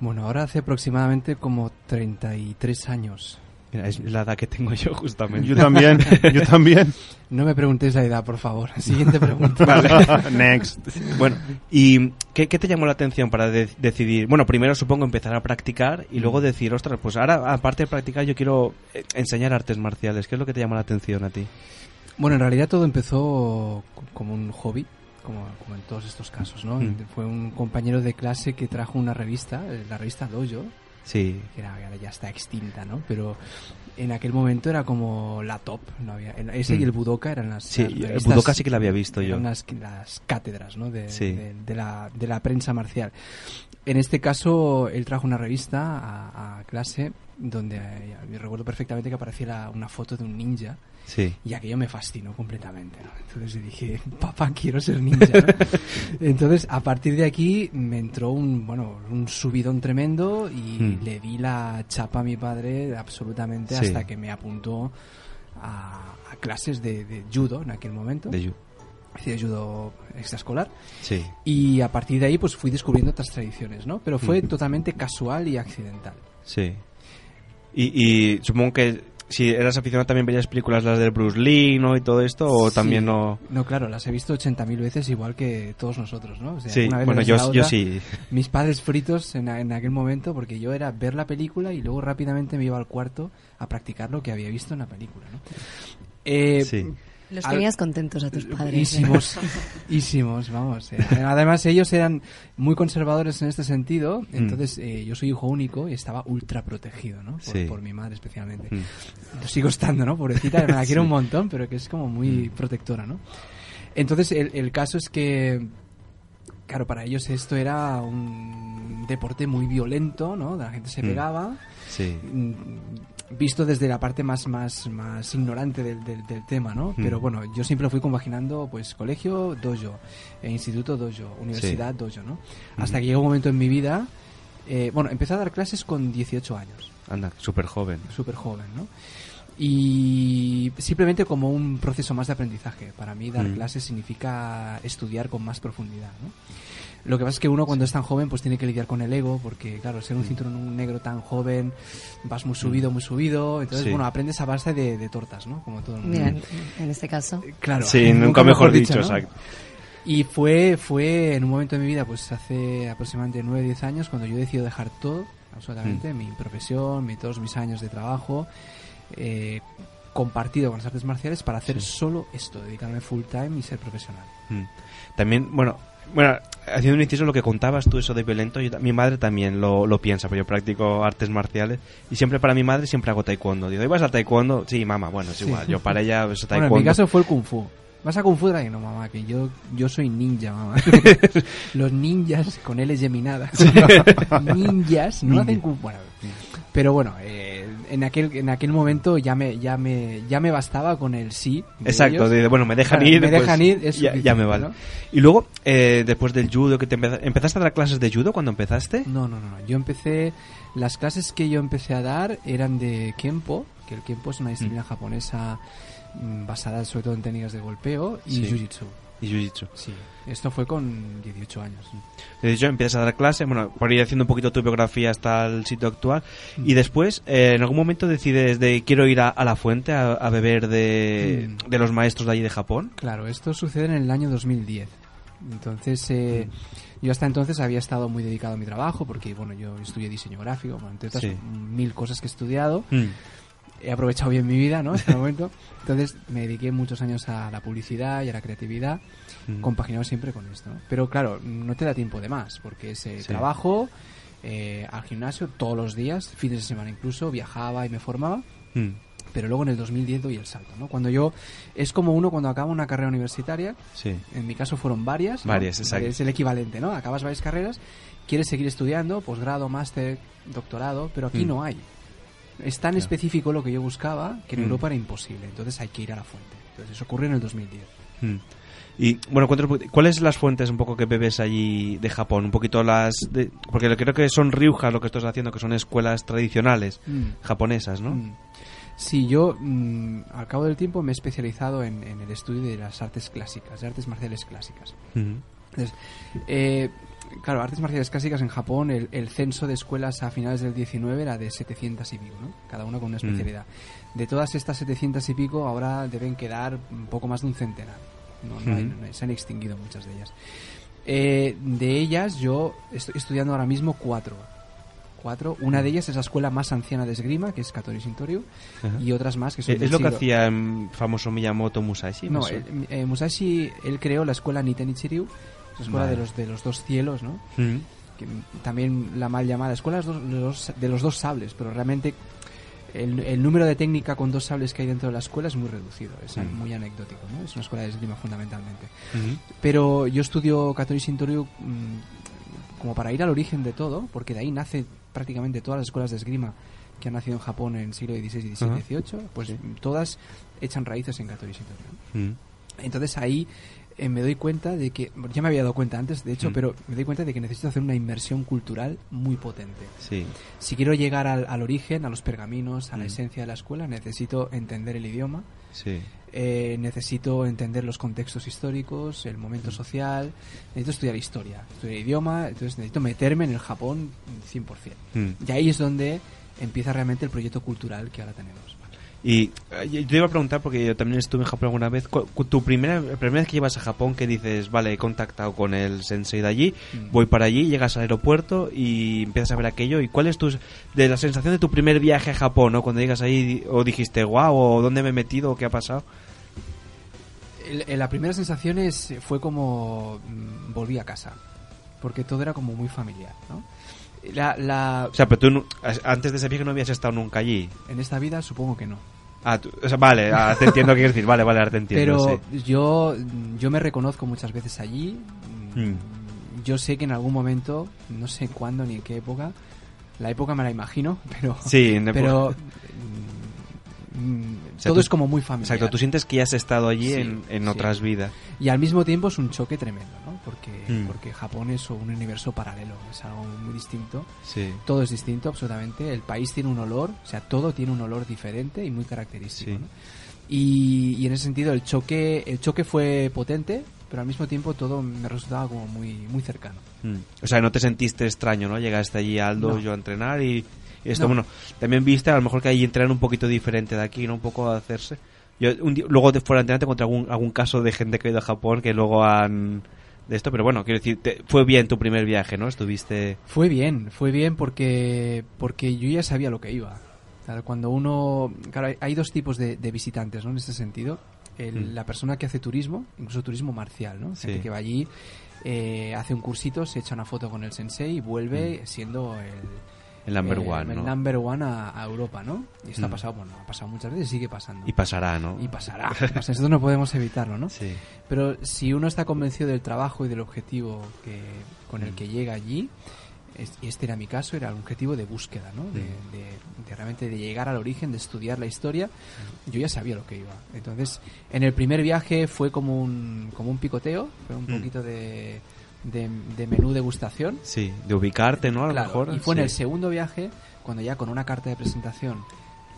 Bueno, ahora hace aproximadamente como 33 años. Mira, es la edad que tengo yo justamente. Yo también, yo también. No me preguntéis la edad, por favor. Siguiente pregunta. Vale. Bueno, ¿y qué, qué te llamó la atención para de- decidir? Bueno, primero supongo empezar a practicar y luego decir, ostras, pues ahora aparte de practicar yo quiero eh, enseñar artes marciales. ¿Qué es lo que te llamó la atención a ti? Bueno, en realidad todo empezó co- como un hobby, como, como en todos estos casos, ¿no? Mm. Fue un compañero de clase que trajo una revista, eh, la revista Dojo, Sí. que era- ahora ya está extinta, ¿no? Pero en aquel momento era como la top, no había, en- ese y Mm. el Budoka eran las Sí, las el revistas- Budoka sí que la había visto yo. eran las, las cátedras, ¿no? De, Sí. de- de la, de la prensa marcial. En este caso, él trajo una revista a, a clase donde eh, yo recuerdo perfectamente que aparecía la- una foto de un ninja Sí. y aquello me fascinó completamente. ¿no? Entonces le dije, papá, quiero ser ninja. ¿no? Entonces, a partir de aquí me entró un, bueno, un subidón tremendo y Mm. le di la chapa a mi padre absolutamente Sí. hasta que me apuntó a, a clases de, de judo en aquel momento. De ju- Hacía judo extraescolar. Sí. Y a partir de ahí pues fui descubriendo otras tradiciones, ¿no? Pero fue Mm. totalmente casual y accidental. Sí. Y, y supongo que si eras aficionado también veías películas las de Bruce Lee, ¿no? Y todo esto, o Sí. también no... No, claro, las he visto 80.000 veces igual que todos nosotros, ¿no? O sea, Sí, una vez bueno, tras yo- la yo otra, sí. Mis padres fritos en, a- en aquel momento porque yo era ver la película y luego rápidamente me iba al cuarto a practicar lo que había visto en la película, ¿no? Eh, Los al- tenías contentos a tus padres. ¿eh? Ísimos, ísimos, vamos. eh. Además, ellos eran muy conservadores en este sentido. Mm. Entonces, eh, yo soy hijo único y estaba ultra protegido, ¿no? Por, Sí. por mi madre especialmente. Mm. Lo sigo estando, ¿no? Pobrecita, me la quiero Sí. un Mm. montón, pero que es como muy protectora, ¿no? Entonces, el, el caso es que, claro, para ellos esto era un deporte muy violento, ¿no? La gente se Mm. pegaba Sí. mm, visto desde la parte más más más ignorante del, del- del tema, ¿no? Mm. Pero bueno, yo siempre lo fui compaginando, pues colegio dojo, eh, instituto dojo, universidad dojo, ¿no? Hasta Mm. que llegó un momento en mi vida, eh, bueno, empecé a dar clases con 18 años, Anda, súper joven. súper joven, ¿no? Y simplemente como un proceso más de aprendizaje. Para mí dar Mm. clases significa estudiar con más profundidad, ¿no? Lo que pasa es que uno cuando es tan joven pues tiene que lidiar con el ego porque claro, ser un cinturón negro tan joven vas muy subido, muy subido, entonces Sí. bueno, aprendes a base de, de tortas, ¿no? Como todo el mundo. Mira, en- en este caso. Claro. Sí, nunca mejor dicho, ¿no? exacto. Y fue, fue en un momento de mi vida, pues hace aproximadamente 9, 10 años, cuando yo decido dejar todo, absolutamente, Mm. mi profesión, mi, todos mis años de trabajo, eh, compartido con las artes marciales para hacer solo esto, dedicarme full time y ser profesional. Mm. También, bueno, bueno, haciendo un inciso, lo que contabas tú, eso de violento, yo ta- mi madre también lo, lo piensa, porque yo practico artes marciales y siempre para mi madre siempre hago taekwondo. Digo, ¿y vas al taekwondo? Sí, mamá, bueno, es Sí. igual, yo para ella es Bueno, taekwondo. en mi caso fue el kung fu. Vas a kung fu Dragon? no mamá, que yo, yo soy ninja, mamá. Los ninjas con L geminadas. ninjas, no Ninja. hacen kung fu. Bueno, pero bueno, eh, en aquel en aquel momento ya me ya me ya me bastaba con el sí. de Exacto, ellos. de- bueno, me dejan Claro, ir. Me pues, dejan ir, es ya, ya suficiente, me vale. ¿no? Y luego, eh, después del judo, que te empeza- ¿empezaste a dar clases de judo cuando empezaste? No, no, no, no. Yo empecé. Las clases que yo empecé a dar eran de Kenpo, que el Kenpo es una disciplina japonesa mm, basada sobre todo en técnicas de golpeo y Sí. Jiu-Jitsu. Y jiu-jitsu. Sí. Esto fue con 18 años. De hecho, empiezas a dar clase, bueno, por ir haciendo un poquito tu biografía hasta el sitio actual. Mm. Y después, eh, en algún momento decides de quiero ir a, a la fuente a, a beber de, Mm. de los maestros de allí de Japón. Claro, esto sucede en el año 2010. Entonces, eh, yo hasta entonces había estado muy dedicado a mi trabajo porque, bueno, yo estudié diseño gráfico, bueno, entre otras Sí. mil cosas que he estudiado. Mm. He aprovechado bien mi vida, ¿no? Hasta el momento. Entonces, me dediqué muchos años a la publicidad y a la creatividad, Mm. compaginado siempre con esto. ¿no? Pero claro, no te da tiempo de más porque es eh, Sí. trabajo, eh, al gimnasio todos los días, fines de semana incluso, viajaba y me formaba Mm. pero luego en el 2010 doy el salto, ¿no? Cuando yo es como uno cuando acaba una carrera universitaria, Sí. en mi caso fueron varias, ¿no? Varias, exacto. es el equivalente, ¿no? Acabas varias carreras quieres seguir estudiando, posgrado, máster, doctorado, pero aquí Mm. no hay. Es tan específico lo que yo buscaba que en Mm. Europa era imposible, entonces hay que ir a la fuente. Entonces eso ocurrió en el 2010. Mm. Y bueno, cuéntanos, ¿cuáles son las fuentes un poco que bebes allí de Japón? Un poquito las... de- porque creo que son ryujas lo que estás haciendo, que son escuelas tradicionales Mm. japonesas, ¿no? Mm. Sí, yo mm, al cabo del tiempo me he especializado en, en el estudio de las artes clásicas, de artes marciales clásicas. Ujú. Entonces, eh, claro, artes marciales clásicas en Japón, el, el censo de escuelas a finales del 19 era de 700 y pico, ¿no? cada una Mm. con una especialidad. De todas estas 700 y pico, ahora deben quedar un poco más de un centenar. No, no hay- Ujú. no hay- se han extinguido muchas de ellas. Eh, de ellas, yo estoy estudiando ahora mismo cuatro. Cuatro. Una de ellas es la escuela más anciana de esgrima, que es Katori Shintoryu, Ajá. y otras más que son Eh, del Es lo que siglo- hacía el famoso Miyamoto Musashi. no, me suena. eh, eh, Musashi, él creó la escuela Nitenichiryu, la escuela Vale. de, los, de los dos cielos, ¿no? Mm. Que, mm, también la mal llamada escuela de los, de los- de los dos sables, pero realmente el, el número de técnica con dos sables que hay dentro de la escuela es muy reducido, es Mm. muy anecdótico, ¿no? Es una escuela de esgrima fundamentalmente. Ujú. Pero yo estudio Katori Shintoryu mm, como para ir al origen de todo, porque de ahí nace prácticamente todas las escuelas de esgrima que han nacido en Japón en el siglo XVI, Ajá. XVII, XVIII, pues Sí. mm, todas echan raíces en Katori Shintoryu. Mm. Entonces ahí eh, me doy cuenta de que, bueno, ya me había dado cuenta antes, de hecho, Mm. pero me doy cuenta de que necesito hacer una inversión cultural muy potente. Sí. Si quiero llegar al, al origen, a los pergaminos, a la Mm. esencia de la escuela, necesito entender el idioma, Sí. eh, necesito entender los contextos históricos, el Mm. momento social, necesito estudiar historia, estudiar idioma, entonces necesito meterme en el Japón 100%. Mm. Y ahí es donde empieza realmente el proyecto cultural que ahora tenemos. Y eh, yo te iba a preguntar, porque yo también estuve en Japón alguna vez, cu- cu- tu primera, la primera vez que llevas a Japón, que dices, vale, he contactado con el sensei de allí, Mm. voy para allí, llegas al aeropuerto y empiezas a ver aquello, ¿y cuál es tu, de la sensación de tu primer viaje a Japón, ¿no? cuando llegas ahí o dijiste, wow, o dónde me he metido, o qué ha pasado? El- el- la primera sensación es, fue como mm, volví a casa, porque todo era como muy familiar, ¿no? La, Ah, la- O sea, pero tú nu- as- antes de ese viaje no habías estado nunca allí. en esta vida supongo que no. Ah, tú- o sea, vale, ah, te entiendo qué quieres decir, vale, vale, ahora te entiendo. Pero sí. yo, mm, yo me reconozco muchas veces allí. Mm. Yo sé que en algún momento, no sé cuándo ni en qué época, la época me la imagino, pero... Sí, en época. pero mm, O sea, todo tú- es como muy familiar. Exacto, tú sientes que ya has estado allí Sí, en, en sí. otras vidas. Y al mismo tiempo es un choque tremendo, ¿no? Porque, Mm. porque Japón es un universo paralelo, es algo muy distinto. Sí. Todo es distinto, absolutamente. El país tiene un olor, o sea, todo tiene un olor diferente y muy característico. ¿no? Y, y en ese sentido el choque, el choque fue potente, pero al mismo tiempo todo me resultaba como muy, muy cercano. Mm. O sea, no te sentiste extraño, ¿no? Llegaste allí Aldo, No. yo a entrenar y y esto, No. bueno, también viste a lo mejor que ahí entrenan un poquito diferente de aquí, ¿no? Un poco a hacerse. Yo un día- luego de fuera de entrenar te encontré algún, algún caso de gente que ha ido a Japón que luego han... de esto, pero bueno, quiero decir, te- fue bien tu primer viaje, ¿no? Estuviste... Fue bien, fue bien porque, porque yo ya sabía lo que iba. Claro, cuando uno. Claro, hay, hay dos tipos de, de visitantes, ¿no? En este sentido. El- Mm. La persona que hace turismo, incluso turismo marcial, ¿no? Sí. Gente que va allí, eh, hace un cursito, se echa una foto con el sensei y vuelve siendo el. Mm. El number one, el ¿no? number one a, a Europa, ¿no? Y esto ha Mm. pasado, bueno, ha pasado muchas veces y sigue pasando. Y pasará, ¿no? Y pasará. O sea, nosotros no podemos evitarlo, ¿no? Sí. Pero si uno está convencido del trabajo y del objetivo que, con Mm. el que llega allí, es- y este era mi caso, era el objetivo de búsqueda, ¿no? De, Mm. de- de realmente de llegar al origen, de estudiar la historia. Mm. Yo ya sabía lo que iba. Entonces, en el primer viaje fue como un, como un picoteo, fue un Mm. poquito de, de, de menú degustación. Sí, de ubicarte, ¿no? A lo Claro, mejor. Y fue en el sí. segundo viaje, cuando ya con una carta de presentación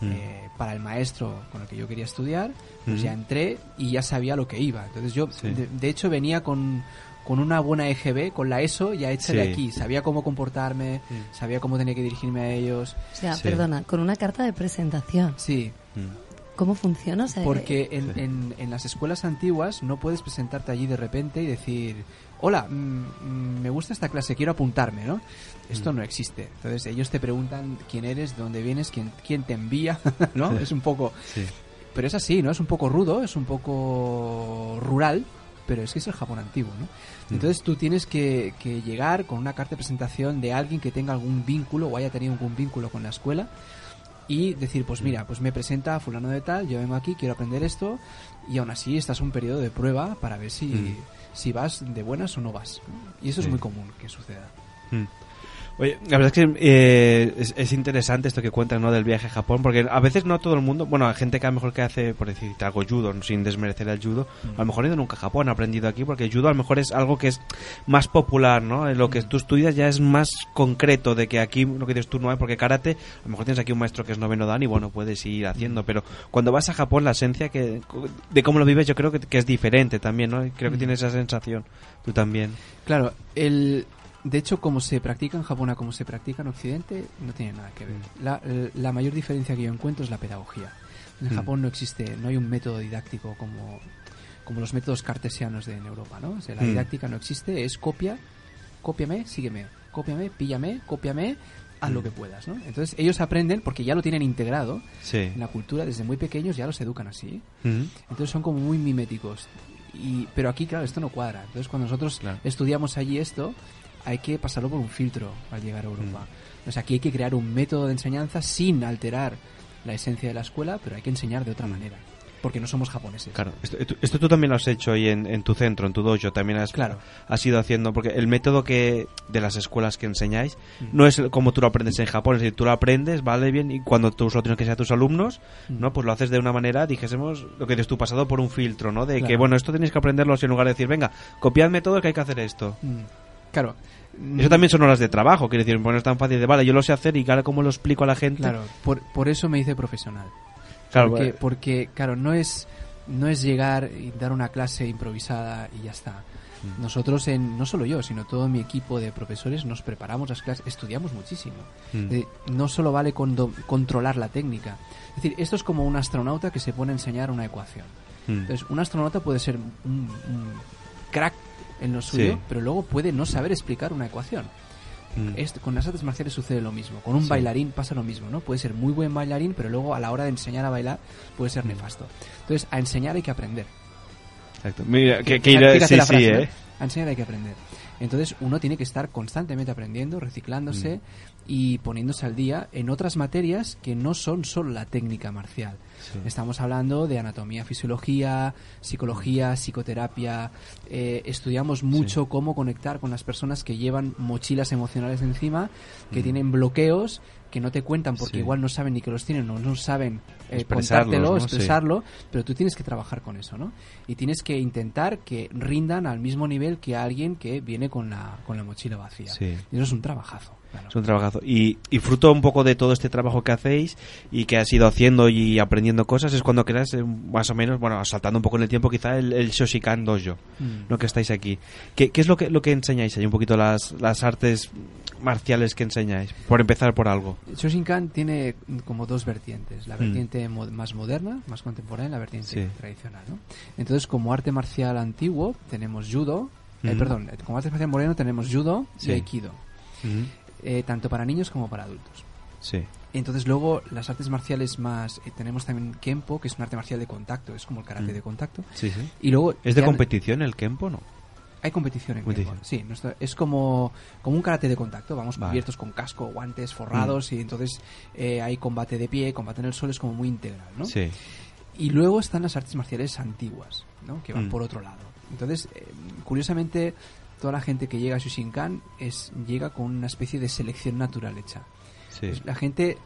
Mm. eh, para el maestro con el que yo quería estudiar, pues Mm. ya entré y ya sabía lo que iba. Entonces yo, Sí. de, de hecho, venía con, con una buena EGB, con la ESO ya hecha Sí. Mm. de aquí. Sabía cómo comportarme, sabía cómo tenía que dirigirme a ellos. O sea, perdona, con una carta de presentación. Sí. Mm. ¿Cómo funciona? O sea, eh, Porque en, en- en las escuelas antiguas no puedes presentarte allí de repente y decir, hola, mm, mm, me gusta esta clase, quiero apuntarme, ¿no? Esto no existe. Entonces ellos te preguntan quién eres, dónde vienes, quién, quién te envía, ¿no? Es un poco... Sí. Pero es así, ¿no? Es un poco rudo, es un poco rural, pero es que es el Japón antiguo, ¿no? Mm. Entonces tú tienes que, que llegar con una carta de presentación de alguien que tenga algún vínculo o haya tenido algún vínculo con la escuela y decir, Mm. pues mira, pues me presenta fulano de tal, yo vengo aquí, quiero aprender esto y aún así estás en un periodo de prueba para ver si, Mm. si vas de buenas o no vas. Y eso Sí. es muy común que suceda. Hmm. Oye, la verdad es que eh, es, es interesante esto que cuentas, ¿no? Del viaje a Japón, porque a veces no todo el mundo, bueno, hay gente que a lo mejor que hace, por decir, algo judo, sin desmerecer el judo, a lo mejor no ha ido nunca a Japón, ha aprendido aquí, porque el judo a lo mejor es algo que es más popular, ¿no? En Lo que tú estudias ya es más concreto de que aquí, lo que dices tú no hay, porque karate, a lo mejor tienes aquí un maestro que es noveno dan y bueno, puedes ir haciendo, pero cuando vas a Japón la esencia que de cómo lo vives yo creo que, que es diferente también, ¿no? Creo que Mm. tienes esa sensación, tú también. Claro, el, de hecho, como se practica en Japón a como se practica en Occidente, no tiene nada que ver. Mm. La, la mayor diferencia que yo encuentro es la pedagogía. En Mm. Japón no existe, no hay un método didáctico como, como los métodos cartesianos de en Europa, ¿no? O sea, la Mm. didáctica no existe, es copia, cópiame, sígueme, cópiame, píllame, cópiame, haz Mm. lo que puedas, ¿no? Entonces ellos aprenden porque ya lo tienen integrado Sí. en la cultura, desde muy pequeños ya los educan así. Mm, Entonces son como muy miméticos. Y, pero aquí, claro, esto no cuadra. Entonces cuando nosotros estudiamos allí esto, hay que pasarlo por un filtro al llegar a Europa. Mm. O sea, aquí hay que crear un método de enseñanza sin alterar la esencia de la escuela, pero hay que enseñar de otra manera. Porque no somos japoneses. Claro, esto, esto- esto tú también lo has hecho y en, en tu centro, en tu dojo, también has, Claro. has ido haciendo, porque el método que de las escuelas que enseñáis Mm. no es el- como tú lo aprendes en Japón, es decir, tú lo aprendes, vale bien, y cuando tú solo tienes que ser a tus alumnos, Mm. ¿no? Pues lo haces de una manera, dijésemos, lo que dices tú, pasado por un filtro, ¿no? De que, Claro. bueno, esto tenéis que aprenderlo así en lugar de decir, venga, copiadme todo que hay que hacer esto. Mm, Claro. Eso también son horas de trabajo, quiero decir, bueno, es tan fácil de, vale, yo lo sé hacer y ahora cómo lo explico a la gente. Claro, por, por eso me hice profesional. Claro, porque, bueno. porque, claro, no es, no es llegar y dar una clase improvisada y ya está. Mm. Nosotros, en, no solo yo, sino todo mi equipo de profesores, nos preparamos las clases, estudiamos muchísimo. Mm. Eh, no solo vale con do- controlar la técnica. Es decir, esto es como un astronauta que se pone a enseñar una ecuación. Mm. Entonces, un astronauta puede ser un, un crack en lo suyo, Sí. pero luego puede no saber explicar una ecuación. Mm. Esto- con las artes marciales sucede lo mismo. Con un Sí. bailarín pasa lo mismo, ¿no? Puede ser muy buen bailarín, pero luego a la hora de enseñar a bailar puede Mm. ser nefasto. Entonces, a enseñar hay que aprender. Exacto. Mira, que, que Fíjate ir- sí, la sí, frase, ¿no? eh. A enseñar hay que aprender. Entonces, uno tiene que estar constantemente aprendiendo, Mm. reciclándose y poniéndose al día en otras materias que no son solo la técnica marcial. Sí. Estamos hablando de anatomía, fisiología, Mm. psicología, psicoterapia. Eh, estudiamos mucho cómo conectar con las personas que llevan mochilas emocionales encima, que Mm. tienen bloqueos, que no te cuentan porque Sí. igual no saben ni que los tienen o no saben eh, Expresarlos, contártelo, ¿no? Sí. expresarlo, pero tú tienes que trabajar con eso, ¿no? Y tienes que intentar que rindan al mismo nivel que alguien que viene con la, con la mochila vacía. Sí. Y eso es un trabajazo. Es un trabajazo. Y, y fruto un poco de todo este trabajo que hacéis y que has ido haciendo y aprendiendo cosas es cuando creas, eh, más o menos, bueno, saltando un poco en el tiempo, quizá el, el Shoshikan Dojo, Mm. lo que estáis aquí. ¿Qué, qué es lo que, lo que enseñáis ahí? Un poquito las, las artes marciales que enseñáis, por empezar por algo. Shoshinkan tiene mm, como dos vertientes, la Mm. vertiente mo- más moderna, más contemporánea, y la vertiente Sí. tradicional. ¿no? Entonces, como arte marcial antiguo, tenemos judo, eh, Ujú. perdón, eh, como arte marcial moderno tenemos judo Mm-hmm. Sí. y aikido, Ujú. eh, tanto para niños como para adultos. Sí. Entonces luego las artes marciales más... eh, tenemos también Kenpo, que es un arte marcial de contacto, es como el karate Mm. de contacto. Sí, sí. Y luego... ¿Es de ya- competición el Kenpo, no? Hay competición en Competición. Kenpo, Sí, no está- es como, como un karate de contacto. Vamos Vale. Mm. cubiertos con casco, guantes, forrados y entonces eh, hay combate de pie, combate en el suelo, es como muy integral, ¿no? Sí. Y luego están las artes marciales antiguas, ¿no? Que van Mm. por otro lado. Entonces, eh, curiosamente, toda la gente que llega a Shushinkan es, llega con una especie de selección natural hecha. Sí. Pues la gente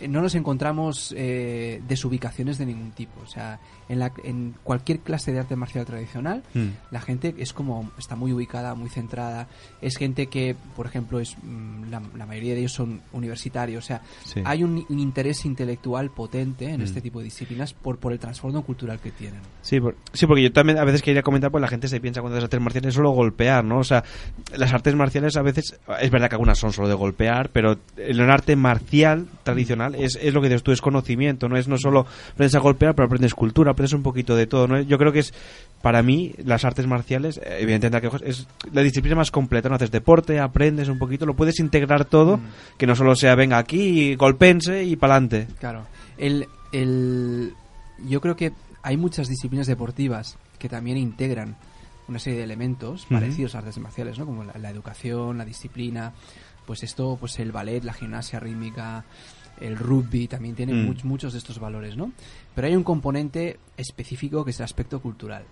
eh, no nos encontramos eh, desubicaciones de ningún tipo. O sea, en, la- en cualquier clase de arte marcial tradicional, Mm. la gente es como está muy ubicada, muy centrada. Es gente que, por ejemplo, es mm, la, la mayoría de ellos son universitarios. O sea, Sí. hay un, un interés intelectual potente en Mm. este tipo de disciplinas por, por el trasfondo cultural que tienen. Sí, por- sí, porque yo también a veces quería comentar, pues la gente se piensa cuando las artes marciales es solo golpear, ¿no? O sea, las artes marciales a veces, es verdad que algunas son solo de golpear, pero en un arte marcial tradicional es, es lo que dices tú, es conocimiento, ¿no? Es no solo aprendes a golpear, pero aprendes cultura, aprendes un poquito de todo, ¿no? Yo creo que es, para mí, las artes marciales, eh, evidentemente, que es la disciplina más completa, ¿no? Haces deporte, aprendes un poquito, lo puedes integrar todo, que no solo sea, venga aquí, golpense y pa'lante. Claro. El, el, yo creo que hay muchas disciplinas deportivas que también integran una serie de elementos Ujú. parecidos a artes marciales, ¿no? Como la, la educación, la disciplina, pues esto, pues el ballet, la gimnasia rítmica, el rugby, también tiene Mm. much- muchos de estos valores, ¿no? Pero hay un Mm. componente específico que es el aspecto cultural.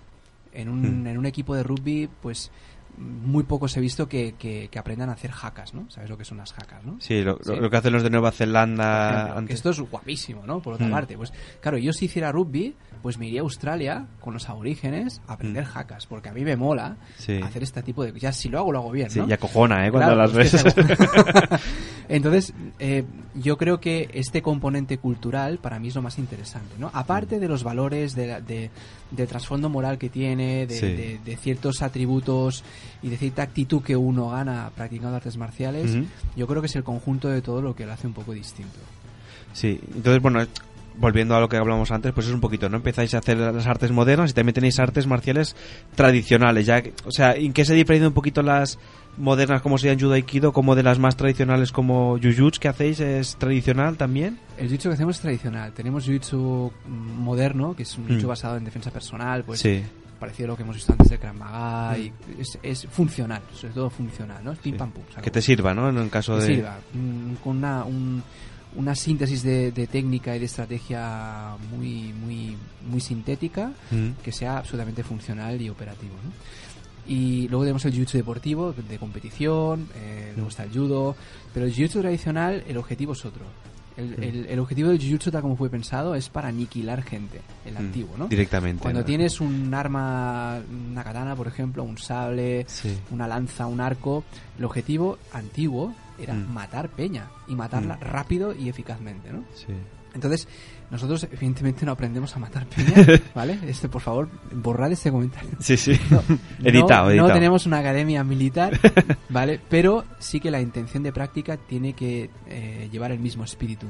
En un, en un equipo de rugby, pues muy pocos he visto que, que- que aprendan a hacer jacas, ¿no? ¿Sabes lo que son las jacas, no? Sí, lo, lo- lo que hacen los de Nueva Por Zelanda. ejemplo, que antes. esto es guapísimo, ¿no? Por otra Mm. parte, pues claro, yo si hiciera rugby, pues me iría a Australia con los aborígenes a aprender jacas, porque a mí me mola Mm. Sí. hacer este tipo de... Ya si lo hago, lo hago bien, Sí, ¿no? y acojona, ¿eh? Cuando las pues, ves. que acojona. Entonces, eh, yo creo que este componente cultural para mí es lo más interesante, ¿no? Mm. Aparte de los valores, de, la- de- del trasfondo moral que tiene, de, Sí. de- de ciertos atributos y de cierta actitud que uno gana practicando artes marciales, Ujú. yo creo que es el conjunto de todo lo que lo hace un poco distinto. Sí, entonces, bueno, eh, volviendo a lo que hablamos antes, pues es un poquito, ¿no? Empezáis a hacer las artes modernas y también tenéis artes marciales tradicionales. ya que- O sea, ¿en qué se diferencian un poquito las modernas como serían Judo Aikido como de las más tradicionales como Jujutsu que hacéis? ¿Es tradicional también? El jiu-jitsu que hacemos es tradicional. Tenemos jiu-jitsu mm, moderno, que es un jiu-jitsu Mm. basado en defensa personal, pues Sí. Mm. parecido a lo que hemos visto antes del Krav Maga, y es, es funcional, sobre todo funcional, ¿no? Es pim pam pum. se Que acabó. te sirva, ¿no? En el caso Que de... sirva, mm, con una, un- una síntesis de, de técnica y de estrategia muy, muy, muy sintética Mm. que sea absolutamente funcional y operativo. ¿no? Y luego tenemos el jiu-jitsu deportivo, de competición, eh, luego está el judo, pero el jiu-jitsu tradicional, el objetivo es otro. El, Mm. el- el objetivo del jiu-jitsu, tal como fue pensado, es para aniquilar gente, el Mm, antiguo, ¿no? directamente, Cuando ¿no? tienes un arma, una katana, por ejemplo, un sable, Sí. una lanza, un arco, el objetivo antiguo era Mm. matar peña y matarla Mm. rápido y eficazmente, ¿no? Sí. Entonces, nosotros evidentemente no aprendemos a matar peña, ¿vale? Este, por favor, borrad este comentario. Sí, sí. No, Editado, no, editado. No tenemos una academia militar, ¿vale? Pero sí que la intención de práctica tiene que eh, llevar el mismo espíritu.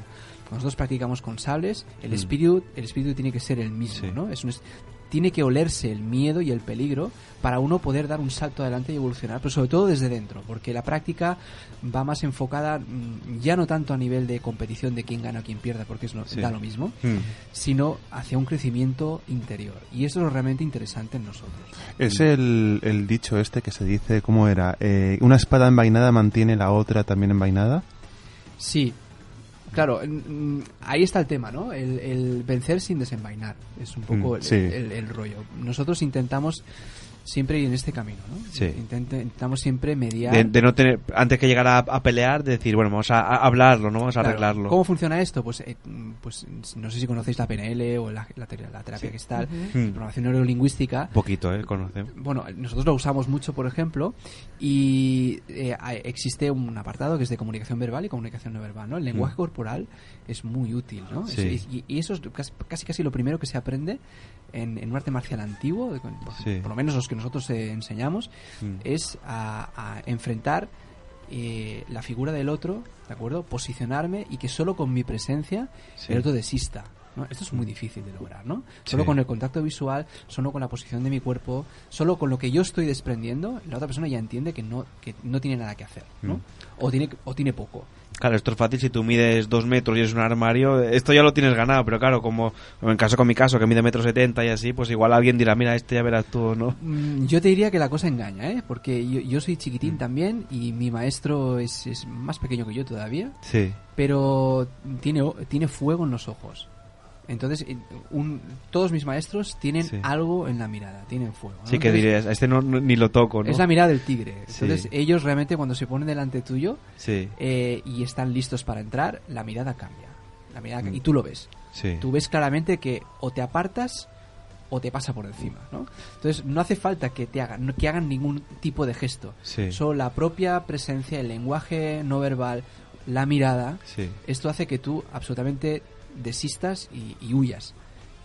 Cuando nosotros practicamos con sables, el Mm. espíritu, el espíritu tiene que ser el mismo, ¿no? Es un es- tiene que olerse el miedo y el peligro para uno poder dar un salto adelante y evolucionar, pero sobre todo desde dentro, porque la práctica va más enfocada mm, ya no tanto a nivel de competición de quién gana o quién pierda, porque es lo, Sí. da lo mismo, Mm. sino hacia un crecimiento interior. Y eso es lo realmente interesante en nosotros. Es el, el dicho este que se dice, ¿cómo era? Eh, una espada envainada mantiene la otra también envainada. Sí. Claro, mm, mm, ahí está el tema, ¿no? El, el vencer sin desenvainar. Es un poco Mm, el, sí. el- el rollo. Nosotros intentamos siempre ir en este camino, ¿no? Sí. Intente- intentamos siempre mediar. De, de no tener, antes que llegar a, a pelear, de decir, bueno, vamos a, a hablarlo, ¿no? Vamos a Claro, arreglarlo. ¿Cómo funciona esto? Pues, eh, mm, pues no sé si conocéis la PNL o la, la ter- la terapia gestal, Ujú. Mm. programación neurolingüística, Poquito, ¿eh? Conocemos. bueno, nosotros lo usamos mucho, por ejemplo, y eh, hay- existe un apartado que es de comunicación verbal y comunicación no verbal, ¿no? El lenguaje Mm. corporal es muy útil, ¿no? Sí. Es- y, y eso es casi, casi casi lo primero que se aprende en, en un arte marcial antiguo, de- con- por, Sí. por lo menos los que nosotros eh, enseñamos, Mm. es a, a enfrentar eh, la figura del otro, ¿de acuerdo? Posicionarme y que solo con mi presencia Sí. Mm. el otro desista. ¿no? Esto es muy difícil de lograr, ¿no? Solo Sí. con el contacto visual, solo con la posición de mi cuerpo, solo con lo que yo estoy desprendiendo, la otra persona ya entiende que no, que no tiene nada que hacer, ¿no? Mm. O, tiene, o tiene poco. Claro, esto es fácil si tú mides dos metros y eres un armario, esto ya lo tienes ganado, pero claro, como como en caso con mi caso, que mide metro setenta y así, pues igual alguien dirá, mira, este ya verás tú, ¿no? Mm, Yo te diría que la cosa engaña, ¿eh? Porque yo, yo soy Mm. chiquitín también y mi maestro es, es más pequeño que yo todavía, Sí. pero tiene, o- tiene fuego en los ojos. Entonces, eh, un- todos mis maestros tienen Sí. algo en la mirada, tienen fuego. ¿no? Sí que Ah, Entonces, dirías, a este no, no- ni lo toco, ¿no? Es la mirada del tigre. Sí. Entonces, ellos realmente cuando se ponen delante tuyo Sí. eh, y están listos para entrar, la mirada cambia. La mirada ca- Y tú lo ves. Mm. Sí. Tú ves claramente que o te apartas o te pasa por encima, ¿no? Entonces no hace falta que te hagan, no- que hagan ningún tipo de gesto. Sí. Solo la propia presencia, el lenguaje no verbal, la mirada, Sí. esto hace que tú absolutamente desistas y, y huyas.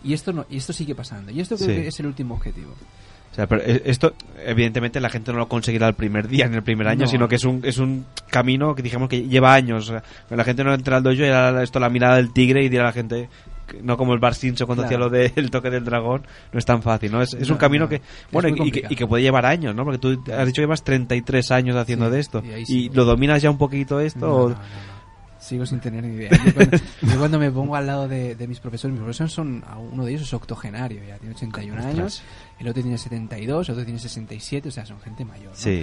Y esto no, y esto sigue pasando. Y esto creo Sí. que es el último objetivo. O sea, pero e- esto, evidentemente, la gente no lo conseguirá el primer día, en el primer año, No. sino que es un, es un camino que dijimos que lleva años. O sea, la gente no entra al dojo y hará esto la mirada del tigre y dirá a la gente, que- no como el Bar Simpson cuando Claro. hacía lo del toque del dragón, no es tan fácil, ¿no? Es, es No, un camino no. que, Es bueno, muy y- y, que, complicado. y que puede llevar años, ¿no? Porque tú has dicho que llevas 33 años haciendo de esto. y ahí Y, sí. lo dominas ya un poquito esto? No, o- no, no, no. Sigo sin tener ni idea. Yo cuando, yo cuando me pongo al lado de, de mis profesores, mis profesores son, a uno de ellos es octogenario, ya tiene 81 Ostras. años, el otro tiene 72, el otro tiene 67, o sea, son gente mayor. ¿no? Sí.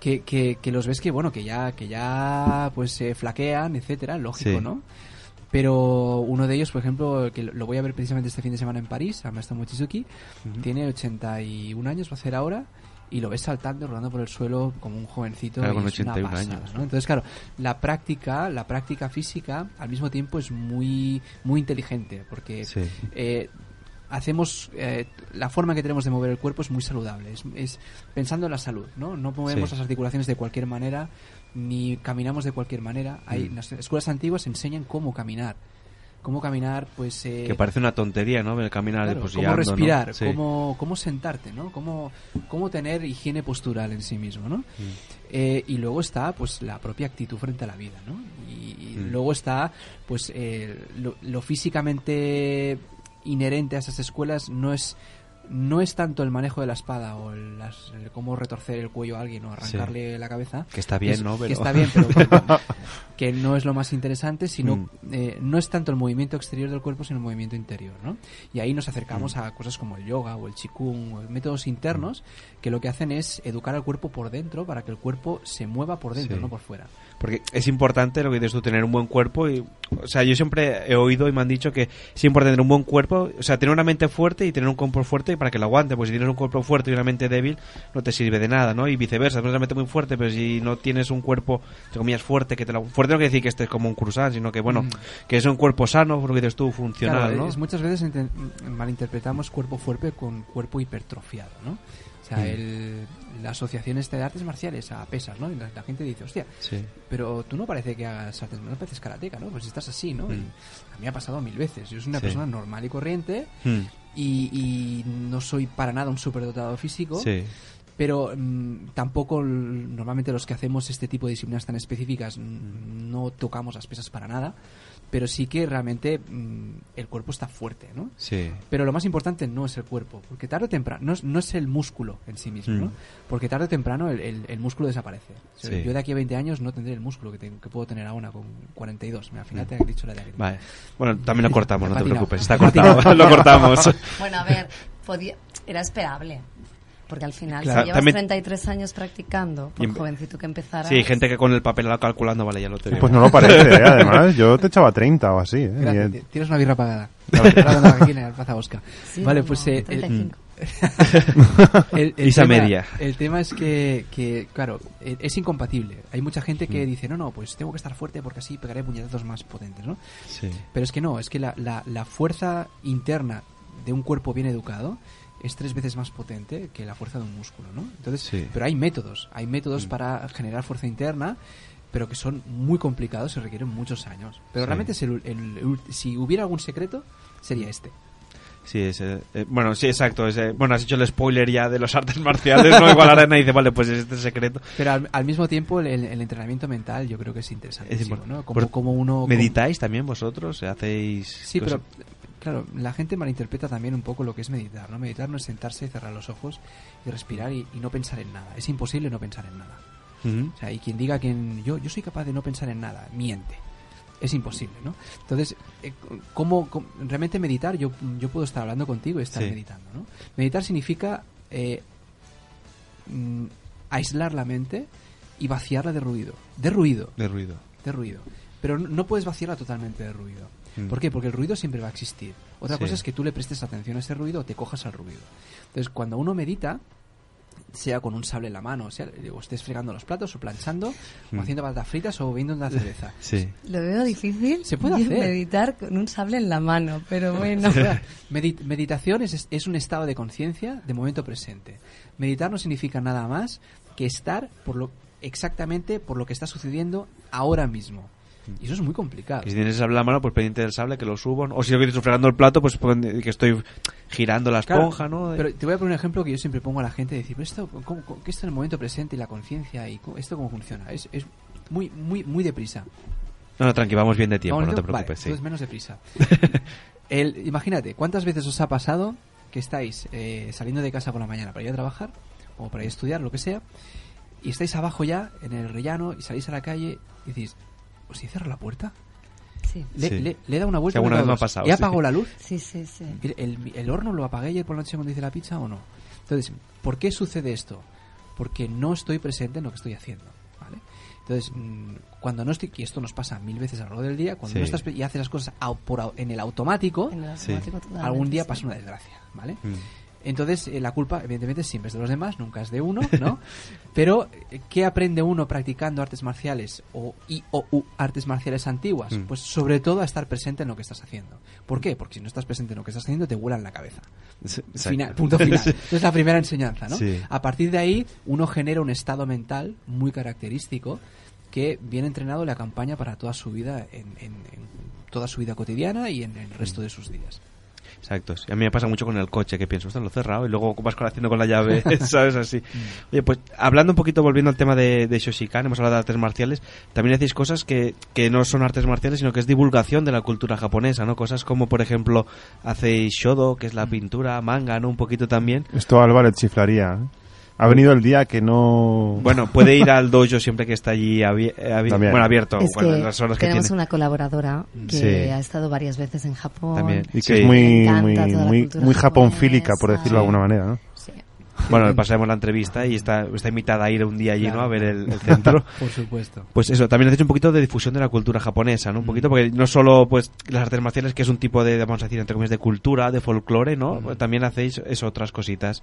Que, que, que los ves que, bueno, que ya, que ya pues se flaquean, etcétera, lógico, Sí. ¿no? Pero uno de ellos, por ejemplo, que lo- lo voy a ver precisamente este fin de semana en París, a Maestro Mochizuki, tiene 81 años, va a hacer ahora, y lo ves saltando, rodando por el suelo como un jovencito. Claro, y con es una 81 pasada, años. ¿no? Entonces, claro, la práctica, la práctica física al mismo tiempo es muy, muy inteligente porque Sí. eh, hacemos eh, la forma que tenemos de mover el cuerpo es muy saludable es, es pensando en la salud no no movemos Sí. las articulaciones de cualquier manera ni caminamos de cualquier manera hay Mm. en las escuelas antiguas enseñan cómo caminar cómo caminar pues eh, Que parece una tontería, ¿no? El caminar claro, pues, cómo guiando, ¿no? respirar Sí. cómo cómo sentarte no cómo cómo tener higiene postural en sí mismo no Mm. eh, y luego está pues la propia actitud frente a la vida, ¿no? Y, y Mm. luego está pues eh, lo, lo físicamente inherente a esas escuelas no es no es tanto el manejo de la espada o el, las- el cómo retorcer el cuello a alguien o arrancarle la cabeza Que está bien, Es- ¿no? que Pero- está bien pero que no es lo más interesante sino Mm. eh, no es tanto el movimiento exterior del cuerpo sino el movimiento interior ¿no? y ahí nos acercamos Mm. a cosas como el yoga o el chikung o métodos internos Mm. que lo que hacen es educar al cuerpo por dentro para que el cuerpo se mueva por dentro Sí. no por fuera Porque es importante lo que dices tú, tener un buen cuerpo. Y, o sea, yo siempre he oído y me han dicho que es importante tener un buen cuerpo, o sea, tener una mente fuerte y tener un cuerpo fuerte para que lo aguante. Pues si tienes un cuerpo fuerte y una mente débil, no te sirve de nada, ¿no? Y viceversa, tienes una mente muy fuerte, pero si no tienes un cuerpo, entre comillas, fuerte, que te lo. Fuerte no quiere decir que estés como un cruzán, sino que, bueno, Mm. que es un cuerpo sano, por lo que dices tú, funcional, Claro, ¿no? es- muchas veces enten- malinterpretamos cuerpo fuerte con cuerpo hipertrofiado, ¿no? O sea, Mm. el- la asociación esta de artes marciales a pesas, ¿no? Y la, la gente dice, hostia, Sí. pero tú no parece que hagas artes, no pareces karateca, ¿no? Pues estás así, ¿no? Mm. Y a mí me ha pasado mil veces. Yo soy una Sí. persona normal y corriente Mm. y, y no soy para nada un superdotado físico. Sí. Pero mm, tampoco l- normalmente los que hacemos este tipo de disciplinas tan específicas mm, no tocamos las pesas para nada, pero sí que realmente mm, el cuerpo está fuerte, ¿no? Sí. Pero lo más importante no es el cuerpo, porque tarde o temprano, no es, no es el músculo en sí mismo, Mm. ¿no? Porque tarde o temprano el, el- el músculo desaparece. O sea, Sí. Yo de aquí a 20 años no tendré el músculo que, tengo, que puedo tener ahora con 42, mira, al final te he dicho la edad que tengo. Vale. Bueno, también lo cortamos, no te Patinado. preocupes, está Patinado. cortado, lo cortamos. Bueno, a ver, podía- era esperable. Porque al final, Claro, si llevas también- 33 años practicando, Y por en- jovencito que empezara. Sí, hay gente que con el papel va calculando, vale, ya lo tenemos. Pues no lo parece, ¿eh? además. Yo te echaba 30 o así. ¿eh? Gracias, Bien. ti- Tienes una birra pagada. Ahora no, aquí en el Plaza Osca. Sí, vale, no, pues. no, eh, el, 35. Isa tema, media. El tema es que, que, claro, eh, es incompatible. Hay mucha gente Mm. que dice, no, no, pues tengo que estar fuerte porque así pegaré puñetazos más potentes, ¿no? Sí. Pero es que no, es que la, la- la fuerza interna de un cuerpo bien educado es tres veces más potente que la fuerza de un músculo, ¿no? Entonces, Sí. pero hay métodos, hay métodos Mm. para generar fuerza interna, pero que son muy complicados y requieren muchos años. Pero Sí. realmente es el- el- el- si hubiera algún secreto, sería este. Sí, es, eh, eh, bueno, sí, exacto. es, eh, bueno, has hecho el spoiler ya de los artes marciales, ¿no? Igual ahora nadie dice, vale, pues es este secreto. Pero al, al mismo tiempo, el, el- el entrenamiento mental yo creo que es interesante. Es importante. ¿no? Como, Por- como uno... ¿Meditáis también vosotros? ¿Hacéis...? Sí, cosas? pero claro, la gente malinterpreta también un poco lo que es meditar, ¿no? Meditar no es sentarse, cerrar los ojos y respirar y, y no pensar en nada. Es imposible no pensar en nada. Ujú. O sea, y quien diga que en- yo, yo soy capaz de no pensar en nada, miente. Es imposible, ¿no? Entonces, eh, ¿cómo, cómo- realmente meditar? Yo, yo puedo estar hablando contigo y estar Sí. meditando, ¿no? Meditar significa eh, mm, aislar la mente y vaciarla de ruido. De ruido De ruido. de ruido. Pero no- no puedes vaciarla totalmente de ruido. Mm. ¿Por qué? Porque el ruido siempre va a existir. Otra Sí. cosa es que tú le prestes atención a ese ruido o te cojas al ruido. Entonces, cuando uno medita, sea con un sable en la mano, o sea, o estés fregando los platos o planchando, Mm. o haciendo patatas fritas o bebiendo una cerveza. Sí. Lo veo difícil. Se puede Yo hacer. meditar con un sable en la mano, pero bueno. O sea, medi- meditación es, es un estado de conciencia de momento presente. Meditar no significa nada más que estar por lo exactamente por lo que está sucediendo ahora mismo. Mm. Y eso es muy complicado. Que si tienes el sable en la mano, pues pendiente del sable, que lo subo. O si lo que estoy fregando el plato, pues pon- que estoy girando la Claro, esponja, ¿no? Pero te voy a poner un ejemplo que yo siempre pongo a la gente: decir, pero esto, ¿cómo, cómo- qué esto en el momento presente y la conciencia y co- esto cómo funciona? Es, es muy, muy, muy deprisa. No, no, tranqui, vamos bien de tiempo, Vamos no te lento, vale, preocupes. sí. entonces menos deprisa. El- imagínate, ¿cuántas veces os ha pasado que estáis eh, saliendo de casa por la mañana para ir a trabajar o para ir a estudiar, lo que sea, y estáis abajo ya en el rellano y salís a la calle y decís, ¿os he cerrado la puerta? Sí. Le, Sí. le- le he dado una vuelta. Sí, alguna le he dado vez me ha dos. pasado, ¿He sí. apagado la luz? Sí, sí, sí. ¿El, el- el horno lo apagué ayer por la noche cuando hice la pizza o no? Entonces, ¿por qué sucede esto? Porque no estoy presente en lo que estoy haciendo, ¿vale? Entonces, mm, cuando no estoy, y esto nos pasa mil veces a lo largo del día, cuando Sí. no estás pre- y haces las cosas au- por au- en el automático, automático, Sí. totalmente, algún día sí. pasa una desgracia, ¿vale? Mm. Entonces, eh, la culpa, evidentemente, siempre es de los demás, nunca es de uno, ¿no? Pero, eh, ¿qué aprende uno practicando artes marciales o, y, o u, artes marciales antiguas? Mm. Pues sobre todo a estar presente en lo que estás haciendo. ¿Por qué? Porque si no estás presente en lo que estás haciendo, te vuelan la cabeza. Sí, exacto. Final, punto final. Sí. Es la primera enseñanza, ¿no? Sí. A partir de ahí, uno genera un estado mental muy característico que bien entrenado le acompaña para toda su vida, en, en- en toda su vida cotidiana y en el Mm. resto de sus días. Exacto. sí. A mí me pasa mucho con el coche, que pienso, esto lo he cerrado y luego vas haciendo con la llave, ¿sabes? Así. Oye, pues hablando un poquito, volviendo al tema de, de Shoshikan, hemos hablado de artes marciales, también hacéis cosas que, que no son artes marciales, sino que es divulgación de la cultura japonesa, ¿no? Cosas como, por ejemplo, hacéis shodo, que es la pintura, manga, ¿no? Un poquito también. Esto Álvarez chiflaría. ¿eh? Ha venido el día que no... Bueno, puede ir al dojo siempre que está allí abi- eh, abi- También. bueno, abierto, Es bueno, que las horas que tenemos tiene. una colaboradora que Sí. ha estado varias veces en Japón. También. Y que Sí. es Me muy, encanta muy, toda la muy, cultura muy japonfílica, por decirlo de alguna manera, ¿no? Bueno, le pasaremos la entrevista y está, está invitada a ir un día allí, ¿no? A ver el, el centro. Por supuesto. Mm. Pues eso, también hacéis un poquito de difusión de la cultura japonesa, ¿no? Un poquito, porque no solo pues las artes marciales, que es un tipo de, vamos a decir, entre comillas, de cultura, de folclore, ¿no? Mm. Pues También hacéis eso, otras cositas.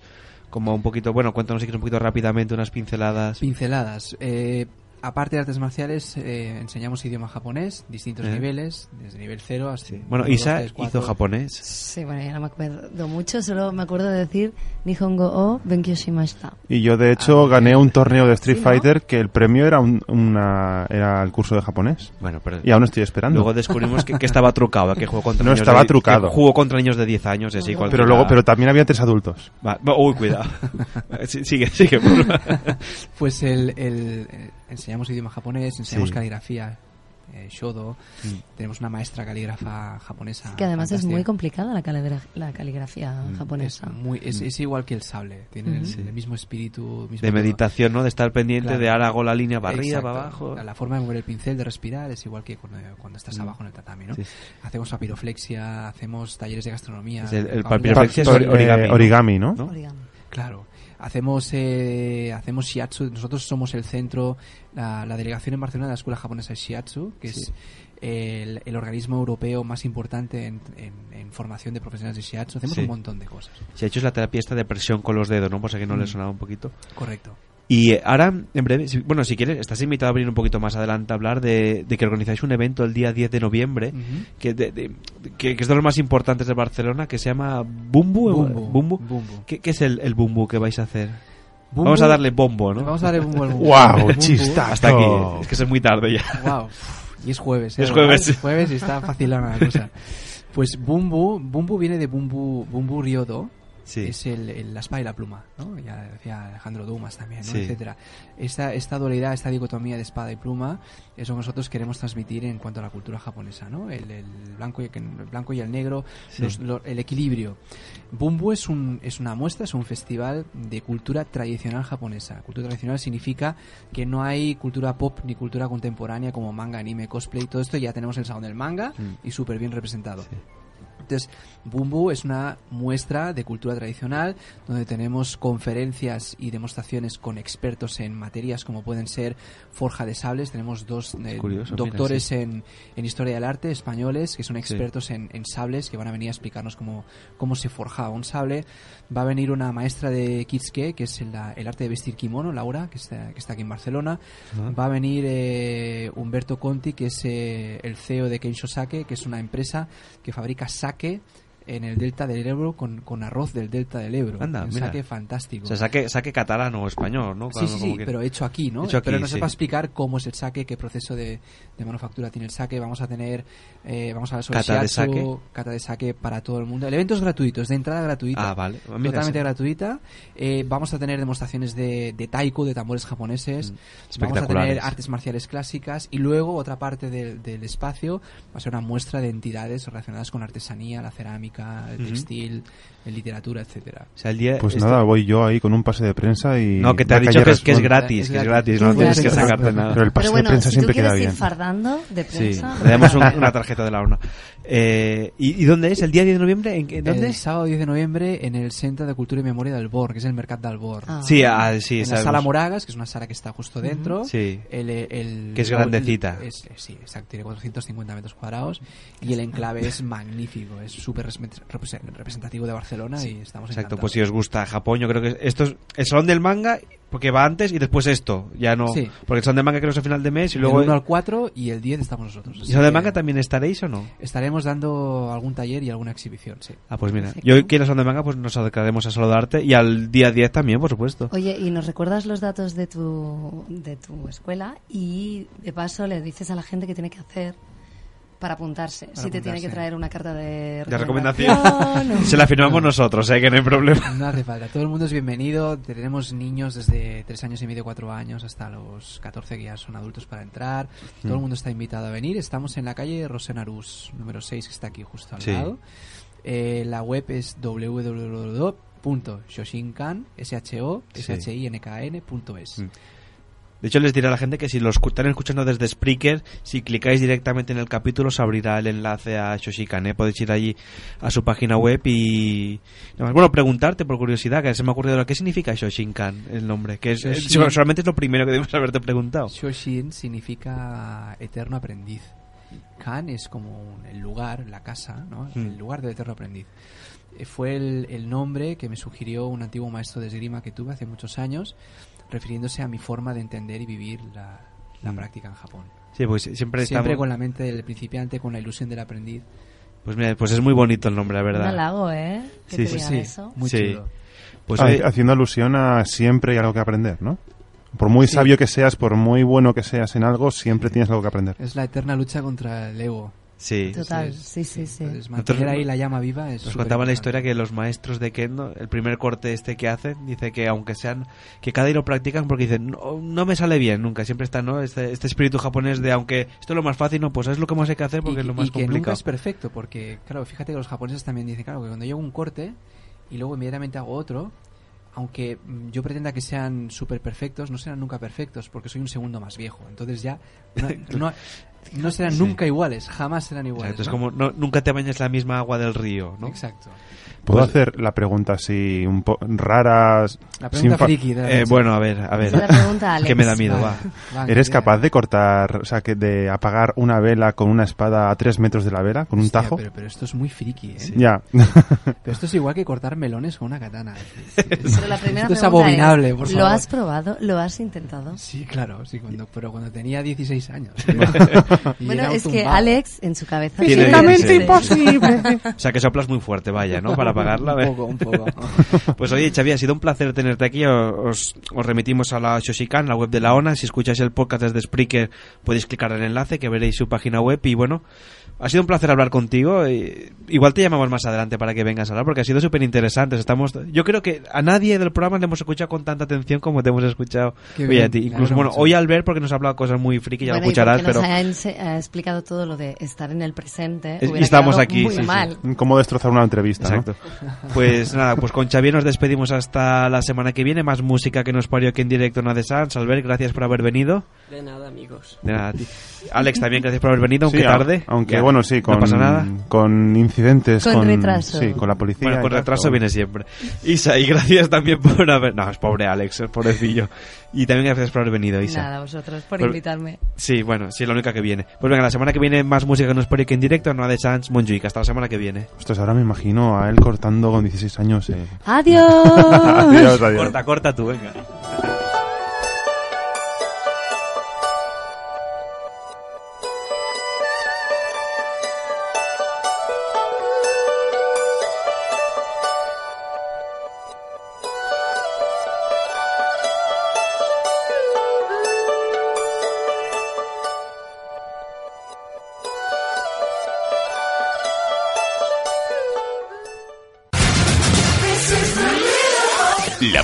Como un poquito, bueno, cuéntanos si quieres un poquito rápidamente unas pinceladas. Pinceladas. Eh, aparte de artes marciales, eh, enseñamos idioma japonés, distintos Eh. niveles, desde nivel 0 hasta... Bueno, uno, dos, Isa tres, cuatro. hizo japonés. Sí, bueno, ya no me acuerdo mucho, solo me acuerdo de decir Nihongo o Benkyo shimashita. Y yo, de hecho, gané un torneo de Street Sí, ¿no? Fighter que el premio era, un- una, era el curso de japonés. Bueno, pero- Y aún estoy esperando. Luego descubrimos que, que estaba trucado, que jugó contra No niños estaba de- que trucado. Jugó contra niños de 10 años, así cualquiera. Pero luego, pero también había tres adultos. Va- va- uy, cuidado. Sí, sigue, sigue. por favor. pues el, el- eh, enseñamos idioma japonés, enseñamos Sí. Mm. caligrafía, eh, shodo, tenemos una maestra calígrafa japonesa. Que además es fantástica. muy complicada la, caligra- la caligrafía japonesa. Mm, Muy- es, es igual que el sable, tiene el- Mm. Sí. el mismo espíritu. mismo De todo. meditación, ¿no? De estar pendiente Claro. de ahora hago la línea barrida Exacto. para abajo. Mm. La forma de mover el pincel, de respirar, es igual que cuando, cuando estás abajo en el tatami, ¿no? Sí, sí. Hacemos papiroflexia, hacemos talleres de gastronomía. Es Ah, el- el acabamos de- papiroflexia es ori- origami, Eh, ¿no? origami, ¿no? Claro. Hacemos, eh, hacemos shiatsu. Nosotros somos el centro, la, la delegación en Barcelona de la Escuela Japonesa de Shiatsu, que Sí. es el, el organismo europeo más importante en, en- en formación de profesionales de shiatsu. Hacemos Sí. un montón de cosas. Si ha hecho es la terapia esta de presión con los dedos, ¿no? Por si a que no le Mm. sonaba un poquito. Correcto. Y eh, ahora, en breve, si- bueno, si quieres, estás invitado a venir un poquito más adelante a hablar de, de que organizáis un evento el día 10 de noviembre, Ujú. que, de- de- que, que es de los más importantes de Barcelona, que se llama Bumbu. ¿eh? Bumbu, Bumbu. Bumbu. ¿Qué, qué es el, el Bumbu que vais a hacer? Bumbu- Vamos a darle bombo, ¿no? Vamos a darle bumbo al bumbu. ¡Guau! Bumbu. chistazo. Hasta aquí. Es que es muy tarde ya. Wow. Y es jueves, ¿eh? Es jueves. Es jueves y está facilona la cosa. Pues Bumbu, Bumbu viene de Bumbu, Bumbu Ryodo. Es el, el- la espada y la pluma, ¿no? Ya decía Alejandro Dumas también, ¿no? Sí. etcétera. Esta, esta dualidad, esta dicotomía de espada y pluma, eso que nosotros queremos transmitir en cuanto a la cultura japonesa, ¿no? El, el blanco, y, que- el blanco y el negro, Sí. los- lo- el equilibrio. Bumbu es, un, es una muestra, es un festival de cultura tradicional japonesa. Cultura tradicional significa que no hay cultura pop ni cultura contemporánea como manga, anime, cosplay, todo esto ya tenemos el salón del manga Mm. y súper bien representado. Entonces, Bumbu es una muestra de cultura tradicional donde tenemos conferencias y demostraciones con expertos en materias como pueden ser forja de sables. Tenemos dos eh, curioso, doctores mira, en, en historia del arte españoles que son Sí. expertos en, en sables que van a venir a explicarnos cómo, cómo se forjaba un sable. Va a venir una maestra de Kitsuke, que es la- el arte de vestir kimono, Laura, que está, que está aquí en Barcelona. Ah. Va a venir eh, Humberto Conti, que es eh, el CEO de Kensho Sake, que es una empresa que fabrica sake en el delta del Ebro con, con arroz del delta del Ebro. Anda, un mira. sake fantástico. O sea, saque, saque catalán o español, ¿no? Sí, sí, Como sí, que- pero hecho aquí, ¿no? Hecho aquí, pero nos sí. va a explicar cómo es el saque, qué proceso de, de manufactura tiene el saque. Vamos a tener, eh, vamos a hablar sobre Cata de shiatsu, sake. cata de saque para todo el mundo. El evento es gratuito, es de entrada gratuita. Ah, vale. Ah, mira, Totalmente sí. gratuita. Eh, vamos a tener demostraciones de, de taiko, de tambores japoneses. Vamos a tener Mm, espectaculares. artes marciales clásicas. Y luego otra parte del, del espacio va a ser una muestra de entidades relacionadas con la artesanía, la cerámica, el Ujú. textil, la literatura, etcétera. O sea, el Eh, día- Pues este- nada, voy yo ahí con un pase de prensa y... No, que te ha la dicho calle que es, que es responde. gratis, que es gratis, no Bueno, tienes que pero- sacarte nada. Pero el pase Pero bueno, de prensa si tú siempre quieres queda ir bien. fardando de prensa... Sí, le damos un- una tarjeta de la urna. Eh, ¿y, y dónde es? ¿El día 10 de noviembre? ¿En, qué- Eh, dónde El es? sábado 10 de noviembre en el Centro de Cultura y Memoria del Bor, que es el Mercat del Bor. Ah. Sí, ah, sí, En la sabemos. Sala Moragas, que es una sala que está justo dentro. Ujú. Sí. El, eh, el- Que es grandecita. es- eh, sí, exacto, tiene 450 metros cuadrados. Y el enclave es magnífico, es súper res- represent- represen- representativo de Barcelona y estamos Exacto, encantados. pues si os gusta Japón, yo creo que esto es el salón del manga, porque va antes y después esto, ya no. Sí. Porque el salón del manga creo que es a final de mes y Luego pues, luego. el 1 al 4 y el 10 estamos nosotros. ¿Y Así salón del que manga también estaréis o no? Estaremos dando algún taller y alguna exhibición, sí. Ah, pues mira, Perfecto. yo que el salón del manga pues nos acercaremos a saludarte y al día 10 también, por supuesto. Oye, y nos recuerdas los datos de tu, de tu escuela y de paso le dices a la gente qué tiene que hacer para apuntarse. si te tiene apuntarse. que traer una carta de De recomendación. recomendación. Se la firmamos nosotros, ¿eh? que no hay problema. No hace falta, todo el mundo es bienvenido. Tenemos niños desde 3 años y medio, 4 años, hasta los 14 que ya son adultos para entrar. Todo el Mm. mundo está invitado a venir. Estamos en la calle Rosenarús, número 6, que está aquí justo al Sí. lado. Eh, la web es www.shoshinkan.es. Mm. De hecho, les diré a la gente que si lo escu- están escuchando desde Spreaker, si clicáis directamente en el capítulo, se abrirá el enlace a Shoshikane. Podéis ir allí a su página web y. nada más, Bueno, preguntarte por curiosidad, que se me ha ocurrido ahora, ¿qué significa Shoshinkan el nombre? Que es, es- Shoshin- solamente es lo primero que debemos haberte preguntado. Shoshin significa eterno aprendiz. Kan es como un- el lugar, la casa, ¿no? el Mm. lugar del eterno aprendiz. Eh, Fue el, el nombre que me sugirió un antiguo maestro de esgrima que tuve hace muchos años, refiriéndose a mi forma de entender y vivir la, la Mm. práctica en Japón. Sí, pues siempre estamos- con la mente del principiante, con la ilusión del aprendiz. Pues mira, pues es muy bonito el nombre, la Un verdad. halago, ¿eh? Que te digan eso. Sí. Pues Ha- oye, haciendo alusión a siempre hay algo que aprender, ¿no? Por muy sabio que seas, por muy bueno que seas en algo, siempre tienes algo que aprender. Es la eterna lucha contra el ego. Sí. Total, Entonces, sí, sí, sí. entonces, mantener ahí la llama viva es Nos súper contaban la historia que los maestros de Kendo, el primer corte este que hacen, dice que aunque sean, que cada día lo practican porque dicen, no, no me sale bien nunca, siempre está, ¿no? Este, este espíritu japonés de, aunque esto es lo más fácil, no, pues es lo que más hay que hacer porque y, es lo y más que nunca complicado. es perfecto, porque, claro, fíjate que los japoneses también dicen, claro, que cuando yo hago un corte y luego inmediatamente hago otro, aunque mm, yo pretenda que sean súper perfectos, no serán nunca perfectos, porque soy un segundo más viejo. Entonces ya no, no- no serán Sí. nunca iguales, jamás serán iguales. Exacto, es ¿no? como, no- nunca te bañes la misma agua del río, ¿no? Exacto. Pues ¿Puedo hacer la pregunta así un po raras? La pregunta fa- friki de la Eh, noche. bueno, a ver, a ver. Esa es la pregunta, Alex. que me da miedo, Vale. va. Vale, ¿Eres ya. capaz de cortar, o sea, que de apagar una vela con una espada a tres metros de la vela, con un Hostia, tajo? Pero, pero esto es muy friki, ¿eh? Ya. Pero esto es igual que cortar melones con una katana. Pero la primera esto es pregunta abominable, por favor. ¿Lo has probado? ¿Lo has intentado? Sí, claro, sí, cuando, pero cuando tenía 16 años. Y Bueno, era un es que tumbao. Alex, en su cabeza... Tiene Físicamente que- imposible. o sea, que soplas muy fuerte, vaya, ¿no? Para apagarla. Un poco, un poco. Pues oye, Xavi, ha sido un placer tenerte aquí. O- Os, os remitimos a la Shoshikan, la web de la ONA. Si escucháis el podcast desde Spreaker, podéis clicar en el enlace que veréis su página web. Y bueno, ha sido un placer hablar contigo. Eh, Igual te llamamos más adelante para que vengas a hablar, porque ha sido súper interesante. Estamos, yo creo que a nadie del programa le hemos escuchado con tanta atención como te hemos escuchado Qué hoy a bien, ti. me Incluso, alegro bueno, mucho. hoy al ver, porque nos ha hablado cosas muy friki, ya Bueno, lo y escucharás, porque pero. nos ha, ense- ha explicado todo lo de estar en el presente. Es- y hubiera estamos quedado aquí, Muy sí, sí. mal. ¿Cómo destrozar una entrevista? no? Exacto. Pues nada, pues con Xavier nos despedimos hasta la semana que viene. Más música que nos parió aquí en directo en Adesans. Albert, gracias por haber venido. De nada, amigos. De nada, a ti. Alex, también gracias por haber venido, aunque Sí, a- tarde. Aunque Ya, bueno, sí, con, No pasa nada. con incidentes. Con retraso. Sí, con la policía. Bueno, y con tal, retraso pero viene siempre. Isa, y gracias también por haber... No, es pobre Alex, es pobrecillo. Y también gracias por haber venido, Isa. Nada, vosotros, por Pues- invitarme. Sí, bueno, sí, la única que viene. Pues venga, la semana que viene más música que nos parió aquí en directo en Adesans, Monjuic. Hasta la semana que viene. Ostras, ahora me imagino a él cortando con 16 años. eh. Adiós. Adiós, adiós. Corta, corta tú, venga. La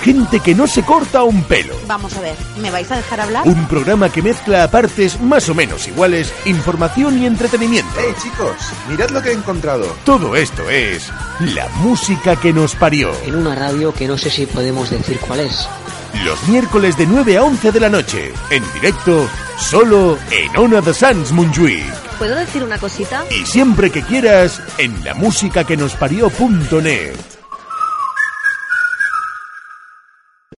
Gente que no se corta un pelo. Vamos a ver, ¿me vais a dejar hablar? Un programa que mezcla a partes más o menos iguales información y entretenimiento. ¡Hey Eh, chicos! Mirad lo que he encontrado. Todo esto es la música que nos parió. En una radio que no sé si podemos decir cuál es. Los miércoles de 9 a 11 de la noche, en directo, solo en Ona de Sans Montjuïc. ¿Puedo decir una cosita? Y siempre que quieras, en la música que nos parió.net.